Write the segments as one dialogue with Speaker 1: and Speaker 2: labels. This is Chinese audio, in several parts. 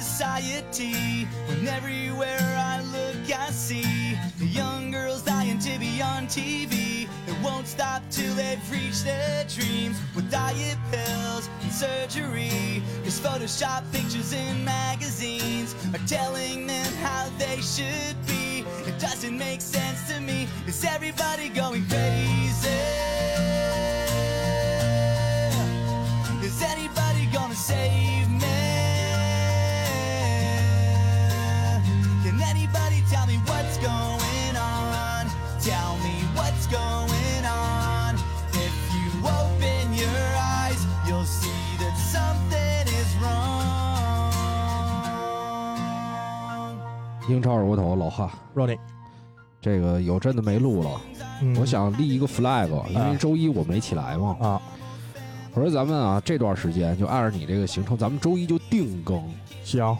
Speaker 1: society. When everywhere I look, I see the young girls dying to be on TV. It won't stop till they've reached their dreams with diet pills and surgery. Cause Photoshop pictures in magazines are telling them how they should be. It doesn't make sense to me. Is everybody going crazy? Is anybody gonna save me? Can anybody tell me what's going on? Tell me what's going on. If you open your eyes, you'll see that something is wrong.
Speaker 2: 英超二锅头老哈，
Speaker 3: Ronnie，
Speaker 2: 这个有真的没录了。
Speaker 3: 嗯
Speaker 2: 我想立一个 flag，因为周一我没起来嘛。
Speaker 3: 啊，
Speaker 2: 我说咱们啊这段时间就按照你这个行程，咱们周一就定更，
Speaker 3: 行，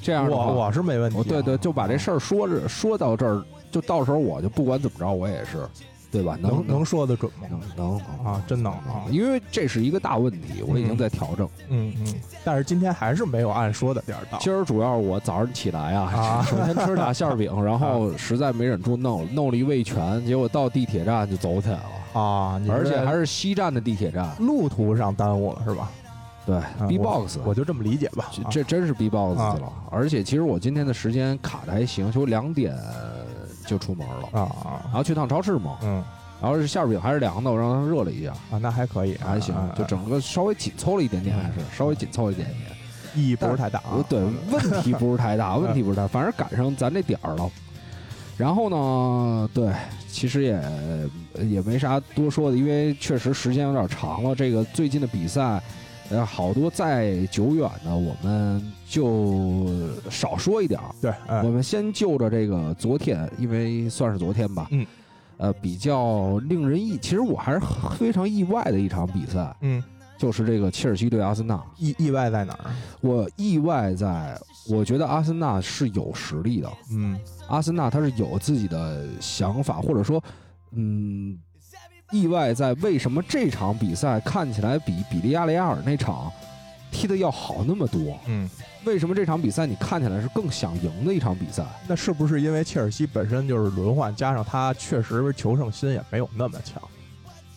Speaker 2: 这样的话，
Speaker 3: 我我是没问题啊。
Speaker 2: 我对对，就把这事儿说着说到这儿，就到时候我就不管怎么着，我也是，对吧？
Speaker 3: 能
Speaker 2: 能
Speaker 3: 能说得准吗？
Speaker 2: 能能能
Speaker 3: 啊，真能啊，
Speaker 2: 因为这是一个大问题，我已经在调整。
Speaker 3: 嗯嗯，但是今天还是没有按说的点儿到。
Speaker 2: 今儿主要我早上起来啊，
Speaker 3: 啊
Speaker 2: 首先吃俩馅儿饼，然后实在没忍住弄弄了一味全，结果到地铁站就走起来了，
Speaker 3: 啊，你
Speaker 2: 而且还
Speaker 3: 是
Speaker 2: 是西站的地铁站，
Speaker 3: 路途上耽误了是吧
Speaker 2: 对
Speaker 3: 啊
Speaker 2: ，B box，
Speaker 3: 我我就这么理解吧。
Speaker 2: 这
Speaker 3: 啊
Speaker 2: 这真是 B box
Speaker 3: 啊
Speaker 2: 了。而且其实我今天的时间卡的还行，就两点就出门了，
Speaker 3: 啊啊，
Speaker 2: 然后去趟超市嘛，
Speaker 3: 嗯
Speaker 2: 然后是馅儿饼还是凉的，我让它热了一下。
Speaker 3: 啊，那还可以，
Speaker 2: 还行
Speaker 3: 啊啊，
Speaker 2: 就整个稍微紧凑了一点点，还是稍微紧凑一点点。
Speaker 3: 意义不是太大啊。
Speaker 2: 对，问题不是太 大，问题不是太大，反正赶上咱这点儿了。然后呢，对，其实也也没啥多说的，因为确实时间有点长了。这个最近的比赛，呃，好多再久远的，我们就少说一点儿。
Speaker 3: 对，
Speaker 2: 我
Speaker 3: 嗯
Speaker 2: 们先就着这个昨天，因为算是昨天吧，
Speaker 3: 嗯，
Speaker 2: 呃，比较令人意，其实我还是非常意外的一场比赛，
Speaker 3: 嗯，
Speaker 2: 就是这个切尔西对阿森纳。
Speaker 3: 意意外在哪儿？啊
Speaker 2: 我意外在，我觉得阿森纳是有实力的，
Speaker 3: 嗯
Speaker 2: 阿森纳他是有自己的想法，或者说，嗯，意外在为什么这场比赛看起来比比利亚雷亚尔那场踢得要好那么多？
Speaker 3: 嗯，
Speaker 2: 为什么这场比赛你看起来是更想赢的一场比赛？
Speaker 3: 那是不是因为切尔西本身就是轮换，加上他确实求胜心也没有那么强？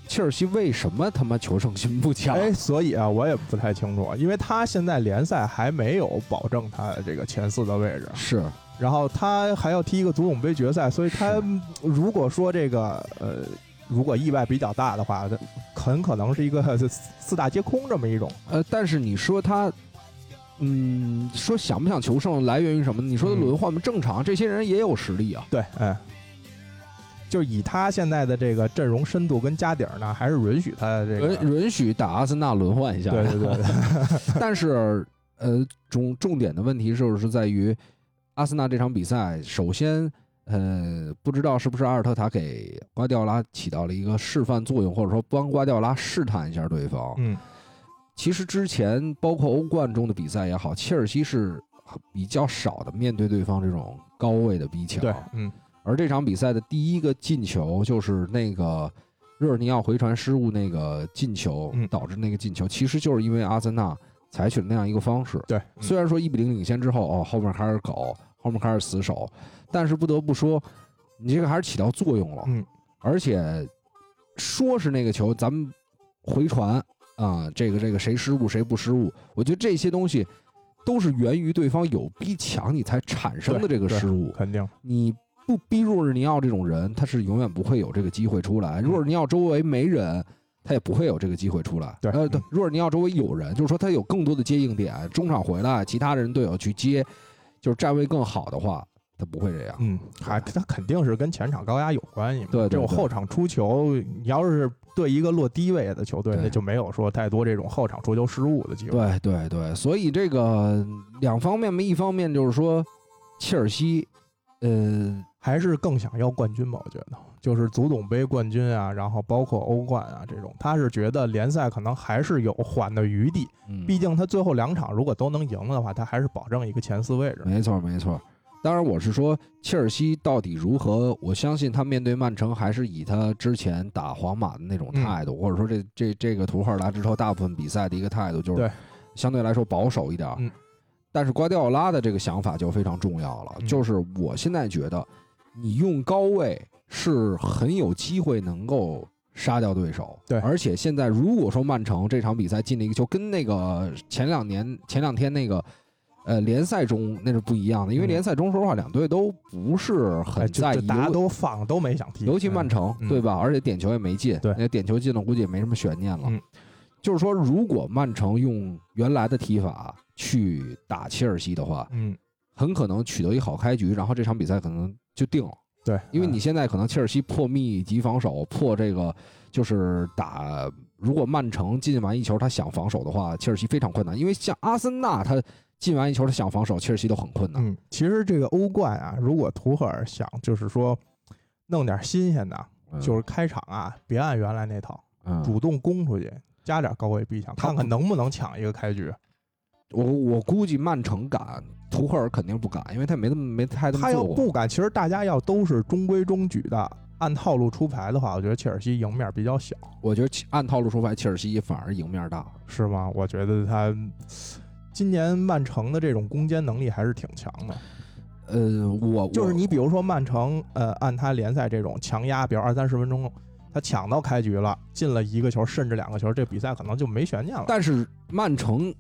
Speaker 2: 切尔西为什么他妈求胜心不强？
Speaker 3: 哎，所以啊，我也不太清楚，因为他现在联赛还没有保证他的这个前四的位置，
Speaker 2: 是
Speaker 3: 然后他还要踢一个足总杯决赛，所以他
Speaker 2: 是
Speaker 3: 嗯如果说这个呃，如果意外比较大的话，他很可能是一个 四大皆空这么一种。
Speaker 2: 呃，但是你说他，嗯，说想不想求胜来源于什么呢？你说的
Speaker 3: 嗯
Speaker 2: 轮换吗？正常，这些人也有实力啊。
Speaker 3: 对，哎，就以他现在的这个阵容深度跟家底儿呢，还是允许他这个。
Speaker 2: 呃允允许打阿森纳轮换一下，
Speaker 3: 对对对，对
Speaker 2: 但是呃，重重点的问题就是在于阿森纳这场比赛，首先呃，不知道是不是阿尔特塔给瓜迪奥拉起到了一个示范作用，或者说帮瓜迪奥拉试探一下对方。
Speaker 3: 嗯
Speaker 2: 其实之前包括欧冠中的比赛也好，切尔西是比较少的面对对方这种高位的逼抢。
Speaker 3: 对，嗯
Speaker 2: 而这场比赛的第一个进球就是那个热尔尼奥回传失误那个进球
Speaker 3: 嗯
Speaker 2: 导致那个进球，其实就是因为阿森纳采取了那样一个方式。
Speaker 3: 对，嗯
Speaker 2: 虽然说一比零领先之后，哦，后面开始搞，后面开始死守，但是不得不说，你这个还是起到作用了。
Speaker 3: 嗯，
Speaker 2: 而且说是那个球，咱们回传啊、这个这个谁失误谁不失误，我觉得这些东西都是源于对方有逼抢你才产生的这个
Speaker 3: 对对
Speaker 2: 失误。
Speaker 3: 肯定
Speaker 2: 你不逼若尔尼奥这种人，他是永远不会有这个机会出来。若
Speaker 3: 嗯
Speaker 2: 尔尼奥周围没人，他也不会有这个机会出来。
Speaker 3: 对
Speaker 2: 呃，对
Speaker 3: 嗯，
Speaker 2: 若尔尼奥周围有人，就是说他有更多的接应点，中场回来，其他人队友去接，就是站位更好的话，他不会这样。
Speaker 3: 嗯，还他肯定是跟前场高压有关系嘛。
Speaker 2: 对对
Speaker 3: 这种
Speaker 2: 对
Speaker 3: 后场出球，你要是对一个落低位的球队，
Speaker 2: 对
Speaker 3: 那就没有说太多这种后场出球失误的机会。
Speaker 2: 对对对，所以这个两方面嘛，一方面就是说切尔西，呃，
Speaker 3: 还是更想要冠军吧，我觉得就是足总杯冠军啊，然后包括欧冠啊这种，他是觉得联赛可能还是有缓的余地，
Speaker 2: 嗯
Speaker 3: 毕竟他最后两场如果都能赢的话，他还是保证一个前四位置。
Speaker 2: 没错，没错。当然，我是说切尔西到底如何？我相信他面对曼城还是以他之前打皇马的那
Speaker 3: 嗯
Speaker 2: 种态度，或者说这这这个图赫尔来之后大部分比赛的一个态度，就是
Speaker 3: 对
Speaker 2: 相对来说保守一点儿。
Speaker 3: 嗯
Speaker 2: 但是瓜迪奥拉的这个想法就非常重要了，
Speaker 3: 嗯
Speaker 2: 就是我现在觉得，你用高位是很有机会能够杀掉对手。
Speaker 3: 对
Speaker 2: 而且现在如果说曼城这场比赛进了一个球，跟那个前两年前两天那个。呃，联赛中那是不一样的，因为
Speaker 3: 嗯
Speaker 2: 联赛中说实话，两队都不是
Speaker 3: 哎，
Speaker 2: 很
Speaker 3: 就
Speaker 2: 在
Speaker 3: 就
Speaker 2: 意
Speaker 3: 大家
Speaker 2: 尤
Speaker 3: 都放都没想踢，
Speaker 2: 尤其曼城，
Speaker 3: 嗯
Speaker 2: 对吧？而且点球也没进，
Speaker 3: 对
Speaker 2: 那点球进了，估计也没什么悬念了。
Speaker 3: 嗯
Speaker 2: 就是说，如果曼城用原来的踢法去打切尔西的话，
Speaker 3: 嗯，
Speaker 2: 很可能取得一好开局，然后这场比赛可能就定了。
Speaker 3: 对，
Speaker 2: 因为
Speaker 3: 嗯
Speaker 2: 你现在可能切尔西破密集防守，破这个就是打。如果曼城进完一球，他想防守的话，切尔西非常困难。因为像阿森纳，他进完一球他想防守，切尔西都很困难。
Speaker 3: 嗯，其实这个欧冠啊，如果图赫尔想就是说弄点新鲜的，
Speaker 2: 嗯
Speaker 3: 就是开场啊，别按原来那套，
Speaker 2: 嗯
Speaker 3: 主动攻出去，加点高位逼抢，
Speaker 2: 他
Speaker 3: 看看能不能抢一个开局。
Speaker 2: 我我估计曼城敢，图赫尔肯定不敢，因为他没那么没太那么
Speaker 3: 他要
Speaker 2: 做过。
Speaker 3: 不敢，其实大家要都是中规中矩的，按套路出牌的话，我觉得切尔西赢面比较小，
Speaker 2: 我觉得切按套路说法，切尔西反而赢面大。
Speaker 3: 是吗？我觉得他今年曼城的这种攻坚能力还是挺强的。
Speaker 2: 呃，我
Speaker 3: 就是
Speaker 2: 我
Speaker 3: 你比如说曼城，呃，按他联赛这种强压，比如二三十分钟，他抢到开局了，进了一个球甚至两个球，这比赛可能就没悬念了。
Speaker 2: 但是曼城，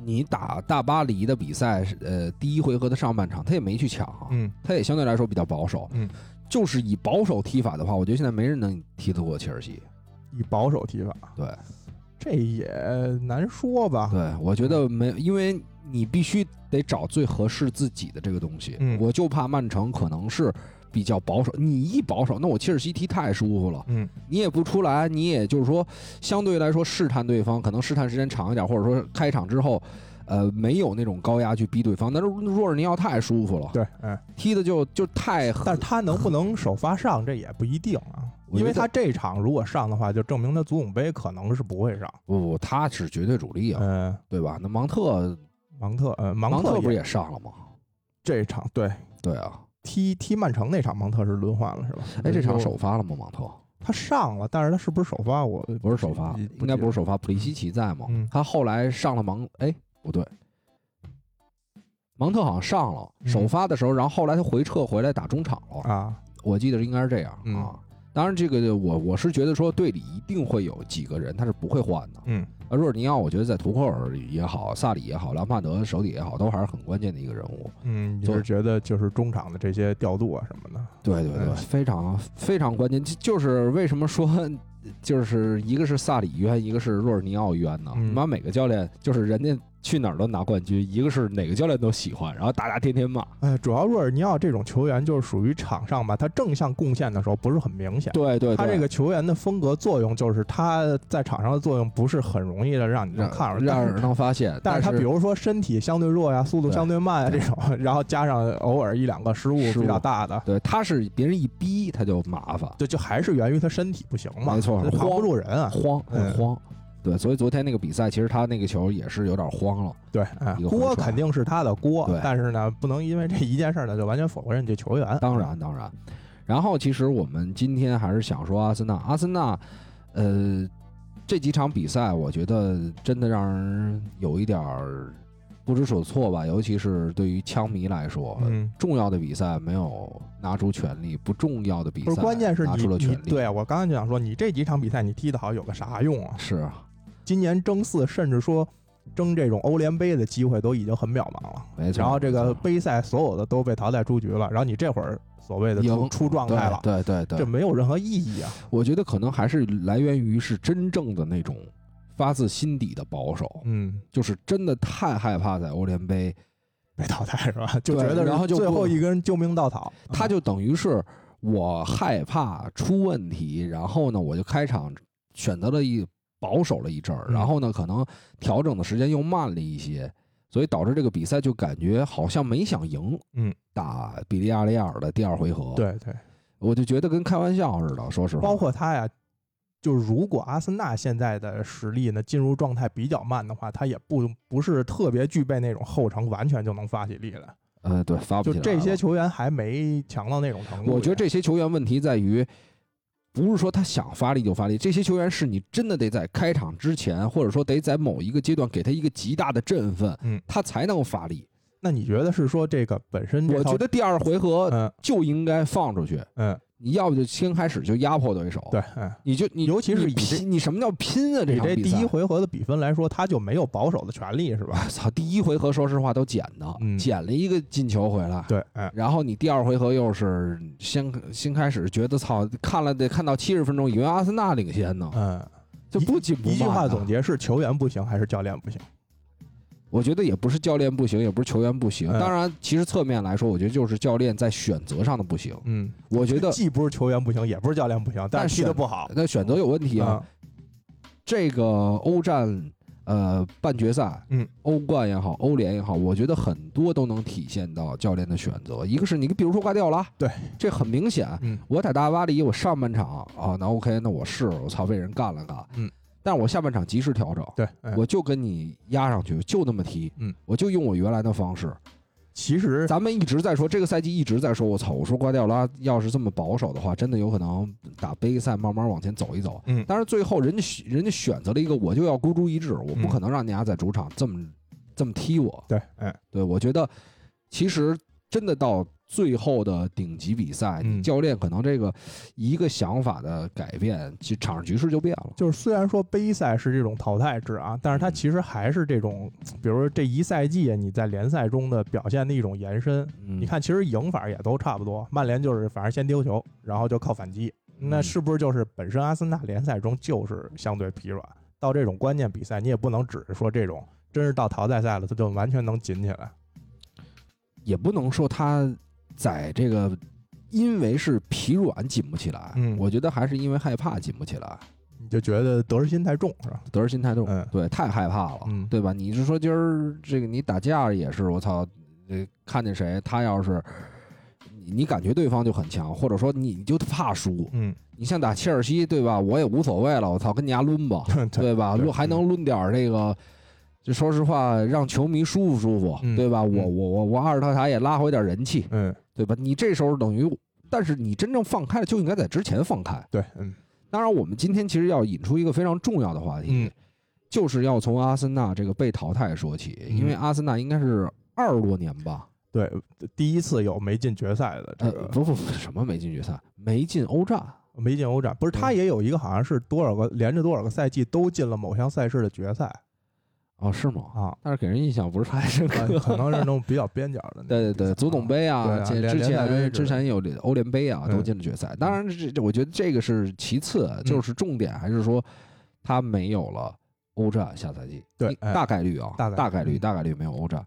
Speaker 2: 你打大巴黎的比赛，呃，第一回合的上半场他也没去抢啊，
Speaker 3: 嗯，
Speaker 2: 他也相对来说比较保守。
Speaker 3: 嗯，
Speaker 2: 就是以保守踢法的话，我觉得现在没人能踢得过切尔西。
Speaker 3: 以保守踢法，
Speaker 2: 对
Speaker 3: 这也难说吧。
Speaker 2: 对，我觉得没，因为你必须得找最合适自己的这个东西。
Speaker 3: 嗯
Speaker 2: 我就怕曼城可能是。比较保守，你一保守，那我切尔西踢太舒服了，
Speaker 3: 嗯，
Speaker 2: 你也不出来，你也就是说，相对来说试探对方，可能试探时间长一点，或者说开场之后，呃，没有那种高压去逼对方。但是若尔尼奥太舒服了，
Speaker 3: 对，嗯，
Speaker 2: 踢的就就太狠
Speaker 3: 但是他能不能首发上，这也不一定啊。
Speaker 2: 我觉得
Speaker 3: 因为他这场如果上的话，就证明他足总杯可能是不会上。
Speaker 2: 不不，他是绝对主力啊，
Speaker 3: 嗯，
Speaker 2: 对吧？那芒特
Speaker 3: 芒特，呃，芒
Speaker 2: 芒特不是
Speaker 3: 也
Speaker 2: 也上了吗？
Speaker 3: 这场对
Speaker 2: 对啊，
Speaker 3: 踢踢曼城那场，芒特是轮换了是吧？
Speaker 2: 哎，这场
Speaker 3: 轮
Speaker 2: 首发了吗？芒特
Speaker 3: 他上了，但是他是不是首发？我
Speaker 2: 不是首发，应该不是首发，普利西奇在吗？
Speaker 3: 嗯
Speaker 2: 他后来上了芒，哎，不对。芒特好像上了
Speaker 3: 嗯
Speaker 2: 首发的时候，然后后来他回撤回来打中场了，
Speaker 3: 啊。
Speaker 2: 我记得是应该是这样
Speaker 3: 嗯
Speaker 2: 啊。当然，这个我我是觉得说队里一定会有几个人他是不会换的。
Speaker 3: 嗯，
Speaker 2: 而若尔尼奥，我觉得在图赫尔也好，萨里也好，兰帕德手底也好，都还是很关键的一个人物。
Speaker 3: 嗯，你
Speaker 2: 就是
Speaker 3: 觉得就是中场的这些调度啊什么的，
Speaker 2: 对对对，
Speaker 3: 嗯
Speaker 2: 非常非常关键。就就是为什么说，就是一个是萨里冤，一个是若尔尼奥冤呢？
Speaker 3: 嗯
Speaker 2: 妈、每个教练就是人家去哪儿都拿冠军，一个是哪个教练都喜欢，然后大家天天骂。
Speaker 3: 哎，主要若尔尼奥这种球员就是属于场上吧，他正向贡献的时候不是很明显。
Speaker 2: 对对对，
Speaker 3: 他这个球员的风格作用就是他在场上的作用不是很容易的让 你能
Speaker 2: 让
Speaker 3: 看出来，
Speaker 2: 让
Speaker 3: 但
Speaker 2: 人
Speaker 3: 是
Speaker 2: 能发现，
Speaker 3: 但
Speaker 2: 但
Speaker 3: 是他比如说身体相对弱呀，速度
Speaker 2: 对
Speaker 3: 相对慢呀这
Speaker 2: 对
Speaker 3: 种，然后加上偶尔一两个失误
Speaker 2: 失误
Speaker 3: 比较大的，
Speaker 2: 对他是别人一逼他就麻烦。
Speaker 3: 就就还是源于他身体不行嘛，
Speaker 2: 没错
Speaker 3: 他扛
Speaker 2: 慌
Speaker 3: 不住人啊，
Speaker 2: 慌，很
Speaker 3: 嗯
Speaker 2: 慌。对，所以昨天那个比赛，其实他那个球也是有点慌了。
Speaker 3: 对，哎
Speaker 2: 一个回
Speaker 3: 锅
Speaker 2: 传
Speaker 3: 肯定是他的锅
Speaker 2: 对，
Speaker 3: 但是呢，不能因为这一件事儿呢就完全否认这球员。
Speaker 2: 当然，当然。然后，其实我们今天还是想说阿森纳，阿森纳，呃，这几场比赛，我觉得真的让人有一点儿不知所措吧，尤其是对于枪迷来说。
Speaker 3: 嗯，
Speaker 2: 重要的比赛没有拿出全力，不重要的比
Speaker 3: 不
Speaker 2: 赛
Speaker 3: 是，关键是
Speaker 2: 拿
Speaker 3: 你
Speaker 2: 出了
Speaker 3: 你
Speaker 2: 全力。
Speaker 3: 对我刚才就想说，你这几场比赛你踢得好有个啥用啊？
Speaker 2: 是
Speaker 3: 今年争四，甚至说争这种欧联杯的机会都已经很渺茫了。
Speaker 2: 没错。
Speaker 3: 然后这
Speaker 2: 没
Speaker 3: 个
Speaker 2: 错
Speaker 3: 杯赛所有的都被淘汰出局了，然后你这会儿所谓的出
Speaker 2: 赢
Speaker 3: 出状态了，
Speaker 2: 对对对
Speaker 3: 这
Speaker 2: 对，
Speaker 3: 没有任何意义啊。
Speaker 2: 我觉得可能还是来源于是真正的那种发自心底的保守。
Speaker 3: 嗯，
Speaker 2: 就是真的太害怕在欧联杯，
Speaker 3: 被淘汰是吧？就
Speaker 2: 对
Speaker 3: 觉得是
Speaker 2: 然后就
Speaker 3: 最
Speaker 2: 不
Speaker 3: 后一根救命稻草，
Speaker 2: 他就等于是我害怕出问题，然后呢，我就开场选择了一保守了一阵儿，
Speaker 3: 嗯
Speaker 2: 然后呢，可能调整的时间又慢了一些，所以导致这个比赛就感觉好像没想赢。
Speaker 3: 嗯，
Speaker 2: 打比利亚雷亚尔的第二回合，，
Speaker 3: 对对，
Speaker 2: 我就觉得跟开玩笑似的，说实话，
Speaker 3: 包括他呀。就如果阿森纳现在的实力呢进入状态比较慢的话，他也不不是特别具备那种后程完全就能发起力来。
Speaker 2: 呃，对，发不
Speaker 3: 就
Speaker 2: 起来
Speaker 3: 这些
Speaker 2: 了
Speaker 3: 球员还没强到那种程度。
Speaker 2: 我觉得这些球员问题在于，不是说他想发力就发力，这些球员是你真的得在开场之前，或者说得在某一个阶段给他一个极大的振奋，
Speaker 3: 嗯
Speaker 2: 他才能发力。
Speaker 3: 那你觉得是说这个本身这
Speaker 2: 我
Speaker 3: 套？
Speaker 2: 觉得第二回合
Speaker 3: 嗯
Speaker 2: 就应该放出去，
Speaker 3: 嗯，
Speaker 2: 你要不就先开始就压迫对手，
Speaker 3: 对，，嗯，
Speaker 2: 你就你
Speaker 3: 尤其是
Speaker 2: 你
Speaker 3: 以这
Speaker 2: 拼，你什么叫拼啊？
Speaker 3: 你
Speaker 2: 场
Speaker 3: 这
Speaker 2: 比
Speaker 3: 第一
Speaker 2: 赛，
Speaker 3: 回合的比分来说，他就没有保守的权利是 吧？
Speaker 2: 操，第一回合说实话都捡的，
Speaker 3: 嗯
Speaker 2: 捡了一个进球回来，
Speaker 3: 对，嗯，
Speaker 2: 然后你第二回合又是先先开始觉得操，看了得看到七十分钟，以为阿森纳领先呢，
Speaker 3: 嗯，
Speaker 2: 就不紧不慢、
Speaker 3: 一句话总，结是球员不行还是教练不行？
Speaker 2: 我觉得也不是教练不行，也不是球员不行，
Speaker 3: 嗯
Speaker 2: 当然其实侧面来说，我觉得就是教练在选择上的不行，
Speaker 3: 嗯，
Speaker 2: 我觉得
Speaker 3: 既不是球员不行，也不是教练不行，但
Speaker 2: 但
Speaker 3: 是踢
Speaker 2: 选
Speaker 3: 得不好。
Speaker 2: 那选择有问题啊。
Speaker 3: 啊，
Speaker 2: 这个欧战呃半决赛，
Speaker 3: 嗯，
Speaker 2: 欧冠也好，欧联也好，我觉得很多都能体现到教练的选择。一个是你比如说瓜迪奥拉，
Speaker 3: 对，
Speaker 2: 这很明显。
Speaker 3: 嗯
Speaker 2: 我打大巴黎，我上半场啊，那 OK，那我是我操被人干了干，
Speaker 3: 嗯，
Speaker 2: 但我下半场及时调整。
Speaker 3: 对，嗯
Speaker 2: 我就跟你压上去，就那么踢，
Speaker 3: 嗯，
Speaker 2: 我就用我原来的方式。
Speaker 3: 其实
Speaker 2: 咱们一直在说这个赛季一直在说，我操，我说瓜迪奥拉要是这么保守的话，真的有可能打杯赛慢慢往前走一走。
Speaker 3: 嗯
Speaker 2: 但是最后人家选人家选择了一个，我就要孤注一掷，我不
Speaker 3: 嗯
Speaker 2: 可能让你家在主场这么这么踢我。
Speaker 3: 对，嗯，
Speaker 2: 对我觉得，其实真的到最后的顶级比赛，
Speaker 3: 嗯
Speaker 2: 教练可能这个一个想法的改变，其实场上局势就变了。
Speaker 3: 就是虽然说杯赛是这种淘汰制啊，但是
Speaker 2: 嗯
Speaker 3: 它其实还是这种，比如说这一赛季啊你在联赛中的表现的一种延伸。
Speaker 2: 嗯
Speaker 3: 你，看，其实赢法也都差不多，曼联就是反正先丢球，然后就靠反击。那
Speaker 2: 嗯
Speaker 3: 是不是就是本身阿森纳联赛中就是相对疲软？到这种关键比赛，你也不能只是说这种，真是到淘汰赛了，他就完全能紧起来。
Speaker 2: 也不能说他在这个因为是疲软紧不起来，
Speaker 3: 嗯
Speaker 2: 我觉得还是因为害怕紧不起来，
Speaker 3: 你就觉得得失心太重，是吧？
Speaker 2: 得失心太重，
Speaker 3: 嗯
Speaker 2: 对，太害怕了，
Speaker 3: 嗯
Speaker 2: 对吧？你是说今儿这个你打架也是，我操，呃，看见谁他要是。你你感觉对方就很强，或者说你就怕输。
Speaker 3: 嗯，
Speaker 2: 你像打切尔西，对吧？我也无所谓了，我操，跟你家抡吧，
Speaker 3: 对，
Speaker 2: 对吧？
Speaker 3: 对
Speaker 2: 抡还能抡点儿这个，就说实话，让球迷舒服舒服，
Speaker 3: 嗯
Speaker 2: 对吧？我
Speaker 3: 嗯
Speaker 2: 我我我阿尔特塔也拉回点人气，
Speaker 3: 嗯，
Speaker 2: 对吧？你这时候等于，但是你真正放开了，就应该在之前放开。
Speaker 3: 对，嗯
Speaker 2: 当然，我们今天其实要引出一个非常重要的话题，
Speaker 3: 嗯
Speaker 2: 就是要从阿森纳这个被淘汰说起，
Speaker 3: 嗯
Speaker 2: 因为阿森纳应该是二十多年吧，
Speaker 3: 对，第一次有没进决赛的这
Speaker 2: 呃，
Speaker 3: 个，
Speaker 2: 不不不，什么没进决赛，没进欧战，
Speaker 3: 没进欧战，不是他
Speaker 2: 嗯
Speaker 3: 也有一个好像是多少个连着多少个赛季都进了某项赛事的决赛
Speaker 2: 哦，是吗？
Speaker 3: 啊，
Speaker 2: 但是给人印象不是太深
Speaker 3: 啊
Speaker 2: 刻。
Speaker 3: 可能是那种比较边角的那种比赛。
Speaker 2: 对对对，足总杯
Speaker 3: 对
Speaker 2: 啊，
Speaker 3: 啊
Speaker 2: 这
Speaker 3: 联
Speaker 2: 之
Speaker 3: 联赛杯之类
Speaker 2: 前
Speaker 3: 的
Speaker 2: 之前有欧联杯啊，
Speaker 3: 嗯
Speaker 2: 都进了决赛。当然，这这我觉得这个是其次，啊就是重点还是说他没有了欧战下赛季。
Speaker 3: 对
Speaker 2: 一
Speaker 3: 哎
Speaker 2: 大概率啊，
Speaker 3: 大概
Speaker 2: 大
Speaker 3: 率
Speaker 2: 概率
Speaker 3: 嗯
Speaker 2: 大概率没有欧战。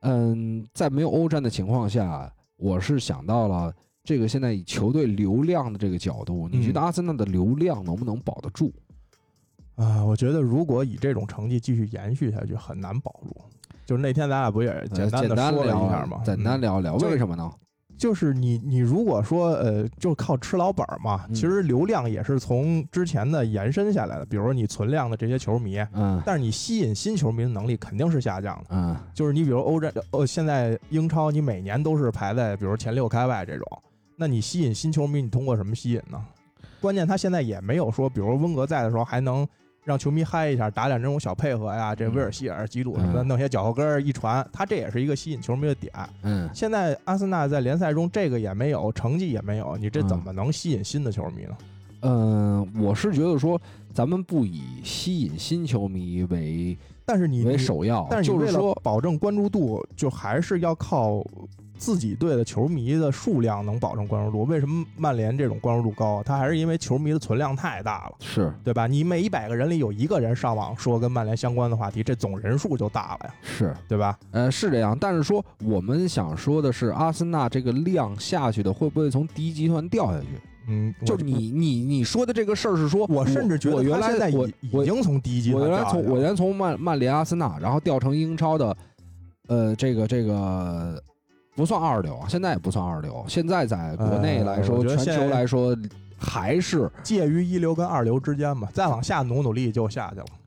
Speaker 2: 嗯，在没有欧战的情况下，我是想到了这个现在以球队流量的这个角度，你觉得
Speaker 3: 嗯
Speaker 2: 阿森纳的流量能不能保得住？
Speaker 3: 啊，我觉得如果以这种成绩继续延续下去，很难保住。就是那天咱俩不也
Speaker 2: 呃
Speaker 3: 简单
Speaker 2: 简
Speaker 3: 的
Speaker 2: 单
Speaker 3: 说了一下
Speaker 2: 聊啊
Speaker 3: 吗？
Speaker 2: 简
Speaker 3: 嗯
Speaker 2: 单聊一聊，
Speaker 3: 就是
Speaker 2: 为什么呢？
Speaker 3: 就是你你如果说呃，就是靠吃老本儿嘛，
Speaker 2: 嗯
Speaker 3: 其实流量也是从之前的延伸下来的，比如说你存量的这些球迷，
Speaker 2: 嗯
Speaker 3: 但是你吸引新球迷的能力肯定是下降的。
Speaker 2: 嗯，
Speaker 3: 就是你比如欧战，呃，现在英超你每年都是排在比如前六开外这种，那你吸引新球迷，你通过什么吸引呢？关键他现在也没有说，比如温格在的时候还能让球迷嗨一下，打点这种小配合呀，这威尔希尔、吉鲁什么的，
Speaker 2: 嗯
Speaker 3: 弄些脚后跟儿一传，他这也是一个吸引球迷的点。
Speaker 2: 嗯。
Speaker 3: 现在阿森纳在联赛中这个也没有，成绩也没有，你这怎么能吸引新的球迷呢？
Speaker 2: 嗯，我是觉得说，咱们不以吸引新球迷为
Speaker 3: 但是你
Speaker 2: 为
Speaker 3: 你
Speaker 2: 首要，
Speaker 3: 但是你
Speaker 2: 就
Speaker 3: 为
Speaker 2: 是
Speaker 3: 了
Speaker 2: 说，
Speaker 3: 保证关注度，就还是要靠自己队的球迷的数量能保证关注度。为什么曼联这种关注度高？它还是因为球迷的存量太大了，
Speaker 2: 是
Speaker 3: 对吧？你每一百个人里有一个人上网说跟曼联相关的话题，这总人数就大了呀，
Speaker 2: 是，
Speaker 3: 对吧？
Speaker 2: 呃，是这样。但是说，我们想说的是，阿森纳这个量下去的，会不会从第一集团掉下去？
Speaker 3: 嗯，
Speaker 2: 就
Speaker 3: 我
Speaker 2: 你你你说的这个事儿是说，
Speaker 3: 我甚至觉得
Speaker 2: 我原
Speaker 3: 他现在
Speaker 2: 来我
Speaker 3: 已
Speaker 2: 我
Speaker 3: 已经从第一集
Speaker 2: 我
Speaker 3: 团
Speaker 2: 原来
Speaker 3: 掉下
Speaker 2: 从
Speaker 3: 来
Speaker 2: 我
Speaker 3: 了
Speaker 2: 原来从曼曼联阿森纳，然后调成英超的，呃，这个这个不算二流啊，现在也不算二流，现在在国内
Speaker 3: 呃
Speaker 2: 来说，
Speaker 3: 我觉得
Speaker 2: 全
Speaker 3: 现在
Speaker 2: 球来说还是。
Speaker 3: 介于一流跟二流之间吧，再往下努努力就下去了。
Speaker 2: 嗯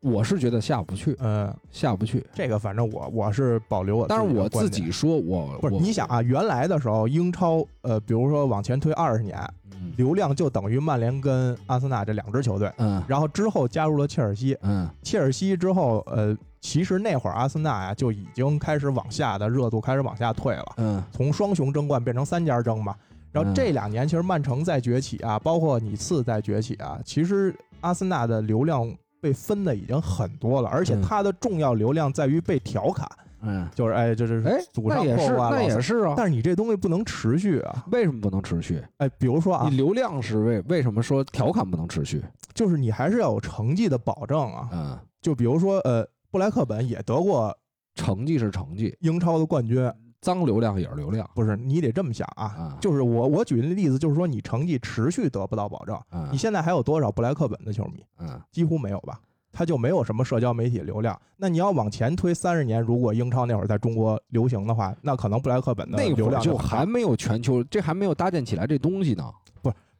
Speaker 2: 我是觉得下不去，
Speaker 3: 嗯，
Speaker 2: 下不去。
Speaker 3: 这个反正我我是保留我的
Speaker 2: 但
Speaker 3: 观
Speaker 2: 是
Speaker 3: 点，
Speaker 2: 我自己说，我
Speaker 3: 不是
Speaker 2: 我
Speaker 3: 你想啊，原来的时候英超，呃，比如说往前推二十年，
Speaker 2: 嗯
Speaker 3: 流量就等于曼联跟阿森纳这两支球队。
Speaker 2: 嗯
Speaker 3: 然后之后加入了切尔西，
Speaker 2: 嗯
Speaker 3: 切尔西之后，呃，其实那会儿阿森纳呀、就已经开始往下的热度开始往下退了，
Speaker 2: 嗯
Speaker 3: 从双雄争冠变成三家争嘛。然
Speaker 2: 嗯
Speaker 3: 后这两年其实曼城在崛起啊，包括你次在崛起啊，其实阿森纳的流量被分的已经很多了，而且
Speaker 2: 嗯
Speaker 3: 它的重要流量在于被调侃，
Speaker 2: 嗯，
Speaker 3: 就是哎，这这是
Speaker 2: 哎，
Speaker 3: 祖
Speaker 2: 那
Speaker 3: 上
Speaker 2: 也
Speaker 3: 破
Speaker 2: 是
Speaker 3: 啊，
Speaker 2: 那
Speaker 3: 老
Speaker 2: 也
Speaker 3: 三
Speaker 2: 是啊，
Speaker 3: 但是你这东西不能持续啊，
Speaker 2: 为什么不能持续？
Speaker 3: 哎，比如说啊
Speaker 2: 你，流量是为为什么说调侃不能持续？
Speaker 3: 就是你还是要有成绩的保证啊，
Speaker 2: 嗯，
Speaker 3: 就比如说呃，布莱克本也得过
Speaker 2: 成绩是成绩，
Speaker 3: 英超的冠军，
Speaker 2: 脏流量也是流量
Speaker 3: 不是你得这么想啊，
Speaker 2: 啊。
Speaker 3: 就是我我举的例子就是说你成绩持续得不到保证，
Speaker 2: 嗯
Speaker 3: 你现在还有多少布莱克本的球迷？
Speaker 2: 嗯
Speaker 3: 几乎没有吧，他就没有什么社交媒体流量。那你要往前推三十年，如果英超那会儿在中国流行的话，那可能布莱克本的
Speaker 2: 那
Speaker 3: 流
Speaker 2: 会儿
Speaker 3: 量
Speaker 2: 就
Speaker 3: 很
Speaker 2: 还
Speaker 3: 高
Speaker 2: 没有全球，这还没有搭建起来这东西呢。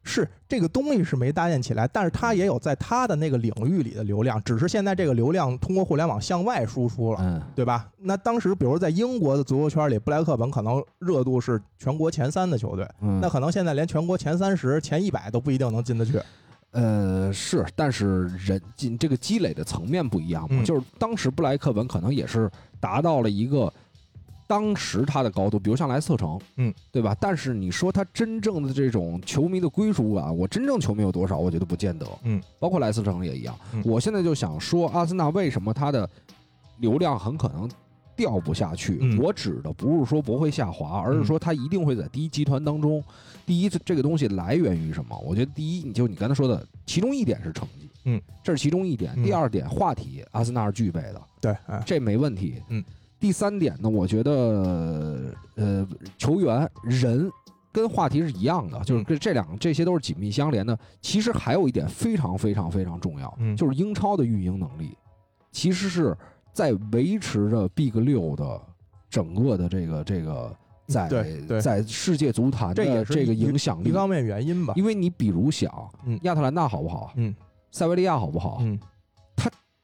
Speaker 3: 是这个东西是没搭建起来，但是他也有在他的那个领域里的流量，只是现在这个流量通过互联网向外输出了。
Speaker 2: 嗯
Speaker 3: 对吧？那当时，比如在英国的足球圈里，布莱克本可能热度是全国前三的球队，
Speaker 2: 嗯，
Speaker 3: 那可能现在连全国前三十、前一百都不一定能进得去。
Speaker 2: 呃，是，但是人进这个积累的层面不一样嘛，
Speaker 3: 嗯
Speaker 2: 就是当时布莱克本可能也是达到了一个当时他的高度，比如像莱斯特城，
Speaker 3: 嗯，
Speaker 2: 对吧？但是你说他真正的这种球迷的归属啊感，我真正球迷有多少？我觉得不见得，
Speaker 3: 嗯，
Speaker 2: 包括莱斯特城也一样。
Speaker 3: 嗯
Speaker 2: 我现在就想说，阿森纳为什么他的流量很可能。掉不下去，
Speaker 3: 嗯
Speaker 2: 我指的不是说不会下滑，而是说它一定会在第一集团当中第一，这这个东西来源于什么？我觉得第一，你就你刚才说的，其中一点是成绩，
Speaker 3: 嗯，
Speaker 2: 这是其中一点。
Speaker 3: 嗯
Speaker 2: 第二点，话题，阿森纳是具备的，
Speaker 3: 对，哎，
Speaker 2: 这没问题，
Speaker 3: 嗯。
Speaker 2: 第三点呢，我觉得呃，球员人跟话题是一样的，就是
Speaker 3: 嗯
Speaker 2: 跟这两这些都是紧密相连的。其实还有一点非常非常非常重要，
Speaker 3: 嗯
Speaker 2: 就是英超的运营能力，其实是在维持着 Big 六的整个的这个这个。在
Speaker 3: 嗯对对
Speaker 2: 在世界足坛
Speaker 3: 这
Speaker 2: 的
Speaker 3: 也是
Speaker 2: 这个
Speaker 3: 一
Speaker 2: 影响
Speaker 3: 一
Speaker 2: 力，
Speaker 3: 方面原因吧。
Speaker 2: 因为你比如想
Speaker 3: 嗯，
Speaker 2: 亚特兰大好不好？
Speaker 3: 嗯
Speaker 2: 塞维利亚好不好？
Speaker 3: 嗯，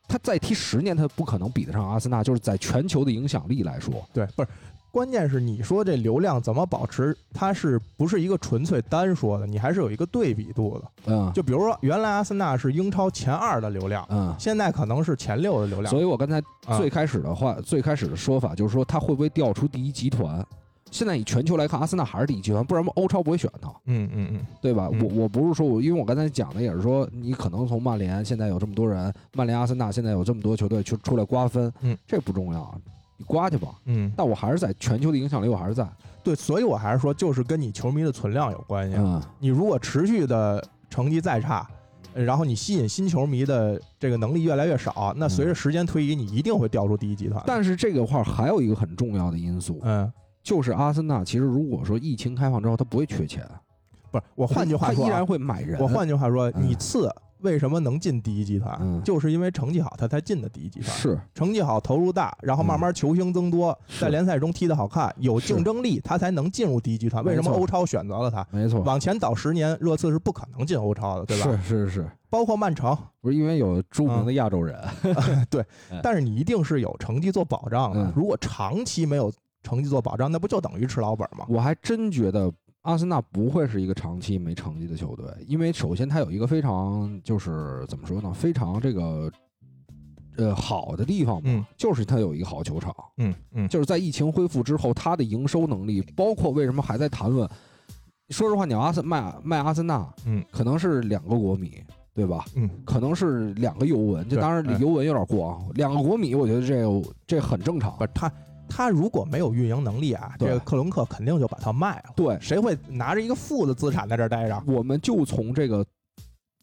Speaker 2: 他再踢十年，他不可能比得上阿森纳，就是在全球的影响力来说。
Speaker 3: 对，不是，关键是你说这流量怎么保持？它是不是一个纯粹单说的？你还是有一个对比度的。
Speaker 2: 嗯，
Speaker 3: 就比如说，原来阿森纳是英超前二的流量，
Speaker 2: 嗯，
Speaker 3: 现在可能是前六的流量。
Speaker 2: 所以我刚才
Speaker 3: 啊
Speaker 2: 最开始的话，最开始的说法就是说他会不会掉出第一集团？现在以全球来看，阿森纳还是第一集团，不然欧超不会选他，
Speaker 3: 嗯嗯嗯，
Speaker 2: 对吧？
Speaker 3: 嗯
Speaker 2: 我我不是说我，因为我刚才讲的也是说，你可能从曼联现在有这么多人，曼联、阿森纳现在有这么多球队去出来瓜分，
Speaker 3: 嗯，
Speaker 2: 这不重要，啊你刮去吧。
Speaker 3: 嗯，
Speaker 2: 但我还是在全球的影响力，我还是在，
Speaker 3: 对，所以我还是说，就是跟你球迷的存量有关系。
Speaker 2: 嗯
Speaker 3: 你如果持续的成绩再差，呃然后你吸引新球迷的这个能力越来越少，那随着时间推移，你一定会掉出第一集团。
Speaker 2: 但是这个话还有一个很重要的因素，
Speaker 3: 嗯，
Speaker 2: 就是阿森纳其实如果说疫情开放之后，他不会缺钱，
Speaker 3: 不是，我换句话
Speaker 2: 他
Speaker 3: 说
Speaker 2: 依
Speaker 3: 啊
Speaker 2: 然，会买人。
Speaker 3: 我换句话说，
Speaker 2: 嗯
Speaker 3: 你次为什么能进第一集团，
Speaker 2: 嗯
Speaker 3: 就是因为成绩好，他才进的第一集团。
Speaker 2: 是
Speaker 3: 成绩好，投入大，然后慢慢球星增多，
Speaker 2: 是
Speaker 3: 在联赛中踢得好看，有
Speaker 2: 是
Speaker 3: 竞争力，他才能进入第一集团。为什么
Speaker 2: 没错
Speaker 3: 欧超选择了他？
Speaker 2: 没错，
Speaker 3: 往前倒十年，热刺是不可能进欧超的，对吧？嗯
Speaker 2: 是是是，
Speaker 3: 包括曼城，
Speaker 2: 不是因为有著名的亚洲人，
Speaker 3: 但是你一定是有成绩做保障的
Speaker 2: 嗯。
Speaker 3: 如果长期没有成绩做保障，那不就等于吃老本吗？
Speaker 2: 我还真觉得阿森纳不会是一个长期没成绩的球队，因为首先他有一个非常就是怎么说呢，非常这个呃好的地方嘛，
Speaker 3: 嗯
Speaker 2: 就是他有一个好球场，
Speaker 3: 嗯嗯，
Speaker 2: 就是在疫情恢复之后，他的营收能力，包括为什么还在谈论。说实话，你要阿森卖卖阿森纳，
Speaker 3: 嗯，
Speaker 2: 可能是两个国米，对吧？
Speaker 3: 嗯，
Speaker 2: 可能是两个尤文，这
Speaker 3: 对
Speaker 2: 当然
Speaker 3: 嗯
Speaker 2: 尤文有点过啊，两个国米，我觉得这个这很正常
Speaker 3: 不。是他，他如果没有运营能力啊，这
Speaker 2: 对
Speaker 3: 个克伦克肯定就把他卖了。
Speaker 2: 对，
Speaker 3: 谁会拿着一个负的资产在这儿待着？
Speaker 2: 我们就从这个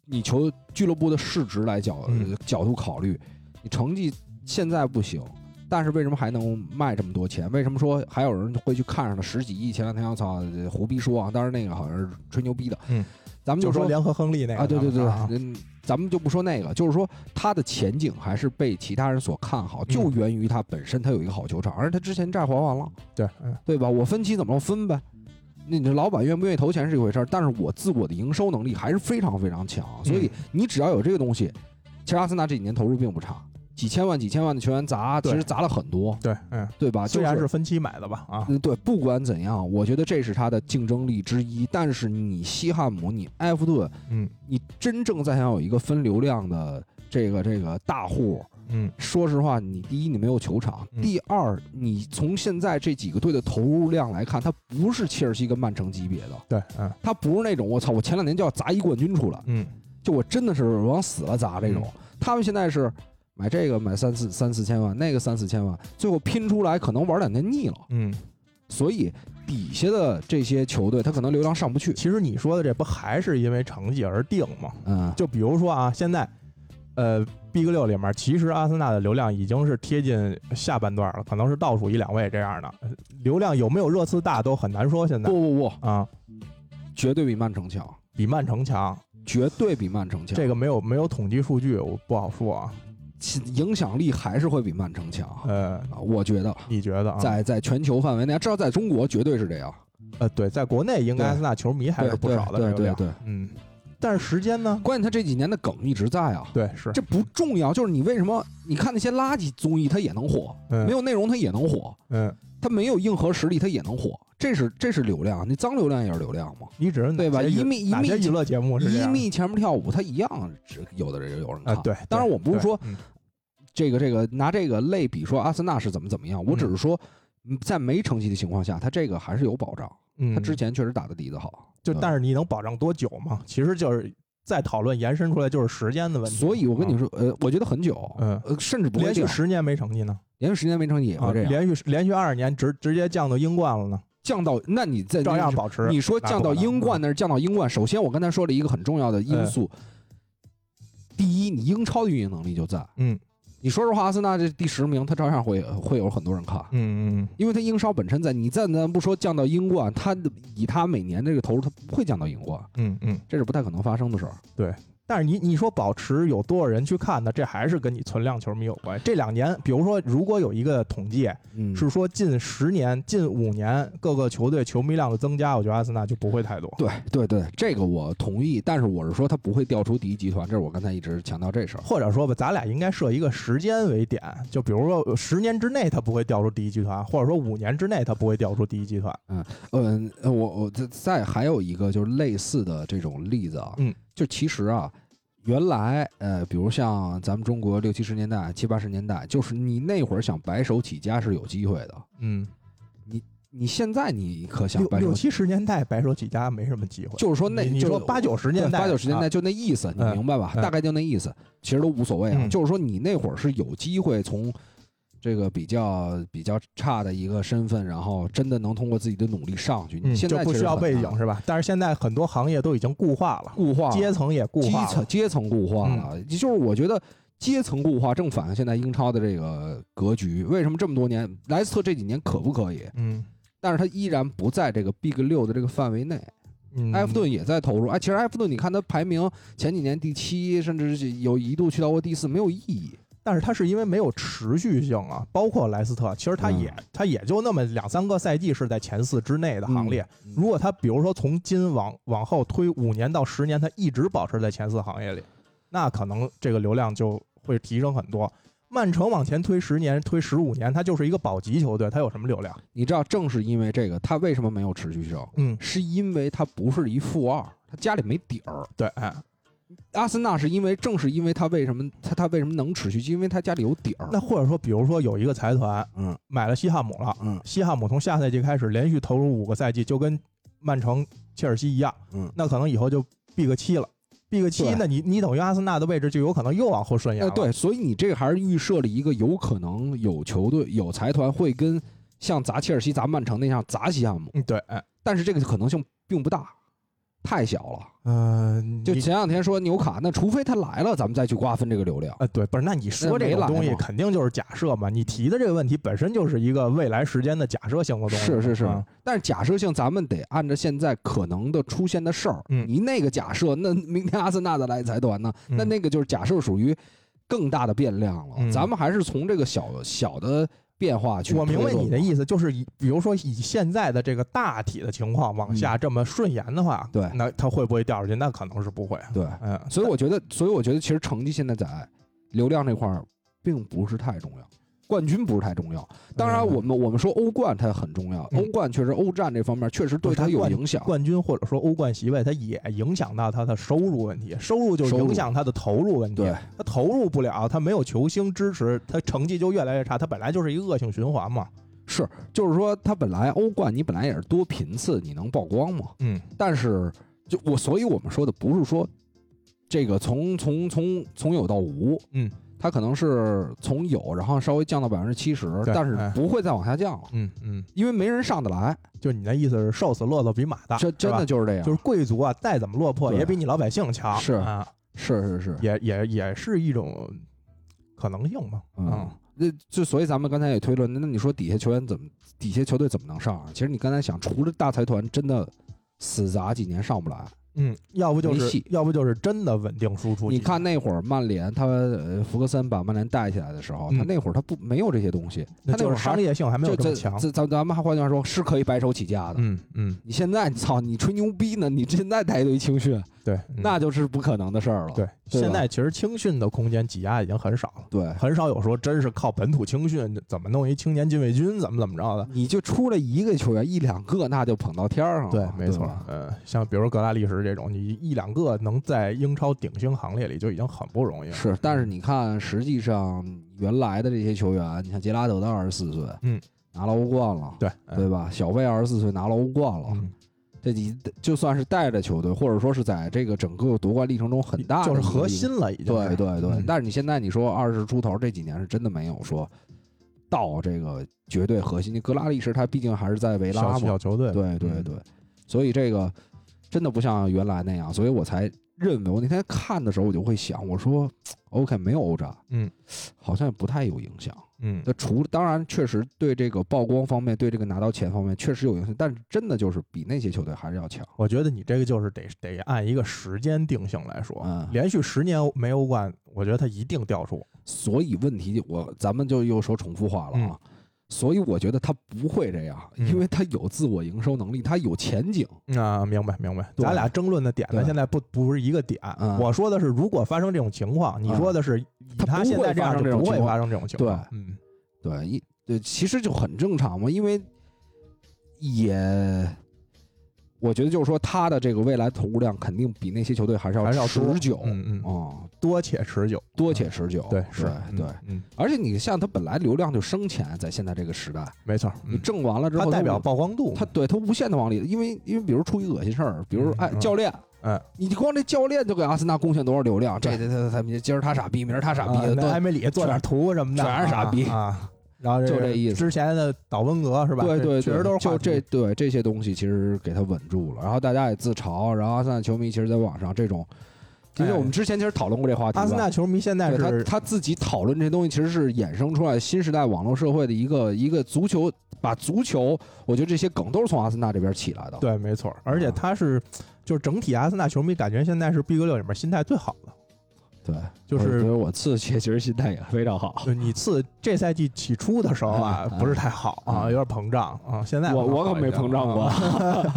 Speaker 2: 你球俱乐部的市值来角、
Speaker 3: 嗯
Speaker 2: 角度考虑，你成绩现在不行，但是为什么还能卖这么多钱？为什么说还有人会去看上了十几亿？前两天我操，胡逼说啊，当然那个好像是吹牛逼的，
Speaker 3: 嗯，
Speaker 2: 咱们就
Speaker 3: 说联合亨利那个
Speaker 2: 啊，对对对，
Speaker 3: 啊
Speaker 2: 嗯，咱们就不说那个，就是说他的前景还是被其他人所看好，就
Speaker 3: 嗯
Speaker 2: 源于他本身他有一个好球场，而他之前债还完了，
Speaker 3: 对，嗯
Speaker 2: 对吧？我分期怎么着分呗。那你这老板愿不愿意投钱是一回事儿，但是我自我的营收能力还是非常非常强，所
Speaker 3: 嗯
Speaker 2: 以你只要有这个东西，其实阿森纳这几年投入并不差，几千万、几千万的球员砸，其
Speaker 3: 对
Speaker 2: 实砸了很多，
Speaker 3: 对，嗯，
Speaker 2: 对吧？
Speaker 3: 虽然
Speaker 2: 啊就是
Speaker 3: 分期买的吧，啊，
Speaker 2: 嗯，对，不管怎样，我觉得这是他的竞争力之一。但是你西汉姆、你埃弗顿，
Speaker 3: 嗯
Speaker 2: 你真正在想有一个分流量的这个这个大户，
Speaker 3: 嗯
Speaker 2: 说实话，你第一你没有球场，
Speaker 3: 嗯
Speaker 2: 第二你从现在这几个队的投入量来看，它不是切尔西跟曼城级别的，
Speaker 3: 对，嗯
Speaker 2: 它不是那种我操，我前两年就要砸一冠军出来，
Speaker 3: 嗯
Speaker 2: 就我真的是往死了砸这种。他们现在是买这个买三四三四千万，那个三四千万，最后拼出来可能玩两年腻了，
Speaker 3: 嗯。
Speaker 2: 所以底下的这些球队，他可能流量上不去。
Speaker 3: 其实你说的这不还是因为成绩而定吗？
Speaker 2: 嗯，
Speaker 3: 就比如说啊，现在，呃，B 六里面，其实阿森纳的流量已经是贴近下半段了，可能是倒数一两位这样的，呃流量有没有热刺大都很难说。现在
Speaker 2: 不不不，
Speaker 3: 啊，
Speaker 2: 绝对比曼城强，
Speaker 3: 比曼城强，
Speaker 2: 绝对比曼城强。
Speaker 3: 这个没有没有统计数据，我不好说啊。
Speaker 2: 其影响力还是会比曼城强啊，
Speaker 3: 呃，
Speaker 2: 我觉得
Speaker 3: 你觉得啊？
Speaker 2: 在在全球范围内，至少在中国绝对是这样，
Speaker 3: 呃，对，在国内应该
Speaker 2: 对
Speaker 3: 阿森纳球迷还是不少的
Speaker 2: 对
Speaker 3: 流
Speaker 2: 对对
Speaker 3: 量，
Speaker 2: 对。
Speaker 3: 嗯，但是时间呢？
Speaker 2: 关键他这几年的梗一直在啊，
Speaker 3: 对，是
Speaker 2: 这不重要，就是你为什么你看那些垃圾综艺它也能火，
Speaker 3: 嗯
Speaker 2: 没有内容它也能火，
Speaker 3: 嗯，
Speaker 2: 它没有硬核实力它也能火，这是这是流量，你脏流量也是流量嘛。
Speaker 3: 你指着哪
Speaker 2: 对吧
Speaker 3: 些娱
Speaker 2: 一密一
Speaker 3: 哪些
Speaker 2: 密
Speaker 3: 娱乐节目是这
Speaker 2: 一
Speaker 3: 样
Speaker 2: 密前面跳舞，它一样，只有的人有人
Speaker 3: 啊
Speaker 2: 看。？
Speaker 3: 对，
Speaker 2: 当然
Speaker 3: 对
Speaker 2: 我不是
Speaker 3: 对
Speaker 2: 说
Speaker 3: 嗯
Speaker 2: 这个这个拿这个类比说阿森纳是怎么怎么样，我只是说嗯在没成绩的情况下，他这个还是有保障。
Speaker 3: 嗯，
Speaker 2: 他之前确实打的底子好，
Speaker 3: 就
Speaker 2: 对
Speaker 3: 但是你能保障多久吗？其实就是再讨论延伸出来就是时间的问题。
Speaker 2: 所以我跟你说，呃，我觉得很久，
Speaker 3: 嗯
Speaker 2: 呃，甚至不会
Speaker 3: 连
Speaker 2: 这
Speaker 3: 续
Speaker 2: 样，
Speaker 3: 十年没成绩呢，
Speaker 2: 连续时间没成绩也
Speaker 3: 啊，
Speaker 2: 会这样，
Speaker 3: 连续连续二十年直直接降到英冠了呢，
Speaker 2: 降到那你在
Speaker 3: 照样保持。
Speaker 2: 你说降到英冠
Speaker 3: 的，
Speaker 2: 那是降到英冠，首先我刚才说了一个很重要的
Speaker 3: 嗯
Speaker 2: 因素，第一，你英超的运营能力就在，
Speaker 3: 嗯，
Speaker 2: 你说实话，阿森纳这第十名，他照样会会有很多人看。
Speaker 3: 嗯嗯
Speaker 2: 因为他英超本身在，你暂咱不说降到英冠，他以他每年这个投入，他不会降到英冠，
Speaker 3: 嗯嗯嗯。
Speaker 2: 这是不太可能发生的事儿。
Speaker 3: 但是你你说保持有多少人去看呢？这还是跟你存量球迷有关系。这两年，比如说，如果有一个统计
Speaker 2: 嗯
Speaker 3: 是说近十年、近五年各个球队球迷量的增加，我觉得阿森纳就不会太多。
Speaker 2: 对对对，这个我同意，但是我是说他不会调出第一集团，这是我刚才一直强调这事儿。
Speaker 3: 或者说吧，咱俩应该设一个时间为点，就比如说十年之内它不会掉出第一集团，或者说五年之内它不会掉出第一集团。
Speaker 2: 嗯，呃我我再再还有一个就是类似的这种例子啊，
Speaker 3: 嗯，
Speaker 2: 就其实啊，原来呃，比如像咱们中国六七十年代、七八十年代，就是你那会儿想白手起家是有机会的，
Speaker 3: 嗯，
Speaker 2: 你现在你可想
Speaker 3: 六
Speaker 2: 白手
Speaker 3: 六
Speaker 2: 起，
Speaker 3: 七十年代白手起家没什么机会，
Speaker 2: 就是说那
Speaker 3: 你你
Speaker 2: 就
Speaker 3: 说
Speaker 2: 是
Speaker 3: 八九十年代，
Speaker 2: 八九十年代
Speaker 3: 啊，
Speaker 2: 就那意思，你
Speaker 3: 嗯
Speaker 2: 明白吧？
Speaker 3: 嗯
Speaker 2: 大概就那意思，其实都无所谓啊。
Speaker 3: 嗯
Speaker 2: 就是说，你那会儿是有机会从这个比较比较差的一个身份，然后真的能通过自己的努力上去。你
Speaker 3: 嗯
Speaker 2: 现
Speaker 3: 就
Speaker 2: 在
Speaker 3: 不
Speaker 2: 其
Speaker 3: 需
Speaker 2: 实
Speaker 3: 要
Speaker 2: 很
Speaker 3: 背
Speaker 2: 难
Speaker 3: 景是吧？但是现在很多行业都已经固化了，
Speaker 2: 固化了、
Speaker 3: 阶层也固
Speaker 2: 基
Speaker 3: 化
Speaker 2: 层
Speaker 3: 了。嗯
Speaker 2: 阶层固化了，也就是我觉得。阶层固化正反映现在英超的这个格局。为什么这么多年莱斯特这几年可不可以？
Speaker 3: 嗯
Speaker 2: 但是他依然不在这个 Big 六的这个范围内。
Speaker 3: 嗯，
Speaker 2: 埃弗顿也在投入。哎，其实埃弗顿，你看他排名前几年第七，甚至是有一度去到过第四，没有意义。
Speaker 3: 但是它是因为没有持续性啊，包括莱斯特，其实它
Speaker 2: 嗯
Speaker 3: 也它也就那么两三个赛季是在前四之内的行列。
Speaker 2: 嗯
Speaker 3: 如果他比如说从今往往后推五年到十年，他一直保持在前四行业里，那可能这个流量就会提升很多。曼城往前推十年、推十五年，它就是一个保级球队，它有什么流量？
Speaker 2: 你知道，正是因为这个，他为什么没有持续性？
Speaker 3: 嗯，
Speaker 2: 是因为他不是一负二，他家里没底儿。
Speaker 3: 对，哎
Speaker 2: 阿森纳是因为，正是因为他为什么他他为什么能持续，就因为他家里有底儿。
Speaker 3: 那或者说，比如说有一个财团
Speaker 2: 嗯
Speaker 3: 买了西汉姆了，
Speaker 2: 嗯
Speaker 3: 西汉姆从下赛季开始连续投入五个赛季，就跟曼城、切尔西一样，
Speaker 2: 嗯，
Speaker 3: 那可能以后就 B 个七了。B 个七
Speaker 2: 对，
Speaker 3: 那你你等于阿森纳的位置就有可能又往后顺延
Speaker 2: 呃
Speaker 3: 了。
Speaker 2: 对，所以你这个还是预设了一个有可能有球队有财团会跟像砸切尔西、砸曼城那样砸西汉姆，
Speaker 3: 嗯，对，哎
Speaker 2: 但是这个可能性并不大，太小了。
Speaker 3: 嗯，
Speaker 2: 就
Speaker 3: 你
Speaker 2: 前两天说纽卡，那除非他来了，咱们再去瓜分这个流量。
Speaker 3: 啊，对，不是，那你
Speaker 2: 那
Speaker 3: 说这
Speaker 2: 没
Speaker 3: 种
Speaker 2: 来
Speaker 3: 东西
Speaker 2: 嘛
Speaker 3: 肯定就是假设嘛。你提的这个问题本身就是一个未来时间的假设性的东西嘛。
Speaker 2: 是是是
Speaker 3: 啊，
Speaker 2: 但是假设性，咱们得按照现在可能的出现的事儿，
Speaker 3: 嗯
Speaker 2: 你那个假设，那明天阿森纳再来财团呢？
Speaker 3: 嗯
Speaker 2: 那那个就是假设属于更大的变量了。
Speaker 3: 嗯
Speaker 2: 咱们还是从这个小小的变化去。
Speaker 3: 我明白你的意思，就是以比如说以现在的这个大体的情况往下这么顺延的话，
Speaker 2: 嗯对
Speaker 3: 那它会不会掉下去？那可能是不会。
Speaker 2: 对，
Speaker 3: 嗯，
Speaker 2: 所以我觉得，所以我觉得，其实成绩现在在流量这块儿并不是太重要，冠军不是太重要。当然，我们我们说欧冠它很重要，
Speaker 3: 嗯哦
Speaker 2: 欧冠确实欧战这方面确实对它有影响。
Speaker 3: 冠军或者说欧冠席位，它也影响到他的收入问题，收入就
Speaker 2: 收入
Speaker 3: 影响他的投入问题
Speaker 2: 对。
Speaker 3: 他投入不了，他没有球星支持，他成绩就越来越差。他本来就是一个恶性循环嘛。
Speaker 2: 是，就是说它本来欧冠你本来也是多频次，你能曝光吗？
Speaker 3: 嗯，
Speaker 2: 但是就我，所以我们说的不是说这个从从从从有到无，
Speaker 3: 嗯，
Speaker 2: 它可能是从有，然后稍微降到百分之七十，
Speaker 3: 对
Speaker 2: 但是
Speaker 3: 哎
Speaker 2: 不会再往下降了，
Speaker 3: 嗯嗯，
Speaker 2: 因为没人上得来，
Speaker 3: 就你那意思是瘦死骆驼比马大，
Speaker 2: 这真的
Speaker 3: 是吧
Speaker 2: 就是这样，
Speaker 3: 啊就是贵族啊，再怎么落魄
Speaker 2: 对
Speaker 3: 也比你老百姓强。
Speaker 2: 是
Speaker 3: 啊，
Speaker 2: 是是是，
Speaker 3: 也也也是一种可能性啊吧。
Speaker 2: 嗯，那就所以咱们刚才也推论，那你说底下球员怎么，底下球队怎么能上啊？其实你刚才想，除了大财团，真的死砸几年上不来。啊
Speaker 3: 嗯，要不就
Speaker 2: 没
Speaker 3: 是
Speaker 2: 戏
Speaker 3: 要不就是真的稳定输出。
Speaker 2: 你看，那会儿曼联，他呃福格森把曼联带起来的时候，
Speaker 3: 嗯
Speaker 2: 他那会儿他不没有这些东西，他
Speaker 3: 那
Speaker 2: 那
Speaker 3: 就
Speaker 2: 会儿
Speaker 3: 是
Speaker 2: 还
Speaker 3: 商业性还没有
Speaker 2: 就
Speaker 3: 这
Speaker 2: 这
Speaker 3: 么强。
Speaker 2: 这咱咱们换句话说，是可以白手起家的。
Speaker 3: 嗯嗯，
Speaker 2: 你现在你操，你吹牛逼呢，你现在带一堆青训，
Speaker 3: 对，嗯
Speaker 2: 那就是不可能的事儿了。
Speaker 3: 对，
Speaker 2: 对吧
Speaker 3: 现在其实青训的空间挤压已经很少了，
Speaker 2: 对，
Speaker 3: 很少有说真是靠本土青训怎么弄一青年禁卫军怎么怎么着的。
Speaker 2: 你就出了一个球员一两个，那就捧到天哦儿上了。
Speaker 3: 对，没错
Speaker 2: 吧，
Speaker 3: 呃，像比如格拉利什这种，你一两个能在英超顶星行列里就已经很不容易了。
Speaker 2: 是，但是你看，实际上原来的这些球员，你像杰拉德都二十四岁，
Speaker 3: 嗯，
Speaker 2: 拿了欧冠了，
Speaker 3: 对，
Speaker 2: 对哦吧？小费二十四岁拿了欧冠了，
Speaker 3: 嗯，
Speaker 2: 这你就算是带着球队，或者说是在这个整个夺冠历程中很大的
Speaker 3: 就是
Speaker 2: 一个
Speaker 3: 核
Speaker 2: 影
Speaker 3: 心了，已经
Speaker 2: 对
Speaker 3: 是。
Speaker 2: 对对，
Speaker 3: 嗯
Speaker 2: 但是你现在你说二十出头这几年是真的没有说到这个绝对核心。你格拉利什他毕竟还是在维
Speaker 3: 小
Speaker 2: 拉嘛
Speaker 3: 小，球队，
Speaker 2: 对对
Speaker 3: 嗯
Speaker 2: 对，所以这个真的不像原来那样，所以我才认为我那天看的时候我就会想，我说 OK 没有欧战，
Speaker 3: 嗯，
Speaker 2: 好像也不太有影响。
Speaker 3: 嗯
Speaker 2: 那除当然确实对这个曝光方面，对这个拿到钱方面确实有影响，但是真的就是比那些球队还是要强。
Speaker 3: 我觉得你这个就是得得按一个时间定性来说，
Speaker 2: 嗯
Speaker 3: 连续十年没欧冠，我觉得他一定掉出。
Speaker 2: 所以问题就我咱们就又说重复话了啊。所以我觉得他不会这样，
Speaker 3: 嗯
Speaker 2: 因为他有自我营收能力，他有前景。
Speaker 3: 啊，明白明白，
Speaker 2: 对
Speaker 3: 咱俩争论的点呢，
Speaker 2: 对
Speaker 3: 现在不不是一个点
Speaker 2: 嗯。
Speaker 3: 我说的是，如果发生这种情况，你说的是以
Speaker 2: 他
Speaker 3: 他
Speaker 2: 不
Speaker 3: 现
Speaker 2: 会
Speaker 3: 在这
Speaker 2: 发
Speaker 3: 样
Speaker 2: 生这
Speaker 3: 就
Speaker 2: 种
Speaker 3: 不会
Speaker 2: 情况
Speaker 3: 发生这种情况。
Speaker 2: 对
Speaker 3: 嗯，
Speaker 2: 对，一对，其实就很正常嘛，因为也，我觉得就是说他的这个未来投入量肯定比那些球队还是要
Speaker 3: 还是要多
Speaker 2: 持久，
Speaker 3: 嗯嗯
Speaker 2: 哦
Speaker 3: 多且持久。
Speaker 2: 多且持久，
Speaker 3: 对，是
Speaker 2: 对，对。
Speaker 3: 嗯嗯，
Speaker 2: 而且你像他本来流量就生钱，在现在这个时代，
Speaker 3: 没错。
Speaker 2: 你
Speaker 3: 嗯，
Speaker 2: 挣完了之
Speaker 3: 它
Speaker 2: 后，
Speaker 3: 代表曝光度嘛。
Speaker 2: 他对他无限的往里，因为因为比如出于恶心事儿，比如
Speaker 3: 嗯
Speaker 2: 哎
Speaker 3: 嗯
Speaker 2: 教练，
Speaker 3: 嗯，
Speaker 2: 你光这教练就给阿森纳贡献多少流量？这
Speaker 3: 对
Speaker 2: 这这他们今儿他傻逼，明儿他傻逼
Speaker 3: 啊，那
Speaker 2: 都
Speaker 3: 埃梅里做点图什么的，
Speaker 2: 全是傻
Speaker 3: 啊
Speaker 2: 逼
Speaker 3: 啊。然后
Speaker 2: 就这意思
Speaker 3: 之前的倒温格是吧？
Speaker 2: 对对，
Speaker 3: 确
Speaker 2: 对
Speaker 3: 实都是话
Speaker 2: 就
Speaker 3: 题
Speaker 2: 这对这些东西其实给他稳住了。然后大家也自嘲，然后阿森纳球迷其实在网上这种，因为
Speaker 3: 哎
Speaker 2: 我们之前其实讨论过这话题吧，
Speaker 3: 阿森纳球迷现在
Speaker 2: 对他
Speaker 3: 是
Speaker 2: 他自己讨论这东西，其实是衍生出来新时代网络社会的一个一个足球，把足球，我觉得这些梗都是从阿森纳这边起来的。
Speaker 3: 对，没错，
Speaker 2: 嗯
Speaker 3: 而且他是就是整体阿森纳球迷感觉现在是 B 格六里面心态最好的，
Speaker 2: 对，
Speaker 3: 就
Speaker 2: 我觉
Speaker 3: 是
Speaker 2: 得我刺切其实心态也非常好。
Speaker 3: 就你次这赛季起初的时候啊
Speaker 2: 嗯嗯
Speaker 3: 不是太好啊，
Speaker 2: 嗯
Speaker 3: 有点膨胀啊，现在
Speaker 2: 我我可没膨胀过
Speaker 3: 啊。，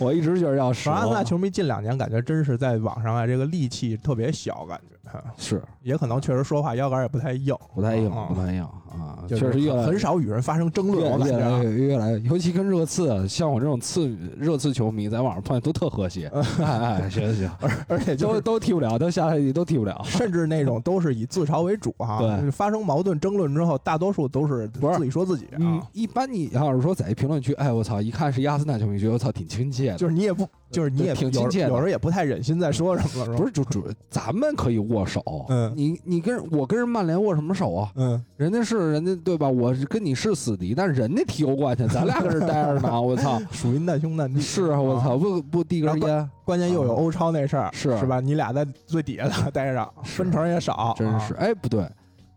Speaker 2: 我一直觉得 要
Speaker 3: 反正阿森纳
Speaker 2: 折
Speaker 3: 球迷近两年感觉真是在网上啊，这个戾气特别小，感觉啊
Speaker 2: 是
Speaker 3: 也可能确实说话腰杆也不太硬，
Speaker 2: 不太硬，
Speaker 3: 啊
Speaker 2: 不太硬啊，
Speaker 3: 就
Speaker 2: 确
Speaker 3: 是
Speaker 2: 实越来
Speaker 3: 很少与人发生争
Speaker 2: 越
Speaker 3: 论，我感
Speaker 2: 越
Speaker 3: 觉
Speaker 2: 来
Speaker 3: 啊。
Speaker 2: 越 越来越，尤其跟热刺，像我这种刺热刺球迷，在网上碰见都特和谐，哎哎，行行，
Speaker 3: 呃 而且就
Speaker 2: 都
Speaker 3: 是
Speaker 2: 都踢不了，都下赛季都踢不了。
Speaker 3: 甚至那种都是以自嘲为主哈、
Speaker 2: 对
Speaker 3: 发生矛盾争论之后，大多数都是
Speaker 2: 不是
Speaker 3: 自己说自己啊。
Speaker 2: 嗯，一般你要是说在一评论区，哎，我操，一看是阿森纳球迷，觉得我操挺亲切的。
Speaker 3: 就是你也不，就是你也
Speaker 2: 挺
Speaker 3: 有
Speaker 2: 亲切的
Speaker 3: 有时候也不太忍心再说什么了，
Speaker 2: 不
Speaker 3: 是吧？
Speaker 2: 是主主，咱们可以握手。
Speaker 3: 嗯
Speaker 2: 你你跟我跟人曼联握什么手啊？
Speaker 3: 嗯，
Speaker 2: 人家是人家对吧？我是跟你是死敌，但是人家踢欧冠去，咱俩搁这儿待着呢。我 操，
Speaker 3: 属于难兄难弟。
Speaker 2: 是啊，我操，
Speaker 3: 啊，
Speaker 2: 不不递根烟，
Speaker 3: 关键又有欧超那事儿，
Speaker 2: 啊是
Speaker 3: 是吧？你俩在最底下 的待着，
Speaker 2: 是
Speaker 3: 分成也少，
Speaker 2: 真
Speaker 3: 啊
Speaker 2: 是。哎，不对，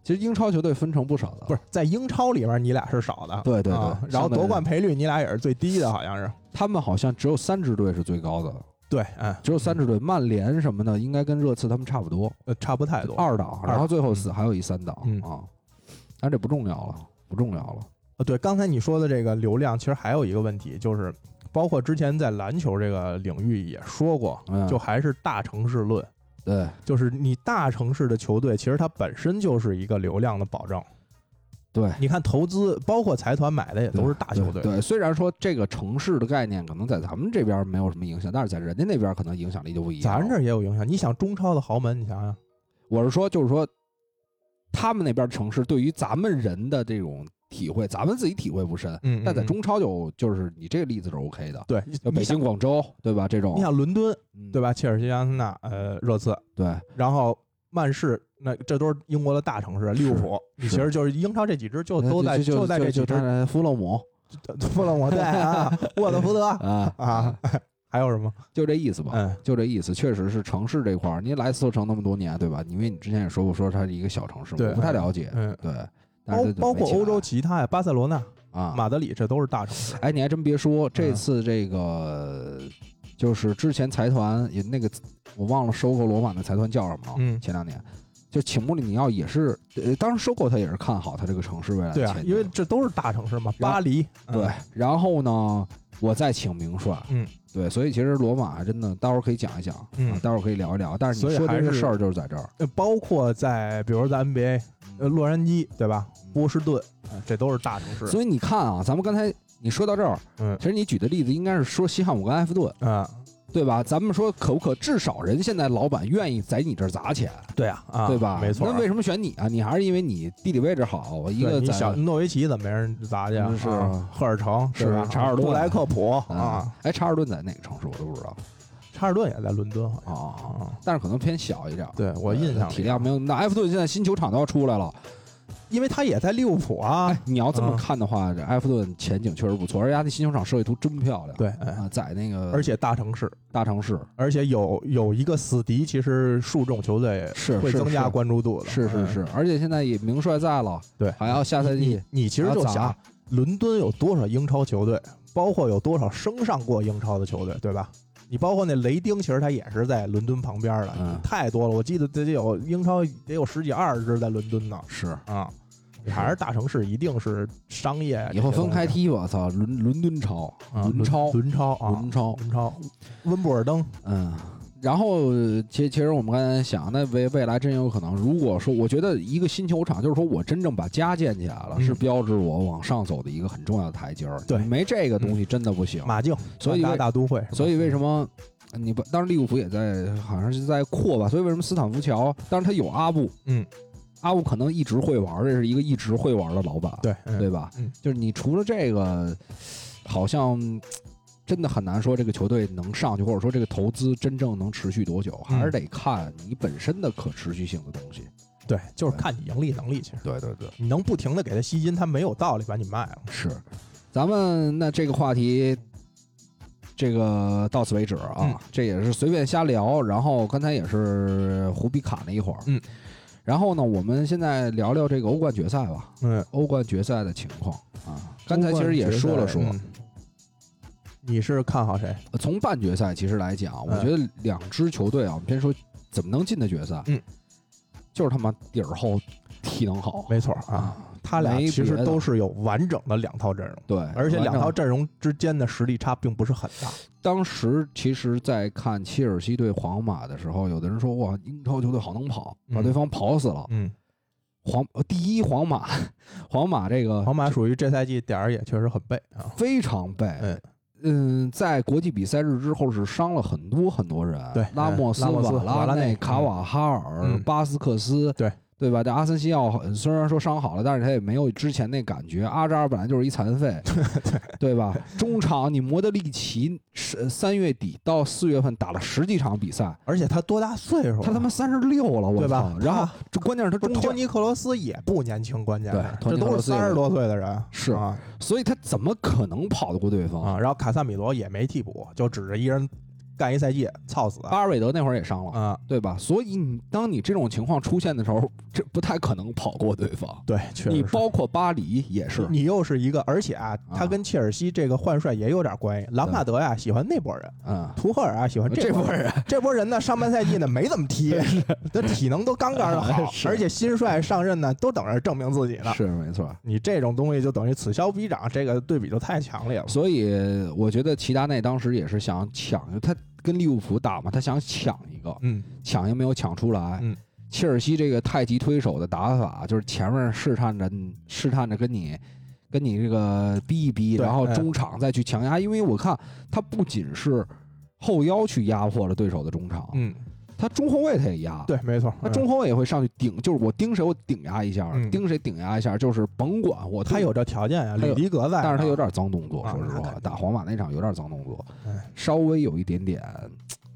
Speaker 2: 其实英超球队分成不少的，
Speaker 3: 不是在英超里边，你俩是少的，
Speaker 2: 对对对
Speaker 3: 啊然后
Speaker 2: 相对
Speaker 3: 夺冠赔率你俩也是最低的，好像是。
Speaker 2: 他们好像只有三支队是最高的，
Speaker 3: 对，嗯，
Speaker 2: 只有三支队，曼联什么的应该跟热刺他们差不多，
Speaker 3: 呃，差不太多。
Speaker 2: 二档，
Speaker 3: 二档
Speaker 2: 然后最后四还有一三档
Speaker 3: 嗯
Speaker 2: 啊，但这不重要了，不重要了，
Speaker 3: 呃，对，刚才你说的这个流量，其实还有一个问题，就是包括之前在篮球这个领域也说过，
Speaker 2: 嗯
Speaker 3: 就还是大城市论，
Speaker 2: 对
Speaker 3: 就是你大城市的球队，其实它本身就是一个流量的保证。
Speaker 2: 对，
Speaker 3: 你看投资，包括财团买的也 都是大球队，
Speaker 2: 对，虽然说这个城市的概念可能在咱们这边没有什么影响，但是在人家那边可能影响力就不一样。
Speaker 3: 咱这儿，也有影响。你想中超的豪门，你想想，
Speaker 2: 我是说，就是说，他们那边城市对于咱们人的这种体会，咱们自己体会不深。
Speaker 3: 嗯
Speaker 2: 但在，
Speaker 3: 嗯
Speaker 2: 中超就就是你这个例子是 OK 的，
Speaker 3: 对，
Speaker 2: 就北京、广州，对吧？这种
Speaker 3: 你，想伦敦
Speaker 2: 嗯
Speaker 3: 对吧？切尔西、阿森纳、呃，热刺，
Speaker 2: 对
Speaker 3: 然后曼市，那这都是英国的大城市，利物浦，你其
Speaker 2: 是
Speaker 3: 实就是英超这几支就
Speaker 2: 那
Speaker 3: 都在
Speaker 2: 就就
Speaker 3: 在这
Speaker 2: 就
Speaker 3: 几
Speaker 2: 就
Speaker 3: 支，
Speaker 2: 是弗洛姆
Speaker 3: 弗洛姆 对啊，沃特福德
Speaker 2: 啊
Speaker 3: 啊，还有什么？
Speaker 2: 就这意思吧。
Speaker 3: 嗯，
Speaker 2: 就这意思，确实是城市这块儿。你来四城那么多年，对吧？因为你之前也说过，说它是一个小城市，
Speaker 3: 对
Speaker 2: 我不太了解。
Speaker 3: 嗯
Speaker 2: 对， 但
Speaker 3: 包
Speaker 2: 是
Speaker 3: 包括欧洲其他呀，巴塞罗那、
Speaker 2: 啊，
Speaker 3: 马德里，这都是大城市。
Speaker 2: 哎，你还真别说，这
Speaker 3: 嗯
Speaker 2: 次这个就是之前财团也那个，我忘了收购罗马的财团叫什么了。
Speaker 3: 嗯
Speaker 2: 前两年就请穆里尼奥也是，呃，当时收购他也是看好他这个城市未来的
Speaker 3: 对啊
Speaker 2: 前，景
Speaker 3: 因为这都是大城市嘛，
Speaker 2: 然后
Speaker 3: 巴黎。嗯
Speaker 2: 对，，然后呢，我再请名帅，
Speaker 3: 嗯，
Speaker 2: 对，所以其实罗马还真的，待会儿可以讲一讲，
Speaker 3: 嗯
Speaker 2: 啊待会儿可以聊一聊。但是
Speaker 3: 所
Speaker 2: 你
Speaker 3: 以
Speaker 2: 说
Speaker 3: 还
Speaker 2: 的这个
Speaker 3: 是
Speaker 2: 事儿就是在这儿，
Speaker 3: 呃包括在比如在 NBA，呃，洛杉矶对吧？波士顿，呃这都是大城市。
Speaker 2: 所以你看啊，咱们刚才你说到这儿，
Speaker 3: 嗯
Speaker 2: 其实你举的例子应该是说西汉姆跟埃弗顿，
Speaker 3: 啊，
Speaker 2: 对吧？咱们说可不可，至少人现在老板愿意在你这儿砸钱，
Speaker 3: 对啊，啊，
Speaker 2: 对吧？
Speaker 3: 没错。
Speaker 2: 那为什么选你啊？你还是因为你地理位置好，我一
Speaker 3: 对
Speaker 2: 个
Speaker 3: 你
Speaker 2: 在
Speaker 3: 想诺维奇怎么没人砸去啊？
Speaker 2: 嗯是
Speaker 3: 啊赫尔城
Speaker 2: 对
Speaker 3: 是吧？
Speaker 2: 查尔顿
Speaker 3: 布莱克普
Speaker 2: 啊
Speaker 3: 啊，，
Speaker 2: 哎，查尔顿在哪个城市我都不知道
Speaker 3: 查尔顿也在伦敦好像
Speaker 2: 啊，
Speaker 3: 啊。
Speaker 2: 但是可能偏小一点。
Speaker 3: 对我印象里
Speaker 2: 呃体量没有那么大。埃弗顿现在新球场都要出来了，
Speaker 3: 因为他也在利物浦啊
Speaker 2: 哎。，你要这么
Speaker 3: 嗯
Speaker 2: 看的话，这埃弗顿前景确实不错，而且他那新球场设计图真漂亮。
Speaker 3: 对，哎
Speaker 2: 啊，在那个
Speaker 3: 而且大城市，
Speaker 2: 大城市，
Speaker 3: 而且有有一个死敌，其实数众球队
Speaker 2: 是
Speaker 3: 会
Speaker 2: 是
Speaker 3: 增
Speaker 2: 是
Speaker 3: 加关注度的。
Speaker 2: 是是
Speaker 3: 嗯
Speaker 2: 是，，而且现在也名帅在了，
Speaker 3: 对
Speaker 2: 还要下赛季
Speaker 3: 你你其实
Speaker 2: 还
Speaker 3: 就
Speaker 2: 要啊
Speaker 3: 想
Speaker 2: 砸，
Speaker 3: 伦敦有多少英超球队，包括有多少升上过英超的球队，对吧？你包括那雷丁，其实他也是在伦敦旁边的，
Speaker 2: 嗯
Speaker 3: 太多了。我记得得有英超得有十几二十支在伦敦呢。
Speaker 2: 是
Speaker 3: 啊，还是大城市一定是商业啊
Speaker 2: 以后
Speaker 3: 这些
Speaker 2: 嗯
Speaker 3: 东
Speaker 2: 分
Speaker 3: 西
Speaker 2: 开踢吧，我操，伦伦敦超，
Speaker 3: 啊
Speaker 2: 伦超，
Speaker 3: 伦超啊，
Speaker 2: 伦超，
Speaker 3: 伦超，温布尔登，
Speaker 2: 嗯。然后，其其实我们刚才想，那未未来真有可能，如果说，我觉得一个新球场，就是说我真正把家建起来了，
Speaker 3: 嗯
Speaker 2: 是标志我往上走的一个很重要的台阶儿。
Speaker 3: 对嗯
Speaker 2: 你没这个东西真的不行。
Speaker 3: 马竞，
Speaker 2: 所以
Speaker 3: 万达
Speaker 2: 为
Speaker 3: 大都会，是吧
Speaker 2: 所以为什么你不？当然利物浦也在，好像是在扩吧。所以为什么斯坦福桥？当然他有阿布，
Speaker 3: 嗯，
Speaker 2: 阿布可能一直会玩儿，这是一个一直会玩儿的老板，
Speaker 3: 对嗯
Speaker 2: 对吧？
Speaker 3: 嗯
Speaker 2: 就是你除了这个，好像嗯真的很难说这个球队能上去，或者说这个投资真正能持续多久，
Speaker 3: 嗯
Speaker 2: 还是得看你本身的可持续性的东西。
Speaker 3: 对，就是
Speaker 2: 对
Speaker 3: 看你盈利能力，其实
Speaker 2: 对对对，
Speaker 3: 你能不停的给他吸金，他没有道理把你卖了。
Speaker 2: 是。咱们那这个话题，这个到此为止啊，
Speaker 3: 嗯
Speaker 2: 这也是随便瞎聊。然后刚才也是胡逼侃了一会儿，
Speaker 3: 嗯。
Speaker 2: 然后呢，我们现在聊聊这个欧冠决赛吧，
Speaker 3: 嗯，
Speaker 2: 欧冠决赛的情况啊。刚才其实也说了说，
Speaker 3: 嗯你是看好谁？
Speaker 2: 从半决赛其实来讲，啊我
Speaker 3: 嗯
Speaker 2: 觉得两支球队啊，我们先说怎么能进的决赛，
Speaker 3: 嗯，
Speaker 2: 就是他妈底儿厚，体能好，
Speaker 3: 没错啊，，他俩
Speaker 2: 没
Speaker 3: 其
Speaker 2: 别
Speaker 3: 实
Speaker 2: 的
Speaker 3: 都是有完整的两套阵容，
Speaker 2: 对，
Speaker 3: 而且两
Speaker 2: 完
Speaker 3: 套
Speaker 2: 整
Speaker 3: 阵容之间的实力差并不是很大。
Speaker 2: 当时其实，在看切尔西对皇马的时候，有的人说哇，英超球队好能跑，
Speaker 3: 嗯
Speaker 2: 把对方跑死了。
Speaker 3: 嗯，
Speaker 2: 皇呃第一皇马， 皇马这个
Speaker 3: 嗯皇马属于这赛季点儿也确实很背啊。
Speaker 2: 非常背
Speaker 3: 嗯。
Speaker 2: 嗯，在国际比赛日之后是伤了很多很多人，
Speaker 3: 对
Speaker 2: 拉
Speaker 3: 嗯
Speaker 2: 莫斯、
Speaker 3: 拉莫斯
Speaker 2: 瓦
Speaker 3: 瓦拉
Speaker 2: 内、
Speaker 3: 内
Speaker 2: 卡瓦哈尔、
Speaker 3: 嗯
Speaker 2: 巴斯克斯，
Speaker 3: 对
Speaker 2: 对吧？这阿森西奥虽然说伤好了，但是他也没有之前那感觉。阿扎尔本来就是一残 废，对吧？ 中场你摩德里奇是三月底到四月份打了十几场比赛，
Speaker 3: 而且他多大岁数了？
Speaker 2: 他他妈三十六了，我
Speaker 3: 对吧啊
Speaker 2: 操！然后
Speaker 3: 他
Speaker 2: 这关键是他
Speaker 3: 不
Speaker 2: 中
Speaker 3: 是托
Speaker 2: 间，
Speaker 3: 尼克罗斯也不年轻，关键
Speaker 2: 对
Speaker 3: 是
Speaker 2: 托
Speaker 3: 这
Speaker 2: 尼克
Speaker 3: 都
Speaker 2: 罗
Speaker 3: 是
Speaker 2: 斯也
Speaker 3: 三十多岁的人，
Speaker 2: 是
Speaker 3: 啊
Speaker 2: 所以他怎么可能跑得过对方？
Speaker 3: 啊。然后卡萨米罗也没替补，就指着一人干一赛季，操死
Speaker 2: 巴尔韦德那会儿也伤了，
Speaker 3: 啊！
Speaker 2: 对吧？所以你当你这种情况出现的时候，这不太可能跑过对方。
Speaker 3: 对，确实
Speaker 2: 你
Speaker 3: 是
Speaker 2: 包括巴黎也是，
Speaker 3: 你又是一个，而且啊，他跟切尔西这个换帅也有点关系。兰帕德啊呀，喜欢那波人；
Speaker 2: 嗯，
Speaker 3: 图赫尔啊，喜欢这
Speaker 2: 这波
Speaker 3: 波人。 这波人呢，上半赛季呢没怎 么踢，这体能都杠杠的好，
Speaker 2: 是
Speaker 3: 而且新帅上任呢，都等着证明自己呢。
Speaker 2: 是没错。
Speaker 3: 你这种东西就等于此消彼长，这个对比就太强烈了。
Speaker 2: 所以我觉得齐达内当时也是想抢，他跟利物浦打嘛，他想抢一个，
Speaker 3: 嗯，
Speaker 2: 抢也没有抢出来。
Speaker 3: 嗯
Speaker 2: 切尔西这个太极推手的打法，就是前面试探着试探着跟你跟你这个逼一逼，
Speaker 3: 对
Speaker 2: 然后
Speaker 3: 哎
Speaker 2: 中场再去强压，因为我看他不仅是后腰去压迫了对手的中场，
Speaker 3: 嗯，
Speaker 2: 他中后卫他也压，
Speaker 3: 对，没错。
Speaker 2: 啊那
Speaker 3: 嗯
Speaker 2: 中后卫也会上去顶，就是我盯谁我顶压一下，
Speaker 3: 嗯
Speaker 2: 盯谁顶压一下，就是甭管我
Speaker 3: 他有，这条件啊，
Speaker 2: 他有
Speaker 3: 里迪格在，
Speaker 2: 但是他有，点脏动作，
Speaker 3: 啊
Speaker 2: 说实
Speaker 3: 那
Speaker 2: 话
Speaker 3: 肯，定
Speaker 2: 打皇马那场有点脏动作
Speaker 3: 哎，
Speaker 2: 稍微有一点点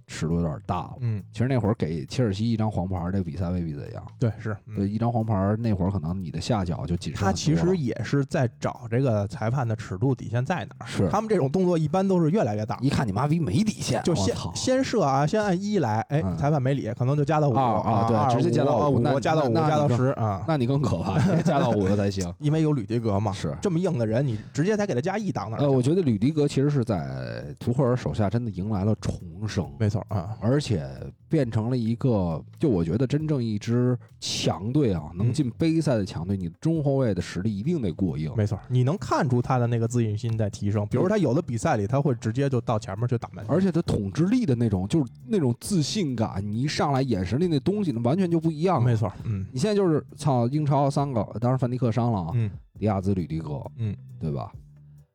Speaker 2: 尺度有点大了。
Speaker 3: 嗯，
Speaker 2: 其实那会儿给切尔西一张黄牌，这个比赛未必怎样。
Speaker 3: 对，是，嗯
Speaker 2: 对，一张黄牌那会儿可能你的下脚就谨慎
Speaker 3: 他
Speaker 2: 很
Speaker 3: 其
Speaker 2: 多
Speaker 3: 实
Speaker 2: 了
Speaker 3: 也是在找这个裁判的尺度底线在哪儿。
Speaker 2: 是
Speaker 3: 他们这种动作一般都是越来越大，
Speaker 2: 一看你妈逼没底线，
Speaker 3: 就
Speaker 2: 我
Speaker 3: 先
Speaker 2: 操
Speaker 3: 先射啊，先按一来，哎
Speaker 2: 嗯，
Speaker 3: 裁判没理，可能就加到五
Speaker 2: 啊啊对
Speaker 3: 二
Speaker 2: 直接加到
Speaker 3: 啊
Speaker 2: 五
Speaker 3: 五，
Speaker 2: 那
Speaker 3: 加到五，
Speaker 2: 那那
Speaker 3: 加到
Speaker 2: 你更
Speaker 3: 十啊，。
Speaker 2: 那你更可怕，你加到五个才行
Speaker 3: 因为有吕迪格嘛，
Speaker 2: 是
Speaker 3: 这么硬的人，你直接才给他加一档那儿
Speaker 2: 呃，我
Speaker 3: 去，
Speaker 2: 觉得吕迪格其实是在图赫尔手下真的迎来了重生，
Speaker 3: 没错啊，
Speaker 2: 而且变成了一个，就我觉得真正一支强队啊，能
Speaker 3: 嗯
Speaker 2: 进杯赛的强队，你中后卫的实力一定得过硬。
Speaker 3: 没错，你能看出他的那个自信心在提升，比如他有的比赛里他会直接就到前面去打门，
Speaker 2: 而且他统治力的那种，就是那种自信感，你一上来眼神里那东西，那完全就不一样了
Speaker 3: 没。错，嗯
Speaker 2: 你现在就是操英超三个，当然范迪克伤了啊，
Speaker 3: 嗯，
Speaker 2: 迪亚兹、吕迪格，
Speaker 3: 嗯，
Speaker 2: 对吧？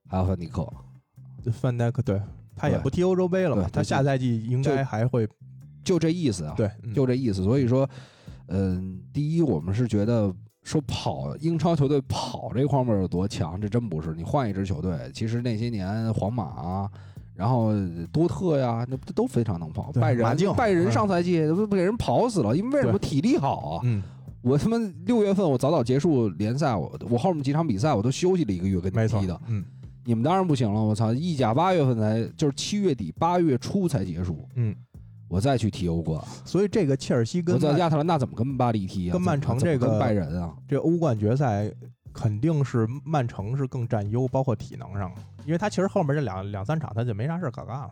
Speaker 2: 还有范迪克，
Speaker 3: 这范戴克对他也
Speaker 2: 对
Speaker 3: 不踢欧洲杯了
Speaker 2: 对
Speaker 3: 嘛，他
Speaker 2: 就
Speaker 3: 下赛季应
Speaker 2: 就
Speaker 3: 该还会
Speaker 2: 就这意思啊，，
Speaker 3: 对，嗯
Speaker 2: 就这意思。所以说，嗯，第一，我们是觉得说跑英超球队跑这方面有多强，这真不是。你换一支球队，其实那些年皇马啊。然后多特呀，那都非常能跑。
Speaker 3: 对
Speaker 2: 拜
Speaker 3: 马
Speaker 2: 仁
Speaker 3: 竞，
Speaker 2: 拜仁
Speaker 3: 嗯
Speaker 2: 上赛季不不给人跑死了，因为为什么
Speaker 3: 对
Speaker 2: 体力好啊？
Speaker 3: 嗯，
Speaker 2: 我他妈六月份我早早结束联赛，我我后面几场比赛我都休息了一个月跟
Speaker 3: 没
Speaker 2: 你
Speaker 3: 错
Speaker 2: 踢的，，
Speaker 3: 嗯
Speaker 2: 你们当然不行了，我操！意甲八月份才，就是七月底八月初才结束，
Speaker 3: 嗯，
Speaker 2: 我再去踢欧冠，
Speaker 3: 所以这个切尔西
Speaker 2: 我
Speaker 3: 跟
Speaker 2: 在
Speaker 3: 曼
Speaker 2: 亚特兰大怎么跟巴黎踢啊？
Speaker 3: 跟曼城
Speaker 2: 怎么
Speaker 3: 这个
Speaker 2: 跟拜仁啊，
Speaker 3: 这欧冠决赛肯定是曼城是更占优，包括体能上，因为他其实后面这两两三场他就没啥事可干了，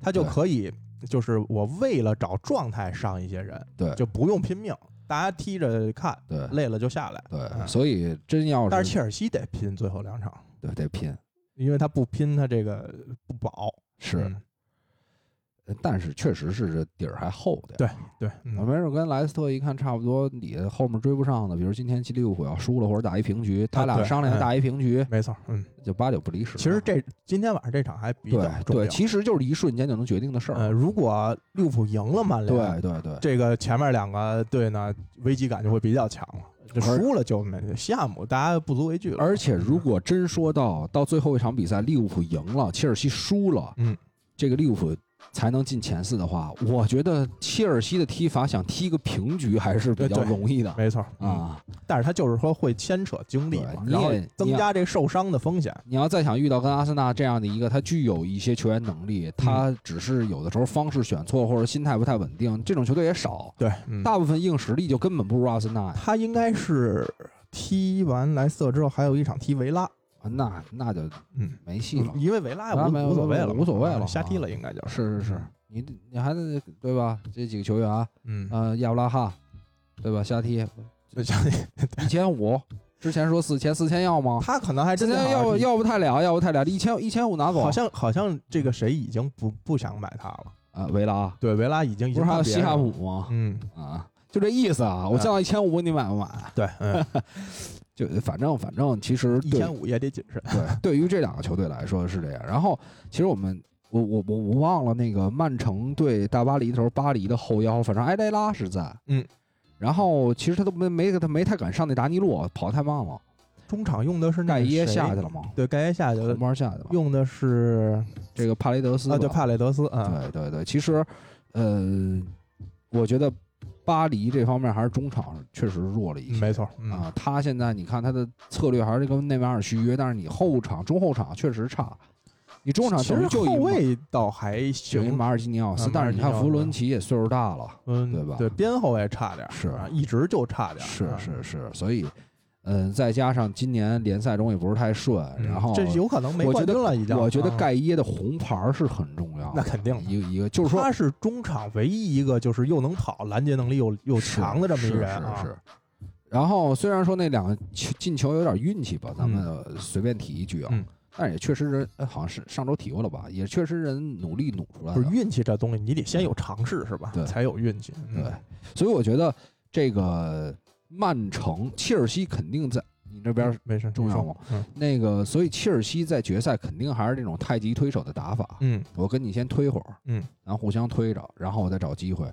Speaker 3: 他就
Speaker 2: 对
Speaker 3: 可以就是我为了找状态上一些人，
Speaker 2: 对
Speaker 3: 就不用拼命，大家踢着看，
Speaker 2: 对
Speaker 3: 累了就下来。
Speaker 2: 对，
Speaker 3: 嗯
Speaker 2: 所以真要
Speaker 3: 但是
Speaker 2: 是
Speaker 3: 切尔西得拼最后两场，
Speaker 2: 对得拼
Speaker 3: 因为他不拼他这个不保。
Speaker 2: 是，
Speaker 3: 嗯
Speaker 2: 但是确实是这底儿还厚点儿。
Speaker 3: 对，
Speaker 2: 啊，
Speaker 3: 嗯
Speaker 2: 没准跟莱斯特一看差不多，你后面追不上的，比如今天利物浦要输了或者打一平局，他
Speaker 3: 啊
Speaker 2: 俩
Speaker 3: 对
Speaker 2: 商量
Speaker 3: 嗯
Speaker 2: 打一平局，
Speaker 3: 没错，嗯，
Speaker 2: 就八九不离十了。
Speaker 3: 其实这今天晚上这场还比较
Speaker 2: 对
Speaker 3: 重要
Speaker 2: 对，。其实就是一瞬间就能决定的事儿。
Speaker 3: 呃，如果利物浦赢了曼联，
Speaker 2: 对对对，
Speaker 3: 这个前面两个队呢，危机感就会比较强了。这
Speaker 2: 而
Speaker 3: 输了就没夏姆，大家不足为惧了。
Speaker 2: 而且如果真说到到最后一场比赛，利物浦赢了，切尔西输了，
Speaker 3: 嗯，
Speaker 2: 这个利物浦才能进前四的话，我觉得切尔西的踢法想踢个平局还是比较
Speaker 3: 对对
Speaker 2: 容易的
Speaker 3: 没错，嗯
Speaker 2: 啊。
Speaker 3: 但是他就是说会牵扯精力嘛
Speaker 2: 对，你
Speaker 3: 然后
Speaker 2: 也
Speaker 3: 增加这受伤的风险。
Speaker 2: 你要再想遇到跟阿森纳这样的一个，他具有一些球员能力，他
Speaker 3: 嗯
Speaker 2: 只是有的时候方式选错或者心态不太稳定，这种球队也少，
Speaker 3: 对，嗯
Speaker 2: 大部分硬实力就根本不如阿森纳呀。
Speaker 3: 他应该是踢完莱斯特之后，还有一场踢维拉，
Speaker 2: 啊那那就
Speaker 3: 嗯，
Speaker 2: 没戏了。
Speaker 3: 因为维拉也
Speaker 2: 啊
Speaker 3: 无
Speaker 2: 没有
Speaker 3: 无所谓了嘛，
Speaker 2: 无所谓了啊
Speaker 3: 瞎踢了应该就是，
Speaker 2: 是是是，你你还得对吧？这几个球员啊，
Speaker 3: 嗯，
Speaker 2: 呃，亚布拉罕，对吧？瞎 踢
Speaker 3: 就像
Speaker 2: 一千五，之前说四千，四千要吗？
Speaker 3: 他可能还
Speaker 2: 之
Speaker 3: 哎真的
Speaker 2: 前要
Speaker 3: 好像
Speaker 2: 不
Speaker 3: 是
Speaker 2: 要不太了，要不太了，一千一千五拿走。
Speaker 3: 好像好像这个谁已经不不想买他了，
Speaker 2: 啊，维拉啊
Speaker 3: 对，维拉已经已
Speaker 2: 不
Speaker 3: 经
Speaker 2: 是还有
Speaker 3: 看别
Speaker 2: 西
Speaker 3: 人
Speaker 2: 汉
Speaker 3: 了
Speaker 2: 姆，吗？
Speaker 3: 嗯，
Speaker 2: 啊，就这意思啊。我降到一千五，你买不买？
Speaker 3: 对， 嗯，
Speaker 2: 就反正反正，其实
Speaker 3: 一
Speaker 2: 对
Speaker 3: 千五也得谨慎。
Speaker 2: 对，对于这两个球队来说是这样。然后其实我们。我我我我忘了那个曼城对大巴黎的时候，巴黎的后腰，反正埃雷拉是在，
Speaker 3: 嗯，
Speaker 2: 然后其实他都没没他没太敢上那达尼洛，跑得太慢了，
Speaker 3: 中场用的是那
Speaker 2: 盖
Speaker 3: 个
Speaker 2: 耶
Speaker 3: 谁
Speaker 2: 下去了吗？
Speaker 3: 对，盖耶下去了
Speaker 2: 红，帽下去了，
Speaker 3: 用的是
Speaker 2: 这个帕雷德斯
Speaker 3: 啊，
Speaker 2: 吧
Speaker 3: 对，帕雷德斯啊，
Speaker 2: 对对对，其实，呃，我觉得巴黎这方面还是中场确实弱了一
Speaker 3: 嗯
Speaker 2: 些。
Speaker 3: 没错，嗯，
Speaker 2: 啊，他现在你看他的策略还是跟内马尔续约，但是你后场、中后场确实差。你中场
Speaker 3: 其
Speaker 2: 等于
Speaker 3: 实
Speaker 2: 就
Speaker 3: 啊后
Speaker 2: 一马
Speaker 3: 卫倒
Speaker 2: 就
Speaker 3: 还
Speaker 2: 一
Speaker 3: 行，
Speaker 2: 马尔基尼奥斯
Speaker 3: 啊，
Speaker 2: 但是你看
Speaker 3: 马尔基尼奥斯
Speaker 2: 弗伦齐也岁数大了，
Speaker 3: 嗯，
Speaker 2: 对吧
Speaker 3: 对，边后卫差点儿，
Speaker 2: 是
Speaker 3: 啊一直就差点儿，
Speaker 2: 是
Speaker 3: 啊，
Speaker 2: 是是，所以，嗯，再加上今年联赛中也不是太顺，
Speaker 3: 嗯
Speaker 2: 然后
Speaker 3: 这有可能没
Speaker 2: 我觉
Speaker 3: 冠
Speaker 2: 得
Speaker 3: 军了，已经。
Speaker 2: 我觉得
Speaker 3: 啊
Speaker 2: 盖耶的红牌是很重要的，
Speaker 3: 那肯定的
Speaker 2: 一个一个就是说
Speaker 3: 他是中场唯一一个就是又能跑、拦截能力又又
Speaker 2: 是
Speaker 3: 强的这么一
Speaker 2: 是
Speaker 3: 人啊
Speaker 2: 是，是。然后虽然说那两个球进球有点运气吧，咱们随便提一句啊，
Speaker 3: 嗯
Speaker 2: 但也确实人哎好像是上周提过了吧，也确实人努力努出来
Speaker 3: 不是
Speaker 2: 的。
Speaker 3: 运气这东西，你得先有尝试是吧
Speaker 2: 哎对，
Speaker 3: 才有运气。嗯
Speaker 2: 对，所以我觉得这个曼城、切尔西肯定在你这边儿
Speaker 3: 没事，
Speaker 2: 重要吗？
Speaker 3: 嗯
Speaker 2: 那个，所以切尔西在决赛肯定还是这种太极推手的打法。
Speaker 3: 嗯
Speaker 2: 我跟你先推会儿，
Speaker 3: 嗯，
Speaker 2: 咱互相推着，然后我再找机会。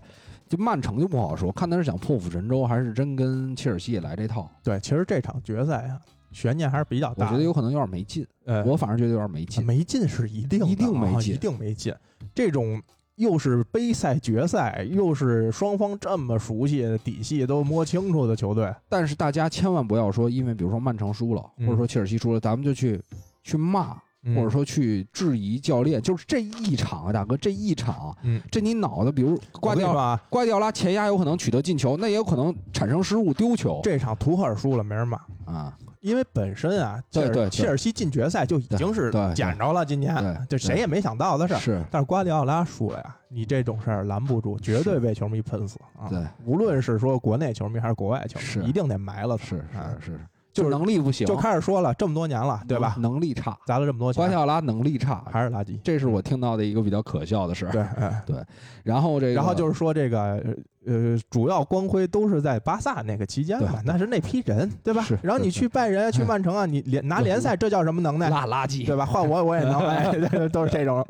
Speaker 2: 就曼城就不好说，看他是想破釜沉舟，还是真跟切尔西也来这套。
Speaker 3: 对，其实这场决赛啊，悬念还是比较
Speaker 2: 我
Speaker 3: 大的。
Speaker 2: 觉得有可能有点没劲，
Speaker 3: 呃，
Speaker 2: 我反正觉得有点没劲。
Speaker 3: 没进是一定的
Speaker 2: 一定没
Speaker 3: 啊
Speaker 2: 进
Speaker 3: 一定没进。这种又是杯赛决赛，又是双方这么熟悉底细都摸清楚的球队，
Speaker 2: 但是大家千万不要说，因为比如说曼城输了，或
Speaker 3: 嗯
Speaker 2: 者说切尔西输了，咱们就去去骂，
Speaker 3: 嗯
Speaker 2: 或者说去质疑教练。就是这一场啊，大哥，这一场，
Speaker 3: 嗯，
Speaker 2: 这你脑子，比如
Speaker 3: 我
Speaker 2: 瓜迪
Speaker 3: 跟你
Speaker 2: 奥
Speaker 3: 说
Speaker 2: 拉，
Speaker 3: 啊，
Speaker 2: 瓜迪奥拉前压有可能取得进球，那也有可能产生失误丢球。
Speaker 3: 这场图赫尔输了没人骂，
Speaker 2: 啊，
Speaker 3: 因为本身啊，切
Speaker 2: 对对对
Speaker 3: 尔切尔西进决赛就已经是
Speaker 2: 对对
Speaker 3: 捡着了，今
Speaker 2: 对
Speaker 3: 年这谁也没想到的事儿。
Speaker 2: 是
Speaker 3: 但是瓜迪奥拉输了呀，你这种事儿拦不住，绝对被球迷喷死啊！
Speaker 2: 对，
Speaker 3: 无论是说国内球迷还是国外球
Speaker 2: 是
Speaker 3: 迷，一定得埋了他。
Speaker 2: 是
Speaker 3: 啊
Speaker 2: 是是，就
Speaker 3: 就
Speaker 2: 是能力不行，
Speaker 3: 就开始说了这么多年
Speaker 2: 嗯
Speaker 3: 了，对吧？
Speaker 2: 能能力差，
Speaker 3: 砸了这么多
Speaker 2: 瓜迪
Speaker 3: 钱，
Speaker 2: 奥拉能力差，
Speaker 3: 还是垃圾。
Speaker 2: 这是我听到的一个比较可笑的事儿。
Speaker 3: 对，哎
Speaker 2: 然后这个，
Speaker 3: 然后就是是说这个呃，主要光辉都是在巴萨那个期间嘛
Speaker 2: 对，
Speaker 3: 那是那批人，对吧
Speaker 2: 是？
Speaker 3: 然后你去拜仁、去曼城啊，你联拿联赛，这叫什么能耐？
Speaker 2: 拉垃圾
Speaker 3: 对吧？换我我也能，哎， 对都是这种。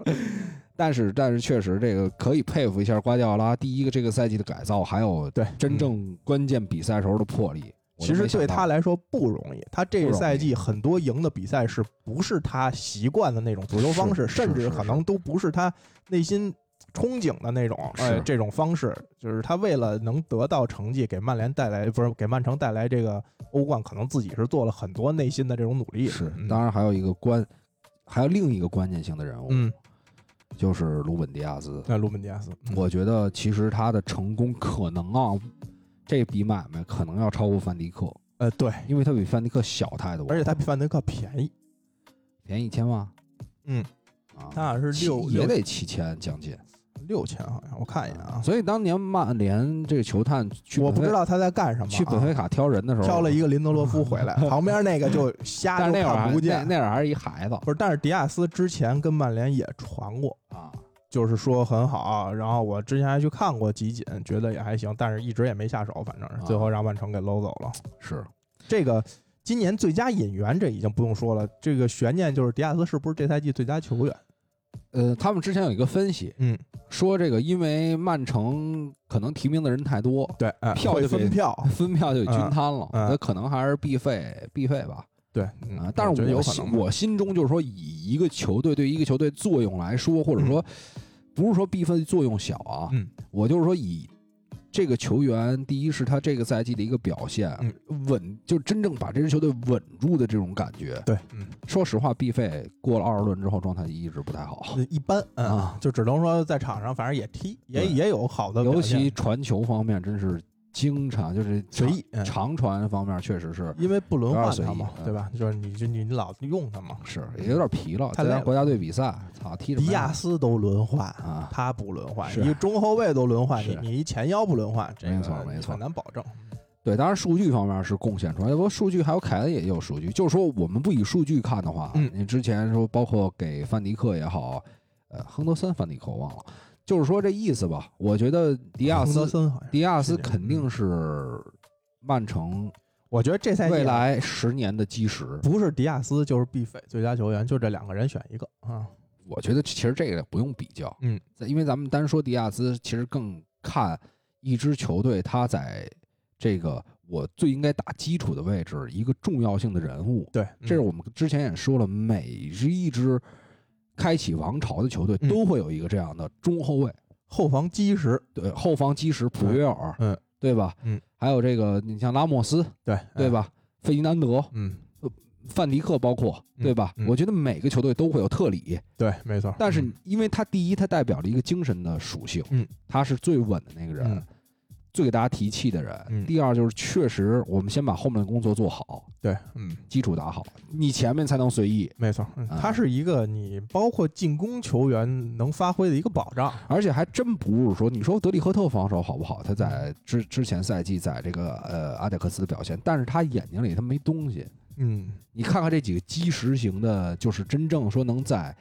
Speaker 2: 但是但是确实这个可以佩服一下瓜迪奥拉，第一个这个赛季的改造，还有
Speaker 3: 对嗯
Speaker 2: 真正关键比赛时候的魄力。我都
Speaker 3: 其实
Speaker 2: 没想
Speaker 3: 对
Speaker 2: 到
Speaker 3: 他来说不容易，他这
Speaker 2: 不
Speaker 3: 个
Speaker 2: 容易
Speaker 3: 赛季很多赢的比赛是不是他习惯的那种足球方式，
Speaker 2: 是
Speaker 3: 甚
Speaker 2: 是
Speaker 3: 至
Speaker 2: 是
Speaker 3: 可能都不是他内心憧憬的那种，哎
Speaker 2: 是，
Speaker 3: 这种方式就是他为了能得到成绩，给曼联带来不是给曼城带来这个欧冠，可能自己是做了很多内心的这种努力的。
Speaker 2: 是，
Speaker 3: 嗯
Speaker 2: 当然还有一个关，还有另一个关键性的人物，
Speaker 3: 嗯，
Speaker 2: 就是鲁本迪亚兹。
Speaker 3: 那鲁本迪亚斯，嗯
Speaker 2: 我觉得其实他的成功可能啊，这笔买卖可能要超过范迪克，
Speaker 3: 呃对，
Speaker 2: 因为他比范迪克小太多，
Speaker 3: 而且他比范德克便宜，
Speaker 2: 便宜一千万。
Speaker 3: 嗯，
Speaker 2: 啊，
Speaker 3: 他好像是
Speaker 2: 七
Speaker 3: 六
Speaker 2: 也
Speaker 3: 六
Speaker 2: 得七千将近。
Speaker 3: 六千好像，我看一眼啊，
Speaker 2: 所以当年曼联这个球探去
Speaker 3: 我
Speaker 2: 本
Speaker 3: 不
Speaker 2: 菲
Speaker 3: 知道他在干什么啊，
Speaker 2: 去本菲卡挑人的时候，
Speaker 3: 挑了一个林德洛夫回 来，旁边哦那个就瞎
Speaker 2: 但是
Speaker 3: 就
Speaker 2: 那会儿
Speaker 3: 看
Speaker 2: 还
Speaker 3: 不
Speaker 2: 那
Speaker 3: 见。
Speaker 2: 那会儿还是一孩子
Speaker 3: 不是，但是迪亚斯之前跟曼联也传过，
Speaker 2: 啊，
Speaker 3: 就是说很好。然后我之前还去看过集锦，觉得也还行，但是一直也没下手，反正
Speaker 2: 啊
Speaker 3: 是最后让曼城给搂走了。
Speaker 2: 是
Speaker 3: 这个今年最佳引援这已经不用说了，这个悬念就是迪亚斯是不是这赛季最佳球员？
Speaker 2: 呃，他们之前有一个分析
Speaker 3: 嗯，
Speaker 2: 说，这个因为曼城可能提名的人太多，
Speaker 3: 对，哎
Speaker 2: 票
Speaker 3: 会
Speaker 2: 就给
Speaker 3: 分票，
Speaker 2: 分票就给均
Speaker 3: 嗯
Speaker 2: 摊了，
Speaker 3: 嗯
Speaker 2: 那可能还是必费必费吧
Speaker 3: 对
Speaker 2: 啊
Speaker 3: 嗯。，
Speaker 2: 但是
Speaker 3: 觉得有
Speaker 2: 我
Speaker 3: 可
Speaker 2: 心
Speaker 3: 能吧
Speaker 2: 我心中就是说，以一个球队对一个球队作用来说，或者说不是说必费作用小啊，
Speaker 3: 嗯
Speaker 2: 我就是说以这个球员，第一是他这个赛季的一个表现，
Speaker 3: 嗯
Speaker 2: 稳就真正把这支球队稳住的这种感觉。
Speaker 3: 对，嗯，
Speaker 2: 说实话，毕费过了二十轮之后，状态一直不太好，
Speaker 3: 一般嗯
Speaker 2: 啊
Speaker 3: 就只能说在场上，反正也踢，也
Speaker 2: 对
Speaker 3: 也有好的表
Speaker 2: 尤
Speaker 3: 现，
Speaker 2: 其传球方面真是经常就是
Speaker 3: 随
Speaker 2: 长
Speaker 3: 意。嗯
Speaker 2: 长传方面确实是
Speaker 3: 因为不轮换他嘛
Speaker 2: 有点随意，
Speaker 3: 对吧？就是你就你你老用他嘛。
Speaker 2: 嗯是也有点疲了，再
Speaker 3: 太累了
Speaker 2: 加上国家队比赛，操，踢什
Speaker 3: 迪
Speaker 2: 么呀
Speaker 3: 亚斯都轮换，
Speaker 2: 啊？
Speaker 3: 他不轮换，
Speaker 2: 是
Speaker 3: 你中后卫都轮换，你
Speaker 2: 是
Speaker 3: 你一前腰不轮换，这个
Speaker 2: 没错没错
Speaker 3: 很难保证。
Speaker 2: 对，当然数据方面是贡献出来，不过数据还有凯恩也有数据，就是说我们不以数据看的话，
Speaker 3: 嗯
Speaker 2: 你之前说包括给范迪克也好，呃，亨德森、范迪克我忘了，就是说这意思吧。我觉得迪亚
Speaker 3: 亨德
Speaker 2: 斯，
Speaker 3: 森好像，
Speaker 2: 迪亚斯
Speaker 3: 是这样嗯
Speaker 2: 肯定是曼城
Speaker 3: 我觉得这赛季啊
Speaker 2: 未来十年的基石。
Speaker 3: 不是迪亚斯就是必费最佳球员，就这两个人选一个啊。
Speaker 2: 我觉得其实这个不用比较，
Speaker 3: 嗯，
Speaker 2: 因为咱们单说迪亚斯，其实更看一支球队他在这个我最应该打基础的位置一个重要性的人物。
Speaker 3: 对，嗯
Speaker 2: 这是我们之前也说了，每一支开启王朝的球队
Speaker 3: 嗯
Speaker 2: 都会有一个这样的中后卫，
Speaker 3: 后防基石，
Speaker 2: 对后方基石普约尔，
Speaker 3: 嗯嗯
Speaker 2: 对吧？
Speaker 3: 嗯，哎
Speaker 2: 还有这个你像拉莫斯，
Speaker 3: 对
Speaker 2: 对？吧？费迪南德、
Speaker 3: 嗯，
Speaker 2: 范迪克，包括
Speaker 3: 嗯
Speaker 2: 对吧？
Speaker 3: 嗯
Speaker 2: 我觉得每个球队都会有特理，
Speaker 3: 对，没错。
Speaker 2: 但是
Speaker 3: 嗯
Speaker 2: 因为他第一，他代表了一个精神的属性，
Speaker 3: 嗯，
Speaker 2: 他是最稳的那个人
Speaker 3: 嗯，
Speaker 2: 最给大家提气的人。
Speaker 3: 嗯
Speaker 2: 第二就是确实，我们先把后面的工作做好，
Speaker 3: 对，嗯，
Speaker 2: 基础打好，你前面才能随意。
Speaker 3: 没错，嗯
Speaker 2: 啊
Speaker 3: 他是一个你包括进攻球员能发挥的一个保障。
Speaker 2: 而且还真不是说，你说德里赫特防守好不好？他
Speaker 3: 嗯
Speaker 2: 在之之前赛季在这个呃阿贾克斯的表现，但是他眼睛里他没东西。
Speaker 3: 嗯，
Speaker 2: 你看看这几个基石型的，就是真正说能在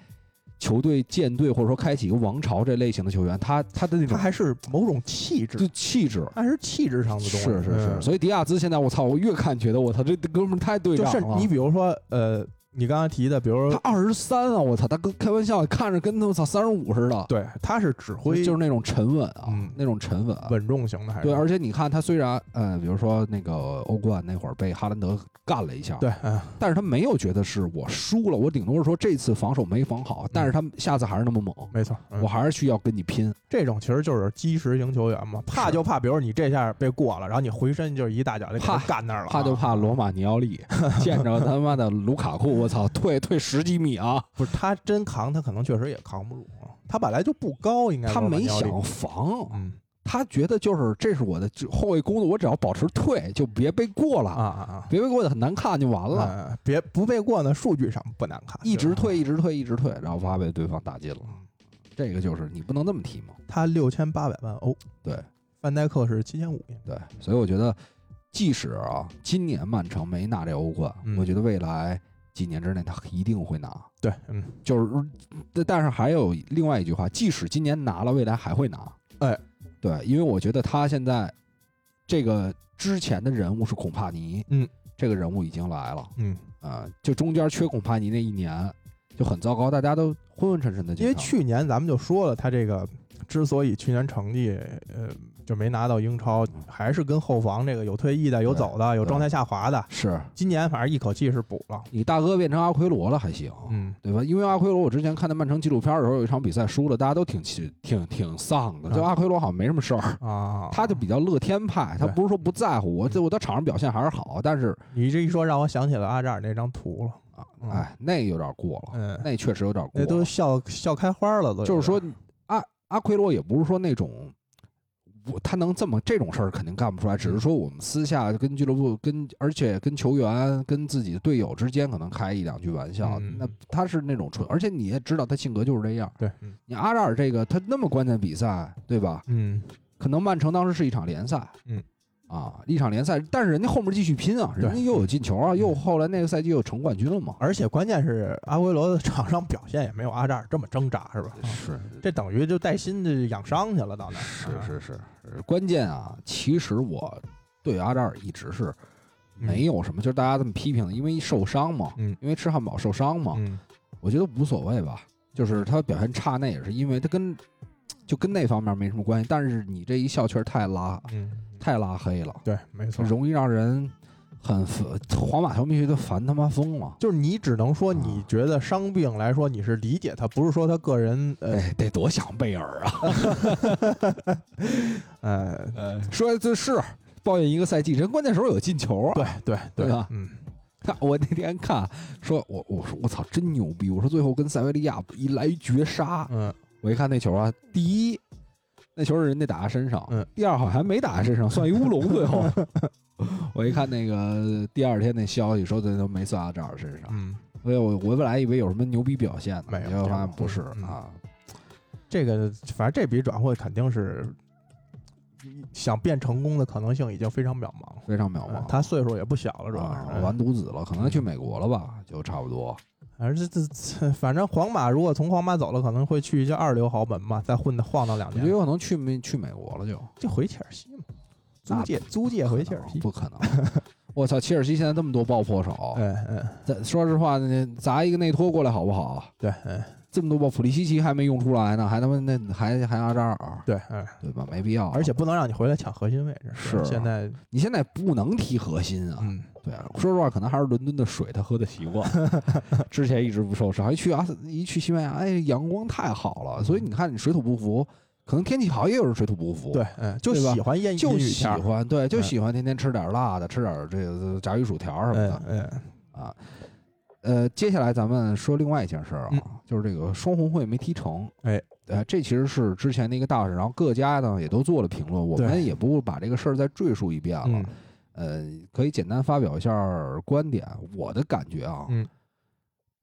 Speaker 2: 球队建队或者说开启一个王朝这类型的球员，他他的那
Speaker 3: 他
Speaker 2: 种
Speaker 3: 还是某种气质
Speaker 2: 就，气质。
Speaker 3: 他还是气质上的东西。
Speaker 2: 是是是，
Speaker 3: 嗯
Speaker 2: 所以迪亚兹现在我操，我越看觉得我操，这哥们儿太对
Speaker 3: 就
Speaker 2: 仗了。
Speaker 3: 是你比如说，呃，你刚刚提的，比如
Speaker 2: 他
Speaker 3: 说，
Speaker 2: 二十三啊，我操，他跟开玩笑，看着跟他我操三十五似的，
Speaker 3: 对，他是指挥，
Speaker 2: 就是那种沉稳啊，
Speaker 3: 嗯
Speaker 2: 那种沉稳啊。
Speaker 3: 稳重型的，还是
Speaker 2: 对，而且你看他虽然呃，比如说那个欧冠那会儿被哈兰德干了一下，
Speaker 3: 对，嗯，
Speaker 2: 但是他没有觉得是我输了，我顶多是说这次防守没防好，但是他下次还是那么猛，
Speaker 3: 没错，嗯
Speaker 2: 我还是需要跟你拼。
Speaker 3: 这种其实就是基石型球员嘛，怕就怕，比如你这下被过了，然后你回身就是一大脚就给他
Speaker 2: 怕
Speaker 3: 干那儿了啊，
Speaker 2: 怕就怕罗马尼奥 利见着他妈的卢卡库，我操，退退十几米啊！
Speaker 3: 不是他真扛，他可能确实也扛不住啊，他本来就不高，应该
Speaker 2: 他
Speaker 3: 罗马
Speaker 2: 没
Speaker 3: 尼奥利
Speaker 2: 想防，
Speaker 3: 嗯
Speaker 2: 他觉得就是这是我的后卫工作，我只要保持退，就别被过了，
Speaker 3: 啊啊啊，
Speaker 2: 别被过的很难看就完了。
Speaker 3: 嗯，别不被过呢，数据上不难看，
Speaker 2: 一直
Speaker 3: 对吧
Speaker 2: 退，一直退，一直退，然后发被对方打进了。这个就是你不能这么踢嘛。
Speaker 3: 他六千八百万欧，
Speaker 2: 对
Speaker 3: 范戴克是七千五，
Speaker 2: 对，所以我觉得，即使啊，今年曼城没拿这欧冠，
Speaker 3: 嗯
Speaker 2: 我觉得未来几年之内他一定会拿。
Speaker 3: 对，嗯，
Speaker 2: 就是，但但是还有另外一句话，即使今年拿了，未来还会拿。
Speaker 3: 哎，
Speaker 2: 对，因为我觉得他现在这个之前的人物是孔帕尼，
Speaker 3: 嗯，
Speaker 2: 这个人物已经来了，
Speaker 3: 嗯，
Speaker 2: 啊、就中间缺孔帕尼那一年就很糟糕，大家都昏昏沉沉的进
Speaker 3: 因
Speaker 2: 场。
Speaker 3: 为去年咱们就说了，他这个之所以去年成绩呃就没拿到英超，还是跟后防这个有退役的、有走的、有状态下滑的。
Speaker 2: 是
Speaker 3: 今年反正一口气是补了，
Speaker 2: 你大哥变成阿奎罗了还行，
Speaker 3: 嗯，
Speaker 2: 对吧？因为阿奎罗，我之前看那曼城纪录片的时候，有一场比赛输了，大家都挺气、挺挺丧的。
Speaker 3: 啊
Speaker 2: 就阿奎罗好像没什么事儿，
Speaker 3: 啊，
Speaker 2: 他就比较乐天派，他
Speaker 3: 对
Speaker 2: 不是说不在乎我，这我在场上表现还是好，但是
Speaker 3: 你这一说让我想起了阿扎尔那张图了，
Speaker 2: 啊，
Speaker 3: 嗯
Speaker 2: 哎，那有点过了，
Speaker 3: 嗯，
Speaker 2: 那确实有点过
Speaker 3: 那
Speaker 2: 了。
Speaker 3: 都笑笑开花了，都
Speaker 2: 就是说，阿阿奎罗也不是说那种。我他能这么这种事儿肯定干不出来，
Speaker 3: 嗯
Speaker 2: 只是说我们私下跟俱乐部、跟而且跟球员、跟自己的队友之间可能开一两句玩笑。
Speaker 3: 嗯
Speaker 2: 那他是那种纯，而且你也知道他性格就是这样。
Speaker 3: 对，嗯
Speaker 2: 你阿扎尔这个他那么关键比赛，对吧？
Speaker 3: 嗯，
Speaker 2: 可能曼城当时是一场联赛，
Speaker 3: 嗯，
Speaker 2: 啊，一场联赛，但是人家后面继续拼啊，人家
Speaker 3: 对嗯
Speaker 2: 又有进球啊，又后来那个赛季又成冠军了嘛，
Speaker 3: 而且关键是阿奎罗的场上表现也没有阿扎尔这么挣扎，是吧？啊
Speaker 2: 是
Speaker 3: 这等于就带薪就养伤去了，啊到那儿
Speaker 2: 是是是，是关键啊，其实我对阿扎尔一直是没，有什么，就是大家这么批评的，因为受伤嘛，
Speaker 3: 嗯
Speaker 2: 因为吃汉堡受伤嘛，
Speaker 3: 嗯
Speaker 2: 我觉得无所谓吧，就是他表现差，那也是因为他跟就跟那方面没什么关系，但是你这一笑确实太拉
Speaker 3: 嗯嗯，
Speaker 2: 太拉黑了。
Speaker 3: 对，没错，
Speaker 2: 容易让人很烦皇马球迷觉得烦他妈疯了。
Speaker 3: 就是你只能说
Speaker 2: 啊
Speaker 3: 你觉得伤病来说你是理解他，不是说他个人呃
Speaker 2: 哎，得多想贝尔啊！哎
Speaker 3: 呃，
Speaker 2: 说这是抱怨一个赛季，人关键时候有进球啊！
Speaker 3: 对对
Speaker 2: 对吧
Speaker 3: 嗯，
Speaker 2: 看 我那天看，说我我说我操，真牛逼！我说最后跟塞维利亚一来一绝杀，
Speaker 3: 嗯，
Speaker 2: 我一看那球啊，第一，那球是人家打他身上，
Speaker 3: 嗯
Speaker 2: 第二好像还没打他身上，算一乌龙。最后 我一看那个第二天那消息说这都没算阿扎尔身上，
Speaker 3: 嗯，
Speaker 2: 所以我我本来以为有什么牛逼表现呢，
Speaker 3: 没有
Speaker 2: 结果发现不是
Speaker 3: 嗯
Speaker 2: 啊，
Speaker 3: 这个反正这笔转会肯定是想变成功的可能性已经非常渺茫了。
Speaker 2: 非常渺茫
Speaker 3: 嗯。他岁数也不小了，主要
Speaker 2: 啊
Speaker 3: 是。呃
Speaker 2: 完犊子了，可能
Speaker 3: 嗯
Speaker 2: 去美国了吧，就差不多。
Speaker 3: 反正这这，反正皇马如果从皇马走了，可能会去一些二流豪门嘛，再混的晃荡两
Speaker 2: 我觉得
Speaker 3: 年，
Speaker 2: 有可啊能去美去美国了就，
Speaker 3: 就回切尔西嘛，
Speaker 2: 那
Speaker 3: 租借租借回切尔西。
Speaker 2: 啊不可能。 我操，切尔西现在这么多爆破 手，
Speaker 3: 嗯嗯，
Speaker 2: 咱说实话，那砸一个内托过来好不好？啊
Speaker 3: 对，嗯
Speaker 2: 这么多爆，普利西奇还没用出来呢，还他妈那还还阿扎尔，
Speaker 3: 对，嗯，
Speaker 2: 对吧？没必要。
Speaker 3: 而且不能让你回来抢核心位置，吧
Speaker 2: 是
Speaker 3: 现在，
Speaker 2: 你现在不能踢核心啊，
Speaker 3: 嗯，
Speaker 2: 对啊。说实话，可能还是伦敦的水他喝的习 惯，之前一直不受伤。一去啊，一去西班牙，哎，阳光太好
Speaker 3: 嗯
Speaker 2: 了，所以你看你水土不服，可能天气好也有人水土不服。
Speaker 3: 对，嗯，就
Speaker 2: 对吧
Speaker 3: 喜欢艳
Speaker 2: 就
Speaker 3: 阴雨
Speaker 2: 喜
Speaker 3: 天儿，
Speaker 2: 欢，对，就
Speaker 3: 嗯
Speaker 2: 喜欢天天吃点辣的，吃点这个呃炸鱼薯条什么
Speaker 3: 嗯
Speaker 2: 的、
Speaker 3: 嗯，
Speaker 2: 啊。呃，接下来咱们说另外一件事儿啊，
Speaker 3: 嗯
Speaker 2: 就是这个双红会没踢成，
Speaker 3: 哎，
Speaker 2: 呃，这其实是之前的一个大事，然后各家呢也都做了评论，我们
Speaker 3: 对
Speaker 2: 也不把这个事儿再赘述一遍了，
Speaker 3: 嗯
Speaker 2: 呃，可以简单发表一下观点。我的感觉啊，
Speaker 3: 嗯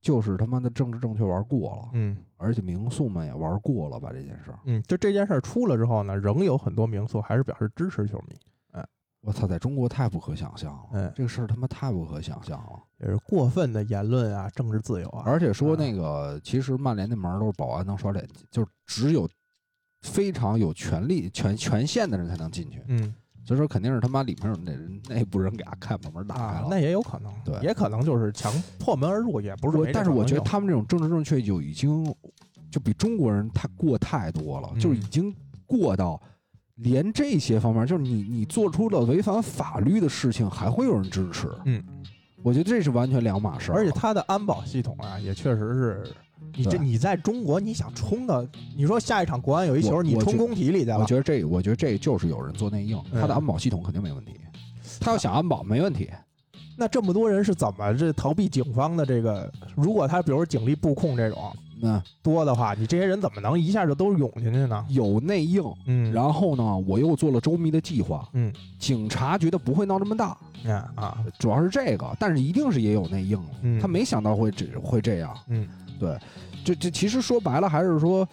Speaker 2: 就是他妈的政治正确玩过了，
Speaker 3: 嗯
Speaker 2: 而且民宿们也玩过了吧这件事儿。
Speaker 3: 嗯，就这件事儿出了之后呢，仍有很多名宿还是表示支持球迷，
Speaker 2: 我操，在中国太不可想象了，
Speaker 3: 嗯
Speaker 2: 这个事儿他妈太不可想象了。
Speaker 3: 也是过分的言论啊，政治自由啊，
Speaker 2: 而且说那个，其实曼联那门儿都是保安能刷脸，就是只有非常有权利、权权限的人才能进去。
Speaker 3: 嗯
Speaker 2: 所以说，肯定是他妈里面有那人内部人给他开把门打开
Speaker 3: 啊
Speaker 2: 了。，
Speaker 3: 那也有可能，
Speaker 2: 对
Speaker 3: 也可能就是强破门而入，也不是
Speaker 2: 我
Speaker 3: 没这
Speaker 2: 但是
Speaker 3: 可
Speaker 2: 我
Speaker 3: 能
Speaker 2: 觉得
Speaker 3: 性
Speaker 2: 他们这种政治正确就已经就比中国人太过太多了，就是已
Speaker 3: 嗯
Speaker 2: 经过到连这些方面，就是你你做出了违反法律的事情，还会有人支持。
Speaker 3: 嗯，
Speaker 2: 我觉得这是完全两码事儿了。
Speaker 3: 而且他的安保系统啊，也确实是。你这
Speaker 2: 对
Speaker 3: 你在中国，你想冲到，你说下一场国安有一球，
Speaker 2: 我
Speaker 3: 你
Speaker 2: 我
Speaker 3: 冲
Speaker 2: 觉
Speaker 3: 工体里去
Speaker 2: 我
Speaker 3: 了，
Speaker 2: 觉得这，我觉得这就是有人做内应，他的
Speaker 3: 嗯
Speaker 2: 安保系统肯定没问题。他要想安保没问题，
Speaker 3: 那这么多人是怎么这逃避警方的这个？如果他比如警力布控这种
Speaker 2: 那
Speaker 3: 多的话，你这些人怎么能一下就都涌进去呢？
Speaker 2: 有内应。
Speaker 3: 嗯
Speaker 2: 然后呢，我又做了周密的计划。
Speaker 3: 嗯，
Speaker 2: 警察觉得不会闹这么大，
Speaker 3: 后啊，
Speaker 2: 主要是这个，但是一定是也有内应了。
Speaker 3: 嗯
Speaker 2: 他没想到会这会这样。
Speaker 3: 嗯，
Speaker 2: 对，这这其实说白了还是说，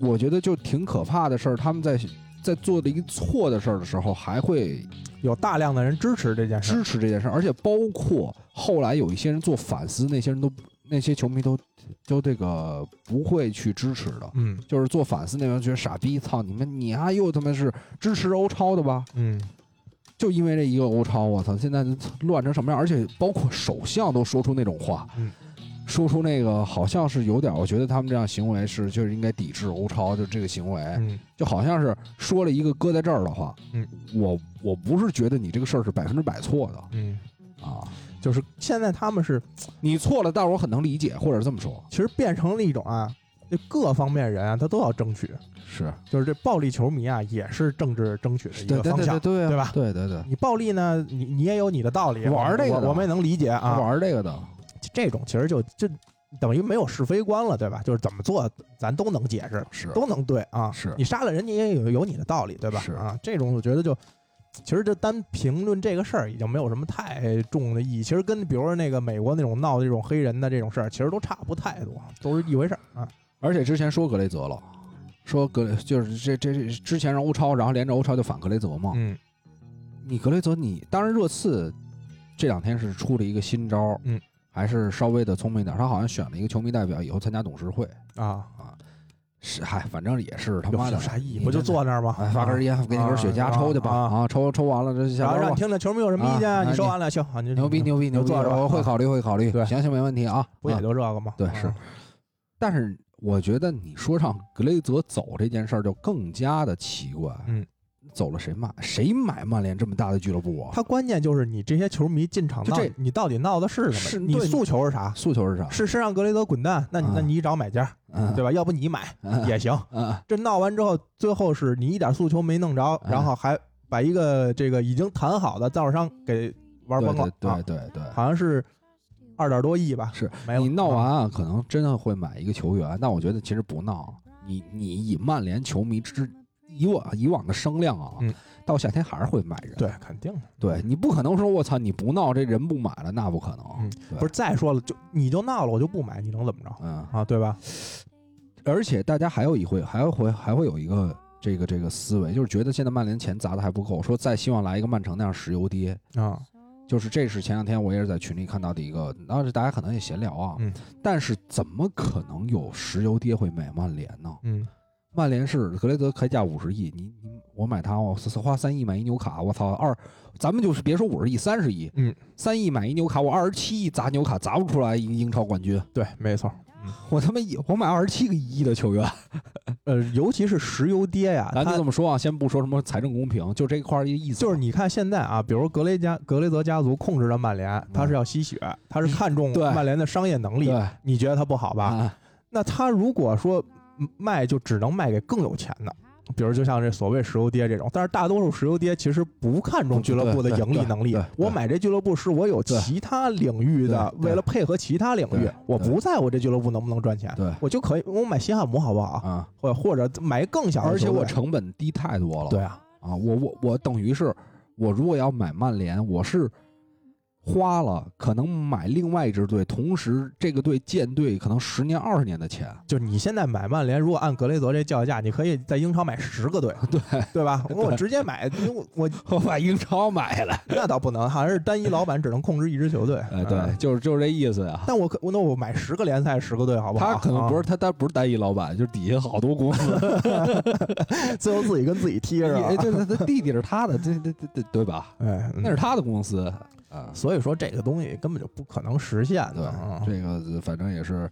Speaker 2: 我觉得就挺可怕的事儿。他们在在做了一个错的事儿的时候，还会
Speaker 3: 有大量的人支持这件事儿。
Speaker 2: 支持这件事儿，而且包括后来有一些人做反思，那些人都那些球迷都都这个不会去支持的，
Speaker 3: 嗯
Speaker 2: 就是做反思那帮人觉得傻逼，操你们你啊又他妈是支持欧超的吧？
Speaker 3: 嗯，
Speaker 2: 就因为这一个欧超，我操，现在乱成什么样？而且包括首相都说出那种话，
Speaker 3: 嗯
Speaker 2: 说出那个好像是有点，我觉得他们这样行为是就是应该抵制欧超，就这个行为，
Speaker 3: 嗯
Speaker 2: 就好像是说了一个搁在这儿的话，
Speaker 3: 嗯，
Speaker 2: 我我不是觉得你这个事儿是百分之百错的
Speaker 3: 嗯，
Speaker 2: 啊。
Speaker 3: 就是现在他们是
Speaker 2: 你错了，但是我很能理解，或者这么说，
Speaker 3: 其实变成了一种啊，这各方面人啊，他都要争取，
Speaker 2: 是
Speaker 3: 就是这暴力球迷啊，也是政治争取的一
Speaker 2: 对
Speaker 3: 个
Speaker 2: 对
Speaker 3: 方
Speaker 2: 对对
Speaker 3: 向。
Speaker 2: 对啊
Speaker 3: 对吧
Speaker 2: 对对对，
Speaker 3: 你暴力呢，你你也有你的道理，
Speaker 2: 玩儿这个
Speaker 3: 我
Speaker 2: 的
Speaker 3: 我们也能理解啊。
Speaker 2: 玩这个的，
Speaker 3: 这种其实就这等于没有是非观了，对吧？就是怎么做咱都能解释，
Speaker 2: 是
Speaker 3: 都能对啊。
Speaker 2: 是
Speaker 3: 你杀了人，你也有有你的道理，对吧？
Speaker 2: 是
Speaker 3: 啊，这种我觉得就其实这单评论这个事儿已经没有什么太重的意义。其实跟比如说那个美国那种闹这种黑人的这种事儿，其实都差不太多，都是一回事儿啊。
Speaker 2: 而且之前说格雷泽了，说格雷就是这这这之前让欧超，然后连着欧超就反格雷泽嘛。
Speaker 3: 嗯
Speaker 2: 你格雷泽你，当然热刺这两天是出了一个新招，
Speaker 3: 嗯，
Speaker 2: 还是稍微的聪明一点，他好像选了一个球迷代表以后参加董事会，
Speaker 3: 啊，
Speaker 2: 是嗨，反正也是他嗯妈
Speaker 3: 有
Speaker 2: 的
Speaker 3: 啥意义？
Speaker 2: 你
Speaker 3: 不就
Speaker 2: 这
Speaker 3: 坐那儿吗？
Speaker 2: 哎发根
Speaker 3: 啊。
Speaker 2: 烟，给你根雪茄
Speaker 3: 啊
Speaker 2: 抽去吧
Speaker 3: 啊
Speaker 2: 啊，抽抽完了这下
Speaker 3: 然后
Speaker 2: 班
Speaker 3: 让
Speaker 2: 吧
Speaker 3: 你。听听球迷有什么意见
Speaker 2: 啊
Speaker 3: 啊，
Speaker 2: 啊
Speaker 3: 你说完了，行，啊你
Speaker 2: 牛逼牛逼牛逼！
Speaker 3: 坐着吧
Speaker 2: 我会
Speaker 3: 啊
Speaker 2: 考虑会考虑，
Speaker 3: 对
Speaker 2: 行行没问题啊。
Speaker 3: 不也
Speaker 2: 啊
Speaker 3: 就这个吗？
Speaker 2: 对
Speaker 3: 啊
Speaker 2: 是，但是我觉得你说让格雷泽走这件事儿就更加的奇怪。
Speaker 3: 嗯，
Speaker 2: 走了谁买？谁买曼联这么大的俱乐部啊？
Speaker 3: 他关键就是你这些球迷进场
Speaker 2: 就
Speaker 3: 闹
Speaker 2: 这，
Speaker 3: 你到底闹的是
Speaker 2: 是
Speaker 3: 什么？你
Speaker 2: 对
Speaker 3: 诉求是啥？
Speaker 2: 诉求是啥？
Speaker 3: 是是让格雷泽滚蛋？那你
Speaker 2: 啊
Speaker 3: 那你找买家，
Speaker 2: 嗯，
Speaker 3: 对吧？要不你买
Speaker 2: 嗯
Speaker 3: 也行。
Speaker 2: 嗯，
Speaker 3: 这闹完之后，最后是你一点诉求没弄着，
Speaker 2: 嗯
Speaker 3: 然后还把一个这个已经谈好的赞助商给玩
Speaker 2: 对
Speaker 3: 崩了
Speaker 2: 对，对
Speaker 3: 啊
Speaker 2: 对对。
Speaker 3: 好像是二点多亿吧？
Speaker 2: 是
Speaker 3: 没了。
Speaker 2: 你闹完
Speaker 3: 啊，
Speaker 2: 啊，可能真的会买一个球员，但我觉得其实不闹。啊你你以曼联球迷之以往以往的声量啊，
Speaker 3: 嗯
Speaker 2: 到夏天还是会买人。
Speaker 3: 对，肯定的
Speaker 2: 对你不可能说我操你不闹这人不买了，那不可能。
Speaker 3: 嗯
Speaker 2: 对
Speaker 3: 不是再说了，就你就闹了，我就不买，你能怎么着
Speaker 2: 嗯，
Speaker 3: 啊？对吧？
Speaker 2: 而且大家还有一回，还有回还会有一个这个这个思维，就是觉得现在曼联钱砸的还不够，说再希望来一个曼城那样石油跌，
Speaker 3: 啊，
Speaker 2: 就是这是前两天我也是在群里看到的一个，当时大家可能也闲聊啊，
Speaker 3: 嗯
Speaker 2: 但是怎么可能有石油跌会买曼联呢？
Speaker 3: 嗯，
Speaker 2: 曼联是格雷泽开价五十亿，你你我买他，我花三亿买一纽卡，我操二，咱们就是别说五十亿，三十亿，
Speaker 3: 嗯，
Speaker 2: 三亿买一纽卡，我二十七亿砸纽卡砸不出来一个英超冠军，
Speaker 3: 对，没错。
Speaker 2: 我他妈也我买二十七个亿的球员。
Speaker 3: 呃，尤其是石油跌呀，
Speaker 2: 咱
Speaker 3: 它
Speaker 2: 就这么说啊，先不说什么财政公平，就这一块儿一意思。
Speaker 3: 就是你看现在啊，比如格雷家格雷泽家族控制着曼联，他是要吸血，他是看重
Speaker 2: 嗯对
Speaker 3: 曼联的商业能力
Speaker 2: 对。
Speaker 3: 你觉得他不好吧？
Speaker 2: 啊，
Speaker 3: 那他如果说嗯卖，就只能卖给更有钱的，比如就像这所谓石油爹这种。但是大多数石油爹其实不看重俱乐部的
Speaker 2: 对对
Speaker 3: 盈利能力
Speaker 2: 对对。对
Speaker 3: 我买这俱乐部是我有
Speaker 2: 对
Speaker 3: 其他领域的，
Speaker 2: 对对
Speaker 3: 为了配合其他领域
Speaker 2: 对，
Speaker 3: 我不在乎这俱乐部能不能赚钱，
Speaker 2: 对
Speaker 3: 我就可以我买西汉姆好不好？
Speaker 2: 啊，
Speaker 3: 或或者买更小的
Speaker 2: 而且
Speaker 3: 球队
Speaker 2: 我成本低太多了。
Speaker 3: 对啊，
Speaker 2: 啊，我我我等于是，我如果要买曼联，我是花了可能买另外一支队，同时这个队建队可能十年二十年的钱，
Speaker 3: 就是你现在买曼联，如果按格雷泽这叫价，你可以在英超买十个队，
Speaker 2: 对
Speaker 3: 对吧？我直接买，因为我
Speaker 2: 我把英超买了，
Speaker 3: 那倒不能，好像是单一老板只能控制一支球队。
Speaker 2: 哎，
Speaker 3: 嗯
Speaker 2: 对，就是就是这意思呀。
Speaker 3: 但我可我那我买十个联赛十个队好不好？
Speaker 2: 他可能不是
Speaker 3: 啊
Speaker 2: 他，他不是单一老板，就是底下好多公 司。
Speaker 3: 最后自己跟自己踢是吧
Speaker 2: 哎，？对对，他弟弟是他的，对对对对对吧？
Speaker 3: 哎，啊嗯
Speaker 2: 那是他的公司啊。
Speaker 3: 所以说这个东西根本就不可能实现
Speaker 2: 对
Speaker 3: 的。啊，
Speaker 2: 这个反正也是，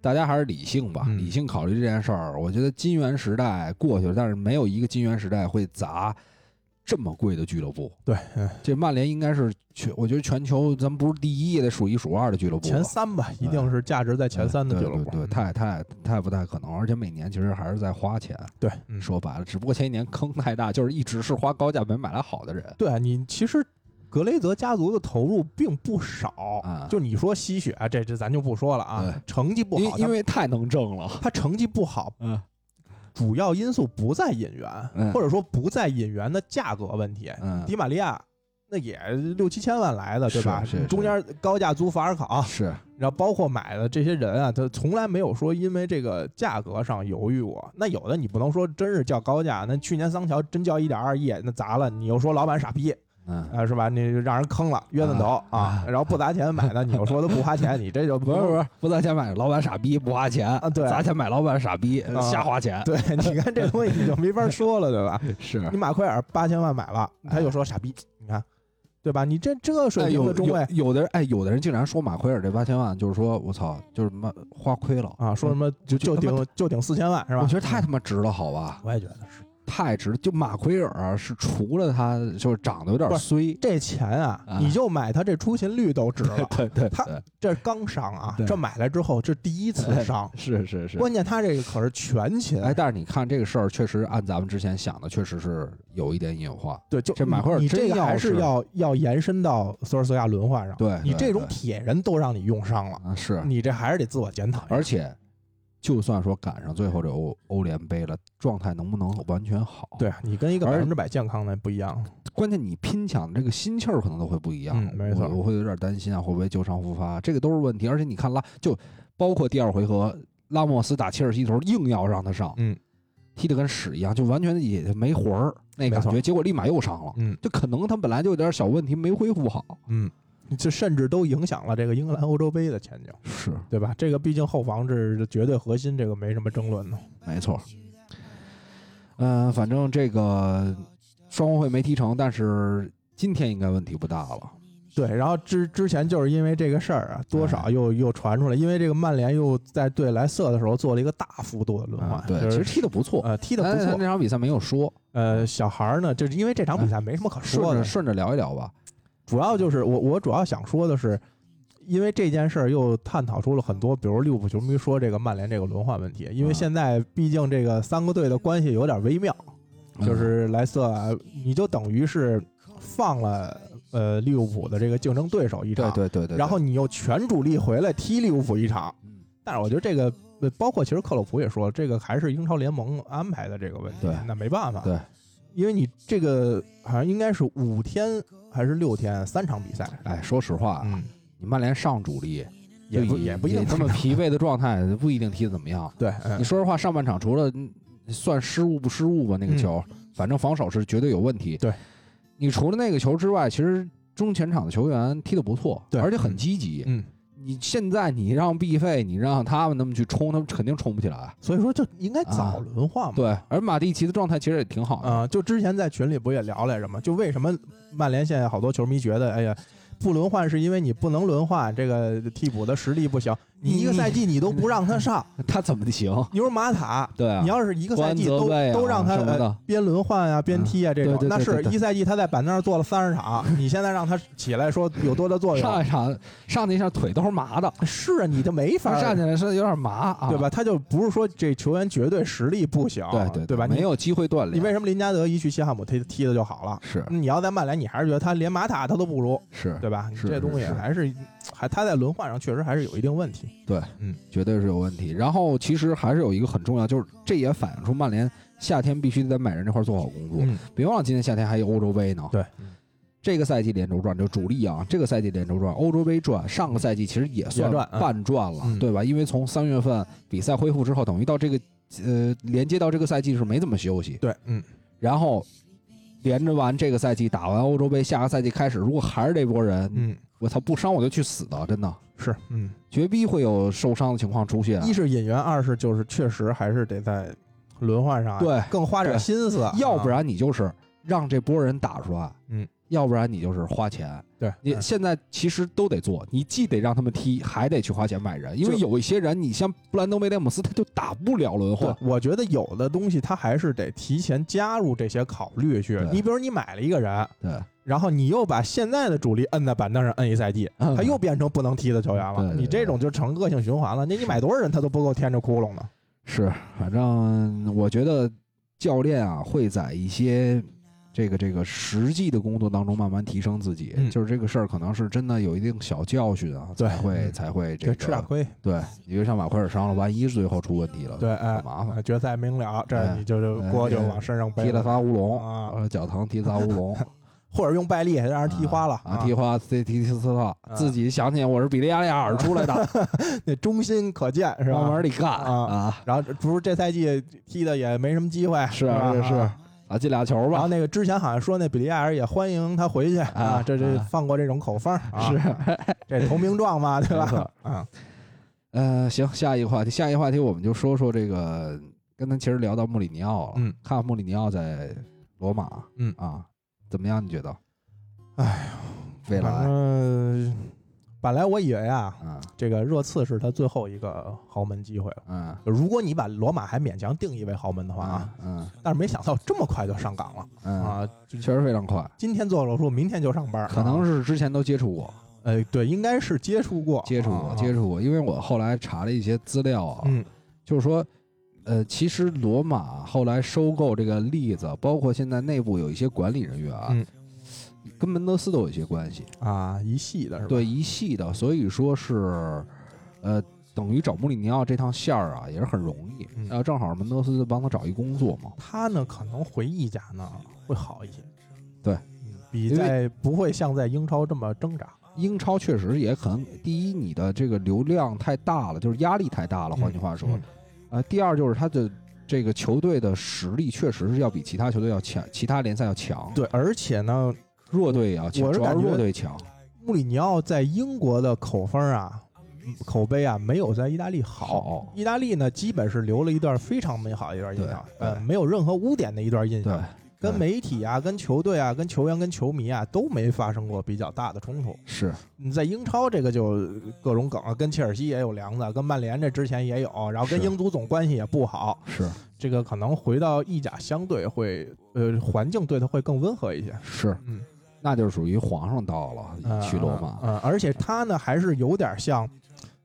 Speaker 2: 大家还是理性吧，
Speaker 3: 嗯
Speaker 2: 理性考虑这件事儿。我觉得金元时代过去了，但是没有一个金元时代会砸这么贵的俱乐部。
Speaker 3: 对，嗯
Speaker 2: 这曼联应该是全，我觉得全球咱们不是第一，也得数一数二的俱乐部了。
Speaker 3: 前三吧，一定是价值在前三的
Speaker 2: 对
Speaker 3: 俱乐部。
Speaker 2: 哎
Speaker 3: 嗯
Speaker 2: 对对，太太太不太可能，而且每年其实还是在花钱。
Speaker 3: 对，嗯
Speaker 2: 说白了，只不过前几年坑太大，就是一直是花高价钱买来好的人。
Speaker 3: 对啊你其实格雷泽家族的投入并不少，
Speaker 2: 啊
Speaker 3: 就你说吸血这这咱就不说了啊
Speaker 2: 对，
Speaker 3: 成绩不
Speaker 2: 因
Speaker 3: 好，
Speaker 2: 因为太能挣了
Speaker 3: 他。他成绩不好，
Speaker 2: 嗯，
Speaker 3: 主要因素不在引援，
Speaker 2: 嗯
Speaker 3: 或者说不在引援的价格问题。
Speaker 2: 嗯
Speaker 3: 迪玛利亚那也六七千万来的，对
Speaker 2: 是
Speaker 3: 吧？
Speaker 2: 是是
Speaker 3: 中间高价租法尔考，
Speaker 2: 是
Speaker 3: 然后包括买的这些人啊，他从来没有说因为这个价格上犹豫过。那有的你不能说真是叫高价，那去年桑乔真叫一点二亿，那砸了，你又说老板傻逼，
Speaker 2: 嗯。
Speaker 3: 啊，是吧？你就让人坑了，冤了头啊
Speaker 2: 啊！
Speaker 3: 然后不砸钱买的，你又说他不花钱，你这 就
Speaker 2: 不是不是，不砸钱买老板傻逼，不花钱
Speaker 3: 啊对
Speaker 2: 砸钱买老板傻逼，
Speaker 3: 啊
Speaker 2: 瞎花钱。
Speaker 3: 对，你看这东西你就没法说 了，对吧？
Speaker 2: 是，
Speaker 3: 你马奎尔八千万买了，他又说傻逼，你看，对吧？你这这水
Speaker 2: 哎
Speaker 3: 平
Speaker 2: 有
Speaker 3: 的中卫
Speaker 2: 有有的人哎，有的人竟然说马奎尔这八千万，就是说我操，就是妈花亏了
Speaker 3: 啊，说什么就
Speaker 2: 就
Speaker 3: 就
Speaker 2: 他妈
Speaker 3: 顶就顶四千万是吧？
Speaker 2: 我觉得太他妈值了，好吧，
Speaker 3: 我也觉得是
Speaker 2: 太值了。就马奎尔是除了他就是长得有
Speaker 3: 不
Speaker 2: 点
Speaker 3: 是
Speaker 2: 衰，
Speaker 3: 这钱啊
Speaker 2: 啊，，
Speaker 3: 你就买他这出勤率都值了
Speaker 2: 对对
Speaker 3: 他
Speaker 2: 对，
Speaker 3: 这是刚伤啊，
Speaker 2: 对
Speaker 3: 这买来之后这第一次伤，
Speaker 2: 是是是。
Speaker 3: 关键他这个可是全勤，
Speaker 2: 哎，但是你看这个事儿，确实按咱们之前想的，确实是有一点隐患。
Speaker 3: 对，就
Speaker 2: 这马奎尔
Speaker 3: 你这
Speaker 2: 真
Speaker 3: 个
Speaker 2: 要
Speaker 3: 还
Speaker 2: 是
Speaker 3: 要要延伸到索尔斯克亚轮换上，
Speaker 2: 对
Speaker 3: 你
Speaker 2: 对
Speaker 3: 这种
Speaker 2: 对
Speaker 3: 铁人都让你用伤了，
Speaker 2: 啊，是，
Speaker 3: 你这还是得自我检讨一下。
Speaker 2: 而且就算说赶上最后这欧欧联杯了，状态能不能完全好？
Speaker 3: 对你跟一个
Speaker 2: 而
Speaker 3: 百分之百健康的不一样，
Speaker 2: 关键你拼抢的这个心气儿可能都会不一样，
Speaker 3: 嗯没错
Speaker 2: 我，我会有点担心啊，会不会旧伤复发，这个都是问题。而且你看拉，就包括第二回合拉莫斯打切尔西的时候，硬要让他上，
Speaker 3: 嗯，
Speaker 2: 踢得跟屎一样，就完全也没魂儿那感
Speaker 3: 没错
Speaker 2: 觉，结果立马又伤了，
Speaker 3: 嗯
Speaker 2: 就可能他本来就有点小问题，没恢复好，
Speaker 3: 嗯，这甚至都影响了这个英格兰欧洲杯的前景，
Speaker 2: 是
Speaker 3: 对吧？这个毕竟后防是绝对核心，这个没什么争论的。
Speaker 2: 没错。嗯、反正这个双红会没踢成，但是今天应该问题不大了。
Speaker 3: 对，然后之之前就是因为这个事儿啊，多少
Speaker 2: 哎
Speaker 3: 又又传出来，因为这个曼联又在对莱瑟的时候做了一个大幅度的轮换
Speaker 2: 啊，对，哎
Speaker 3: 就
Speaker 2: 其
Speaker 3: 是
Speaker 2: 实踢得不错，
Speaker 3: 呃踢得不
Speaker 2: 但是他
Speaker 3: 错
Speaker 2: 那，场比赛没有说，哎
Speaker 3: 呃，小孩儿呢，就是因为这场比赛没什么可
Speaker 2: 顺
Speaker 3: 说的
Speaker 2: 着，顺着聊一聊吧。
Speaker 3: 主要就是我我主要想说的是，因为这件事儿又探讨出了很多，比如利物浦球迷说这个曼联这个轮换问题，因为
Speaker 2: 嗯
Speaker 3: 现在毕竟这个三个队的关系有点微妙，
Speaker 2: 嗯
Speaker 3: 就是莱瑟啊，你就等于是放了呃利物浦的这个竞争对手一
Speaker 2: 对
Speaker 3: 场，
Speaker 2: 对对对，
Speaker 3: 然后你又全主力回来踢利物浦一场，
Speaker 2: 嗯
Speaker 3: 但是我觉得这个，呃包括其实克洛普也说，这个还是英超联盟安排的这个问题
Speaker 2: 对，
Speaker 3: 那没办法，
Speaker 2: 对，
Speaker 3: 因为你这个好像应该是五天还是六天三场比赛，
Speaker 2: 哎，说实话，
Speaker 3: 嗯，
Speaker 2: 你曼联上主力
Speaker 3: 也不
Speaker 2: 就也
Speaker 3: 也不一定
Speaker 2: 这 么疲惫的状态，不一定踢得怎么样。
Speaker 3: 对，
Speaker 2: 你
Speaker 3: 嗯，
Speaker 2: 说实话，上半场除了嗯算失误不失误吧，那个
Speaker 3: 嗯
Speaker 2: 球，反正防守是绝对有问题。
Speaker 3: 对，
Speaker 2: 你除了那个球之外，其实中前场的球员踢得不错，
Speaker 3: 对
Speaker 2: 而且很
Speaker 3: 嗯
Speaker 2: 积极。
Speaker 3: 嗯，
Speaker 2: 你现在你让毕费，你让他们那么去冲，他们肯定冲不起来。
Speaker 3: 所以说就应该早轮换嘛。
Speaker 2: 对，而马蒂奇的状态其实也挺好的。
Speaker 3: 啊、就之前在群里不也聊来着吗？就为什么曼联现在好多球迷觉得，哎呀，不轮换是因为你不能轮换，这个替补的实力不行，你一个赛季你都不让他上。
Speaker 2: 他怎么行？
Speaker 3: 你说马塔，
Speaker 2: 对啊，
Speaker 3: 嗯你要是一个赛季
Speaker 2: 关
Speaker 3: 都
Speaker 2: 泽贝啊
Speaker 3: 都让他
Speaker 2: 什么的嗯
Speaker 3: 呃边轮换啊边踢啊这种
Speaker 2: 对，对对
Speaker 3: 那是
Speaker 2: 对对
Speaker 3: 一赛季他在板凳上坐了三 十场，你现在让他起来说有多大作
Speaker 2: 上
Speaker 3: 用？
Speaker 2: 一场上那一下腿都是麻的，
Speaker 3: 是啊，你就没法
Speaker 2: 他站起来是有点麻啊，
Speaker 3: 对吧？？他就不是说这球员绝对实力不行，
Speaker 2: 对
Speaker 3: 对
Speaker 2: 对
Speaker 3: 吧？
Speaker 2: 没
Speaker 3: 你
Speaker 2: 有机会锻炼。
Speaker 3: 你为什么林加德一去西汉姆踢踢的就好了？
Speaker 2: 是
Speaker 3: 你要在曼联，你还是觉得他连马塔他都不如，
Speaker 2: 是
Speaker 3: 嗯对吧？你
Speaker 2: 是
Speaker 3: 这东西
Speaker 2: 是是
Speaker 3: 还是还他在轮换上确实还是有一定问题。
Speaker 2: 绝对是有问题。然后其实还是有一个很重要，就是这也反映出曼联夏天必须在买人这块做好工作。
Speaker 3: 嗯，
Speaker 2: 别忘了今年夏天还有欧洲杯呢。
Speaker 3: 对，
Speaker 2: 这个赛季连轴转就主力啊，这个赛季连轴转，欧洲杯转，上个赛季其实也算
Speaker 3: 也转嗯
Speaker 2: 半转了，
Speaker 3: 嗯
Speaker 2: 对吧？因为从三月份比赛恢复之后，等于到这个呃连接到这个赛季是没怎么休息，
Speaker 3: 对，嗯，
Speaker 2: 然后连着完这个赛季打完欧洲杯，下个赛季开始，如果还是这波人，
Speaker 3: 嗯，
Speaker 2: 我操，不伤我就去死的，真的
Speaker 3: 是，嗯，
Speaker 2: 绝逼会有受伤的情况出现。
Speaker 3: 一是引援，二是就是确实还是得在轮换上啊
Speaker 2: 对
Speaker 3: 更花点
Speaker 2: 对
Speaker 3: 心思，
Speaker 2: 要不
Speaker 3: 啊
Speaker 2: 然你就是让这波人打出来，
Speaker 3: 嗯，
Speaker 2: 要不然你就是花钱。
Speaker 3: 对
Speaker 2: 你
Speaker 3: 嗯
Speaker 2: 现在其实都得做，你既得让他们踢，还得去花钱买人，因为
Speaker 3: 就
Speaker 2: 有一些人，你像布兰登·威廉姆斯，他就打不了轮
Speaker 3: 对
Speaker 2: 换，，
Speaker 3: 我觉得有的东西它还是得提前加入这些考虑去
Speaker 2: 对。
Speaker 3: 你比如你买了一个人，
Speaker 2: 对
Speaker 3: 然后你又把现在的主力摁在板凳上摁一赛季，
Speaker 2: 嗯
Speaker 3: 他又变成不能踢的球员
Speaker 2: 对
Speaker 3: 了。
Speaker 2: 对
Speaker 3: 你这种就成恶性循环了。那你买多少人他都不够填这窟窿的。
Speaker 2: 是，反正我觉得教练啊会在一些。这个这个实际的工作当中慢慢提升自己，
Speaker 3: 嗯
Speaker 2: 就是这个事儿可能是真的有一定小教训啊，
Speaker 3: 对
Speaker 2: 才会
Speaker 3: 嗯
Speaker 2: 才会这
Speaker 3: 对，
Speaker 2: 个嗯
Speaker 3: 吃点亏，
Speaker 2: 对，你就像马奎尔伤了，万一最后出问题了，
Speaker 3: 对，哎
Speaker 2: 很，麻烦。
Speaker 3: 决赛明了，
Speaker 2: 哎
Speaker 3: 这你就就
Speaker 2: 哎
Speaker 3: 锅就往身上背
Speaker 2: 踢了仨乌龙
Speaker 3: 啊
Speaker 2: 呃脚疼踢仨乌 龙，
Speaker 3: 或者用拜利让人踢花了
Speaker 2: 啊，踢花，踢踢踢刺了，
Speaker 3: 啊
Speaker 2: 自己想起我是比利亚利亚尔出来的，
Speaker 3: 那忠心可见是
Speaker 2: 慢
Speaker 3: 吧
Speaker 2: 慢？里干
Speaker 3: 啊
Speaker 2: 啊
Speaker 3: 然后不是这赛季踢的也没什么机会，
Speaker 2: 是
Speaker 3: 吧
Speaker 2: 是是
Speaker 3: 啊
Speaker 2: 啊，进俩球
Speaker 3: 然
Speaker 2: 吧
Speaker 3: 后，那个之前好像说那比利亚尔也欢迎他回去
Speaker 2: 啊
Speaker 3: 啊，这这
Speaker 2: 啊
Speaker 3: 放过这种口风啊，
Speaker 2: 是
Speaker 3: 这投名状嘛，对
Speaker 2: 没
Speaker 3: 吧
Speaker 2: 错？
Speaker 3: 啊，
Speaker 2: 呃，行，下一个话题，下一个话题我们就说说这个，刚才其实聊到穆里尼奥了，
Speaker 3: 嗯，
Speaker 2: 看穆里尼奥在罗马，
Speaker 3: 嗯
Speaker 2: 啊，怎么样？你觉得？
Speaker 3: 哎
Speaker 2: 未
Speaker 3: 反
Speaker 2: 来
Speaker 3: 正本来我以为啊，
Speaker 2: 啊，
Speaker 3: 这个热刺是他最后一个豪门机会了。
Speaker 2: 嗯
Speaker 3: 如果你把罗马还勉强定义为豪门的话啊，
Speaker 2: 嗯嗯
Speaker 3: 但是没想到这么快就上岗了
Speaker 2: 嗯，
Speaker 3: 啊！
Speaker 2: 确实非常快，
Speaker 3: 今天做手术，明天就上班，
Speaker 2: 可能是之前都接触过，
Speaker 3: 呃，对，应该是接触过，
Speaker 2: 接触过，
Speaker 3: 啊
Speaker 2: 接，触过，因为我后来查了一些资料啊，
Speaker 3: 嗯
Speaker 2: 就是说，呃，其实罗马后来收购这个例子，包括现在内部有一些管理人员啊，
Speaker 3: 嗯
Speaker 2: 跟门德斯都有一些关系，
Speaker 3: 啊，一系的是吧？
Speaker 2: 对一系的，所以说是，呃，等于找穆里尼奥这趟线儿啊也是很容易，
Speaker 3: 嗯
Speaker 2: 然后正好门德斯帮他找一工作嘛，
Speaker 3: 他呢可能回意甲呢会好一些，
Speaker 2: 对
Speaker 3: 嗯，比
Speaker 2: 因为
Speaker 3: 在不会像在英超这么挣扎。
Speaker 2: 英超确实也可能，第一你的这个流量太大了，就是压力太大了，换句话说，
Speaker 3: 嗯
Speaker 2: 呃，第二就是他的这个球队的实力确实是要比其他球队要强，其他联赛要强，
Speaker 3: 对，而且呢，
Speaker 2: 弱队也要强，
Speaker 3: 我是
Speaker 2: 主要
Speaker 3: 感觉
Speaker 2: 弱队强，
Speaker 3: 穆里尼奥在英国的口风啊、嗯口碑啊，没有在意大利好。
Speaker 2: 好，
Speaker 3: 意大利呢，基本是留了一段非常美好的一段印象，
Speaker 2: 对
Speaker 3: 呃，
Speaker 2: 对
Speaker 3: 没有任何污点的一段印
Speaker 2: 对
Speaker 3: 象，，跟媒体啊、跟球队啊、跟球员、跟球迷啊都没发生过比较大的冲突。
Speaker 2: 是
Speaker 3: 你在英超这个就各种梗，啊跟切尔西也有梁子，跟曼联这之前也有，然后跟
Speaker 2: 是
Speaker 3: 英足总关系也不好，
Speaker 2: 是
Speaker 3: 这个可能回到意甲相对会，呃，环境对他会更温和一些。
Speaker 2: 是，
Speaker 3: 嗯，
Speaker 2: 那就是属于皇上到了，去罗马，
Speaker 3: 嗯，而且他呢还是有点像，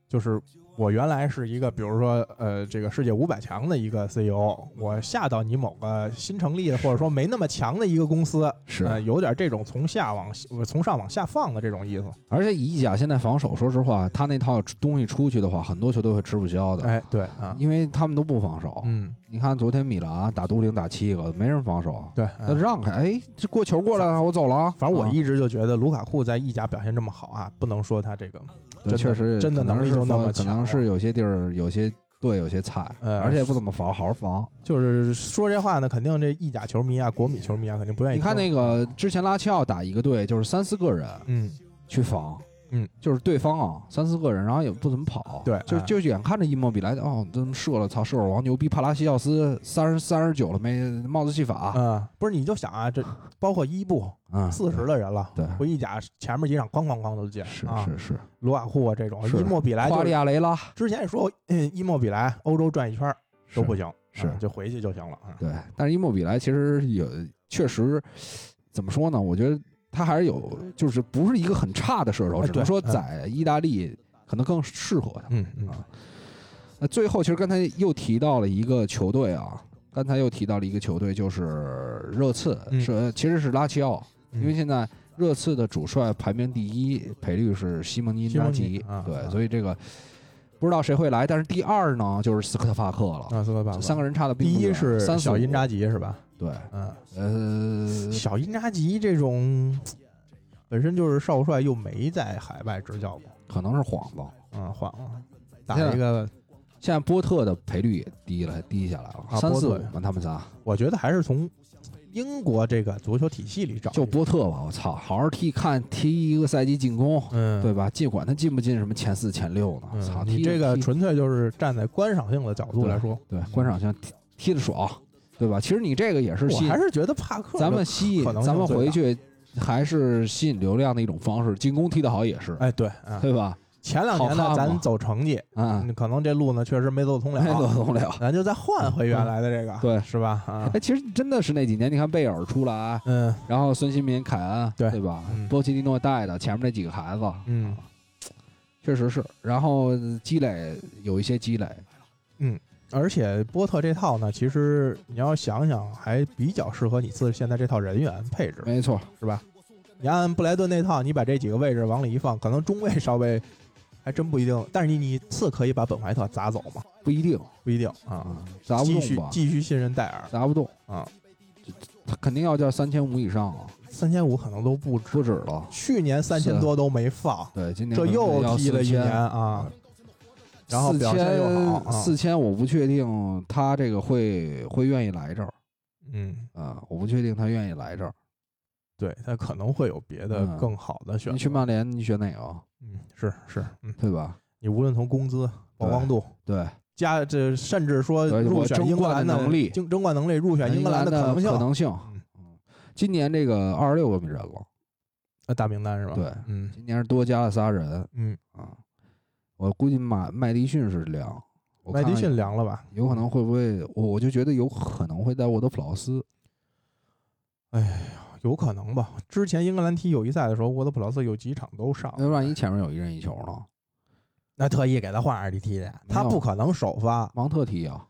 Speaker 3: 就是我原来是一个，比如说呃，这个世界五百强的一个 CEO，我下到你某个新成立的或者说没那么强的一个公司，
Speaker 2: 是，
Speaker 3: 呃，有点这种从下往呃从上往下放的这种意思。
Speaker 2: 而且以甲现在防守，说实话，他那套东西出去的话，很多球队会吃不消的，
Speaker 3: 哎，对啊，
Speaker 2: 因为他们都不防守。
Speaker 3: 嗯，
Speaker 2: 你看昨天米兰打都灵打七个，没人防守，
Speaker 3: 对，
Speaker 2: 那
Speaker 3: 嗯
Speaker 2: 让开，哎，这过球过来了，我走了啊。
Speaker 3: 反正我
Speaker 2: 啊
Speaker 3: 一直就觉得卢卡库在意甲表现这么好啊，不能说他这个，
Speaker 2: 对
Speaker 3: 真的
Speaker 2: 确实
Speaker 3: 真的
Speaker 2: 可能
Speaker 3: 能力
Speaker 2: 是
Speaker 3: 就那
Speaker 2: 说
Speaker 3: 么
Speaker 2: 可
Speaker 3: 强
Speaker 2: 能是有些地儿有些对有些菜，
Speaker 3: 呃
Speaker 2: 而且也不怎么防，好好防。
Speaker 3: 就是说这话呢，肯定这意甲球迷啊、国米球迷啊，肯定不愿意。
Speaker 2: 你看那，个之前拉齐奥打一个队，就是三四个人
Speaker 3: 嗯，
Speaker 2: 去防，
Speaker 3: 嗯，
Speaker 2: 就是对方啊三四个人，然后也不怎么跑，
Speaker 3: 对
Speaker 2: 就
Speaker 3: 哎
Speaker 2: 就眼看着伊莫比莱哦，这么射了，操，射手王牛逼，帕拉西奥斯三十三十九了没，帽子戏
Speaker 3: 啊、
Speaker 2: 法，
Speaker 3: 不是，你就想啊，这包括伊布
Speaker 2: 嗯，
Speaker 3: 四十的人了，
Speaker 2: 对
Speaker 3: 回意甲前面几场哐哐哐都进，
Speaker 2: 是
Speaker 3: 啊，
Speaker 2: 是是，
Speaker 3: 卢卡库啊这种，
Speaker 2: 是
Speaker 3: 伊莫比莱
Speaker 2: 夸
Speaker 3: 就
Speaker 2: 利
Speaker 3: 是
Speaker 2: 亚雷拉
Speaker 3: 之前也说过，嗯，伊莫比莱欧洲转一圈儿都不
Speaker 2: 是
Speaker 3: 行，
Speaker 2: 是
Speaker 3: 啊就回去就行了啊。
Speaker 2: 对，但是伊莫比莱其实有确实怎么说呢？我觉得他还是有，就是不是一个很差的射手，
Speaker 3: 哎
Speaker 2: 只能
Speaker 3: 对
Speaker 2: 说
Speaker 3: 嗯
Speaker 2: 在意大利可能更适合他。
Speaker 3: 嗯嗯
Speaker 2: 啊那最后，其实刚才又提到了一个球队啊，刚才又提到了一个球队，就是热刺，
Speaker 3: 嗯
Speaker 2: 是呃其实是拉齐奥，因为
Speaker 3: 嗯
Speaker 2: 现在热刺的主帅排名第一，赔率是西蒙尼
Speaker 3: 西
Speaker 2: 扎
Speaker 3: 蒙尼
Speaker 2: 吉
Speaker 3: 啊，
Speaker 2: 对，
Speaker 3: 啊
Speaker 2: 所以这个不知道谁会来，但是第二呢就是斯科特法克了，
Speaker 3: 啊，斯科巴
Speaker 2: 三个人差的并
Speaker 3: 第
Speaker 2: 不
Speaker 3: 一
Speaker 2: 远
Speaker 3: 是啊
Speaker 2: 三
Speaker 3: 小
Speaker 2: 四五
Speaker 3: 因扎吉是吧？
Speaker 2: 对，
Speaker 3: 嗯，
Speaker 2: 呃，
Speaker 3: 小因扎吉这种本身就是少帅又没在海外执教过，
Speaker 2: 可能是幌子。
Speaker 3: 嗯，换了，打一个，
Speaker 2: 现在波特的赔率也低了，低下来了，
Speaker 3: 啊
Speaker 2: 三
Speaker 3: 波
Speaker 2: 四
Speaker 3: 特
Speaker 2: 五嘛，他们仨
Speaker 3: 我觉得还是从英国这个足球体系里找一个，
Speaker 2: 就波特吧，我操，好好踢，看踢一个赛季进攻，
Speaker 3: 嗯，
Speaker 2: 对吧？尽管他进不进什么前四、前六呢，操、
Speaker 3: 嗯，
Speaker 2: 踢
Speaker 3: 你这个
Speaker 2: 踢
Speaker 3: 纯粹就是站在观赏性的角度来说，
Speaker 2: 对观赏性踢踢的爽，对吧？其实你这个也是
Speaker 3: 我
Speaker 2: 吸引
Speaker 3: 还是觉得帕克的
Speaker 2: 咱们吸引
Speaker 3: 可能性
Speaker 2: 咱们
Speaker 3: 最
Speaker 2: 回
Speaker 3: 大
Speaker 2: 去还是吸引流量的一种方式，进攻踢得好也是，
Speaker 3: 哎对，啊，
Speaker 2: 对吧？
Speaker 3: 前两年
Speaker 2: 好
Speaker 3: 呢
Speaker 2: 看吗
Speaker 3: 咱走成绩，
Speaker 2: 啊、哎
Speaker 3: 嗯可能这路呢确实没走通了，
Speaker 2: 没走通了
Speaker 3: 咱就再换回原来的这个，
Speaker 2: 对
Speaker 3: 是吧？啊，
Speaker 2: 哎，其实真的是那几年，你看贝尔出来，
Speaker 3: 嗯
Speaker 2: 然后孙兴民、凯恩，
Speaker 3: 对
Speaker 2: 吧？
Speaker 3: 嗯
Speaker 2: 波切蒂诺带的前面那几个孩子，
Speaker 3: 嗯
Speaker 2: 确实是。然后积累有一些积累，
Speaker 3: 而且波特这套呢，其实你要想想，还比较适合你自现在这套人员配置。
Speaker 2: 没错，
Speaker 3: 你按布莱顿那套，你把这几个位置往里一放，可能中卫稍微还真不一定，但是你你次可以把本怀特砸走嘛，
Speaker 2: 不一定
Speaker 3: 不一定啊。
Speaker 2: 啊，砸不
Speaker 3: 继
Speaker 2: 动
Speaker 3: 续
Speaker 2: 吧？
Speaker 3: 继续信任戴尔
Speaker 2: 砸不动，
Speaker 3: 啊，
Speaker 2: 他肯定要叫三千五以上啊，
Speaker 3: 三千五可能都不止，
Speaker 2: 不止了。
Speaker 3: 去年三千多都没放，
Speaker 2: 对，今年
Speaker 3: 这
Speaker 2: 可能
Speaker 3: 又
Speaker 2: 要
Speaker 3: 踢了一
Speaker 2: 4000
Speaker 3: 年啊。然后
Speaker 2: 四
Speaker 3: 表现又好
Speaker 2: 千
Speaker 3: 啊
Speaker 2: 四千，我不确定他这个会会愿意来这儿
Speaker 3: 嗯，
Speaker 2: 啊，我不确定他愿意来这儿。
Speaker 3: 对他可能会有别的
Speaker 2: 嗯
Speaker 3: 更好的选择。
Speaker 2: 你去曼联，你选哪个？
Speaker 3: 嗯，是是，嗯，
Speaker 2: 对吧？
Speaker 3: 你无论从工资、曝光度，
Speaker 2: 对，
Speaker 3: 加这甚至说
Speaker 2: 对
Speaker 3: 入
Speaker 2: 呃我
Speaker 3: 选
Speaker 2: 争
Speaker 3: 英格
Speaker 2: 冠
Speaker 3: 兰
Speaker 2: 的能力
Speaker 3: 争争冠能力入选英格兰的可能性，
Speaker 2: 可能性。
Speaker 3: 嗯
Speaker 2: 嗯今年这个二十六个名人了，
Speaker 3: 呃大名单是吧？
Speaker 2: 对
Speaker 3: 嗯
Speaker 2: 今年是多加了仨人
Speaker 3: 嗯，
Speaker 2: 啊。我估计马麦迪逊是凉，我
Speaker 3: 麦
Speaker 2: 看
Speaker 3: 迪
Speaker 2: 看
Speaker 3: 逊凉了吧？
Speaker 2: 有可能会不会，我我就觉得有可能会带沃德普劳斯，
Speaker 3: 有可能吧。之前英格兰踢友谊赛的时候，沃德普劳斯有几场都上，
Speaker 2: 那呃万一前面有一人一球呢？
Speaker 3: 那特意给他换二 D 踢的，他不可能首发。
Speaker 2: 芒特踢啊，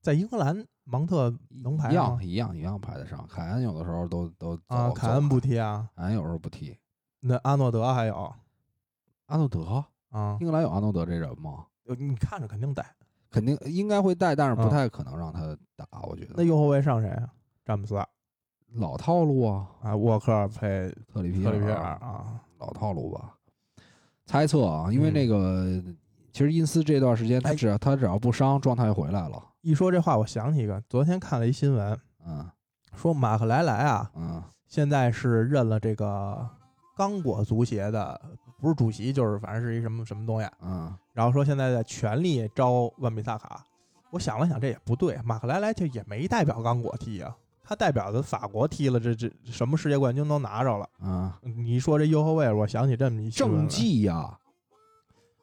Speaker 3: 在英格兰，芒特能排
Speaker 2: 一
Speaker 3: 上吗
Speaker 2: 样一样一样排得上。凯恩有的时候都都
Speaker 3: 啊，
Speaker 2: 走
Speaker 3: 凯恩，不
Speaker 2: 走
Speaker 3: 踢啊，
Speaker 2: 凯恩有时候不踢。
Speaker 3: 那阿诺德还有
Speaker 2: 阿诺德，
Speaker 3: 啊，
Speaker 2: 英格兰有阿诺德这人吗？
Speaker 3: 你看着肯定带。
Speaker 2: 肯定应该会带，但是不
Speaker 3: 嗯
Speaker 2: 太可能让他打，我觉
Speaker 3: 那
Speaker 2: 得。
Speaker 3: 右后卫上谁啊？詹姆斯啊，
Speaker 2: 老套路啊，
Speaker 3: 啊沃克配
Speaker 2: 特里皮
Speaker 3: 特里皮尔
Speaker 2: 尔
Speaker 3: 啊，
Speaker 2: 老套路吧。猜测啊，因为
Speaker 3: 嗯
Speaker 2: 那个、其实因斯这段时间他
Speaker 3: 哎
Speaker 2: 只要、他只要不伤，状态回来了。
Speaker 3: 一说这话，我想起一个，昨天看了一新闻，
Speaker 2: 嗯
Speaker 3: 说马克莱莱啊，
Speaker 2: 嗯，
Speaker 3: 现在是任了这个刚果足协的，不是主席，就是反正是一什么什么东西。
Speaker 2: 嗯，
Speaker 3: 然后说现在在全力招万比萨卡。我想了想，这也不对，马克莱莱就也没代表刚果踢啊，他代表的法国踢了，这这什么世界冠军都拿着了。
Speaker 2: 嗯，
Speaker 3: 你一说这右后卫，我想起这么一新闻
Speaker 2: 政
Speaker 3: 来
Speaker 2: 绩呀、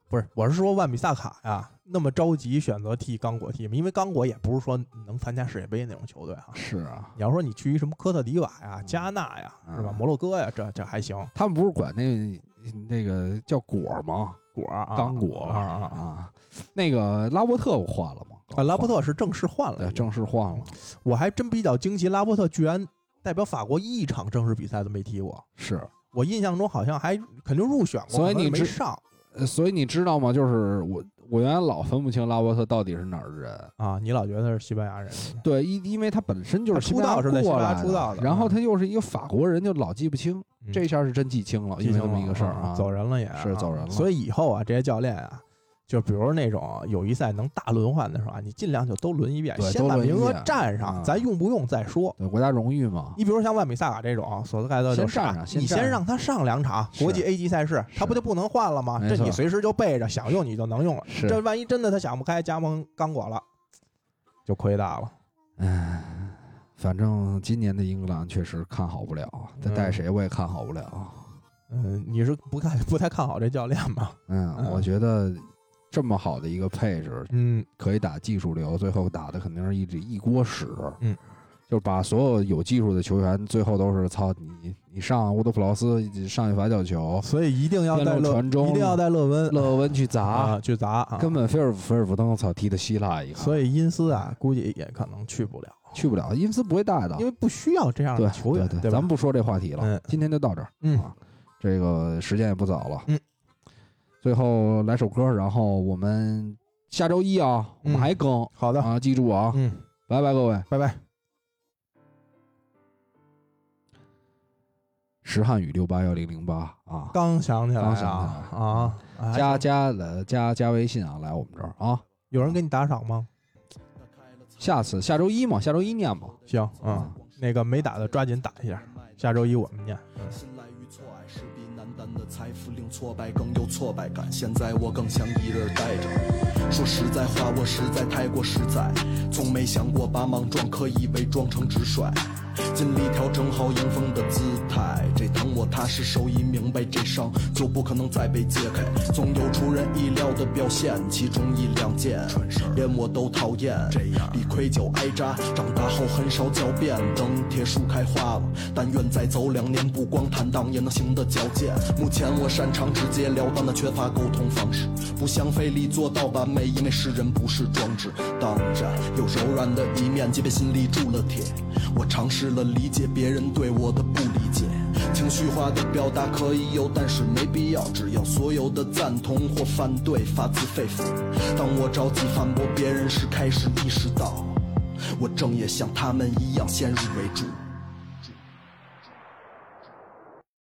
Speaker 3: 不是，我是说万比萨卡呀，那么着急选择替刚果踢，因为刚果也不是说能参加世界杯那种球队啊。
Speaker 2: 是啊，
Speaker 3: 你要说你去一什么科特迪瓦呀、加纳呀，是吧？
Speaker 2: 嗯
Speaker 3: 摩洛哥呀，这这还行。
Speaker 2: 他们不是管那那个叫果吗？
Speaker 3: 果儿啊，
Speaker 2: 刚果
Speaker 3: 啊啊啊！
Speaker 2: 啊，那个拉波特不换了吗？
Speaker 3: 啊，拉波特嗯是正式换了
Speaker 2: 对，，正式换了，
Speaker 3: 我还真比较惊奇，拉波特居然代表法国一场正式比赛都没踢过。
Speaker 2: 是。
Speaker 3: 我印象中好像还肯定入选过，
Speaker 2: 所以
Speaker 3: 可能
Speaker 2: 你
Speaker 3: 没
Speaker 2: 知
Speaker 3: 上
Speaker 2: 呃所以你知道吗？就是我我原来老分不清拉波特到底是哪儿人。
Speaker 3: 啊？你老觉得他是西班牙人？
Speaker 2: 对，因因为他本身就是
Speaker 3: 他
Speaker 2: 西班牙
Speaker 3: 出道是在西
Speaker 2: 过
Speaker 3: 班牙
Speaker 2: 来
Speaker 3: 出道的
Speaker 2: 然后
Speaker 3: 嗯
Speaker 2: 他又是一个法国人，就老记不清。
Speaker 3: 嗯
Speaker 2: 这下是真记清了，
Speaker 3: 记
Speaker 2: 因为
Speaker 3: 性
Speaker 2: 这么一个事儿啊，
Speaker 3: 走人了也啊
Speaker 2: 是走人了
Speaker 3: 所以以后啊，这些教练啊，就比如那种友谊赛能大轮换的时候啊，你尽量就都轮一遍，
Speaker 2: 对
Speaker 3: 先
Speaker 2: 都
Speaker 3: 把
Speaker 2: 轮一
Speaker 3: 名额
Speaker 2: 遍
Speaker 3: 占上，
Speaker 2: 啊
Speaker 3: 咱用不用再说。
Speaker 2: 对国家荣誉嘛，
Speaker 3: 你比如像万比萨卡这种，啊索斯盖特
Speaker 2: 先
Speaker 3: 就傻
Speaker 2: 站上先
Speaker 3: 你
Speaker 2: 站
Speaker 3: 先
Speaker 2: 上
Speaker 3: 让他上两场
Speaker 2: 是
Speaker 3: 国际 A 级赛事，他
Speaker 2: 是
Speaker 3: 不就不能换了吗？
Speaker 2: 没
Speaker 3: 这你
Speaker 2: 错
Speaker 3: 随时就备着，想用你就能用了。
Speaker 2: 是
Speaker 3: 这万一真的他想不开，加盟刚果了，就亏大了。
Speaker 2: 唉，反正今年的英格兰确实看好不了，他带谁我也看好不了。
Speaker 3: 嗯，你是不看不太看好这教练吧？
Speaker 2: 嗯，
Speaker 3: 嗯
Speaker 2: 我觉得这么好的一个配置，
Speaker 3: 嗯
Speaker 2: 可以打技术流，最后打的肯定是一一锅屎。
Speaker 3: 嗯。
Speaker 2: 就是把所有有技术的球员，最后都是操你！你上乌德普劳斯上一罚角球，
Speaker 3: 所以一定要
Speaker 2: 边
Speaker 3: 带
Speaker 2: 路
Speaker 3: 勒，
Speaker 2: 传中
Speaker 3: 一定要带勒温
Speaker 2: 勒温去砸，
Speaker 3: 啊去砸啊。
Speaker 2: 根本菲尔菲尔普登操踢的稀烂一个，
Speaker 3: 所以因斯啊，估计也可能去不了，
Speaker 2: 去不了，因斯不会带的，
Speaker 3: 因为不需要这样
Speaker 2: 啊对
Speaker 3: 的球员，
Speaker 2: 对
Speaker 3: 吧？
Speaker 2: 咱们不说这话题了，
Speaker 3: 嗯
Speaker 2: 今天就到这儿。
Speaker 3: 嗯
Speaker 2: 啊，这个时间也不早了。
Speaker 3: 嗯，
Speaker 2: 最后来首歌，然后我们下周一啊，我们还更、
Speaker 3: 好的，
Speaker 2: 啊，记住啊，
Speaker 3: 嗯，
Speaker 2: 拜拜各位。
Speaker 3: 拜拜。
Speaker 2: 石汉语六八幺零零八啊，
Speaker 3: 刚想起来
Speaker 2: 刚想
Speaker 3: 啊
Speaker 2: 起来
Speaker 3: 啊！哎
Speaker 2: 加加来加加微信啊，来我们这儿啊。
Speaker 3: 有人给你打赏吗？
Speaker 2: 下次下周一嘛，下周一念吧。
Speaker 3: 行，嗯，那个没打的抓紧打一下，下周一我们念。嗯
Speaker 4: 信赖与错爱是比难担的财富令挫败更有挫败感。现在我更想一人待着。说实在话，我实在太过实在，从没想过把莽撞刻意伪装成直率，尽力调整好迎风的姿态。这趟我踏实受益，明白这伤就不可能再被揭开。总有出人意料的表现，其中一两件连我都讨厌。这样比愧疚挨扎，长大后很少狡辩。等铁树开花了，但愿再走两年，不光坦荡，也能行得矫健。目前我擅长直截了当的，缺乏沟通方式，不想费力做到完美，因为世人不是装置。当然有柔软的一面，即便心里铸了铁，我尝试了理解别人对我的不理解。情绪化的表达可以有，但是没必要。只要所有的赞同或反对发自肺腑。当我着急反驳别人时，开始意识到，我正也像他们一样先入为主。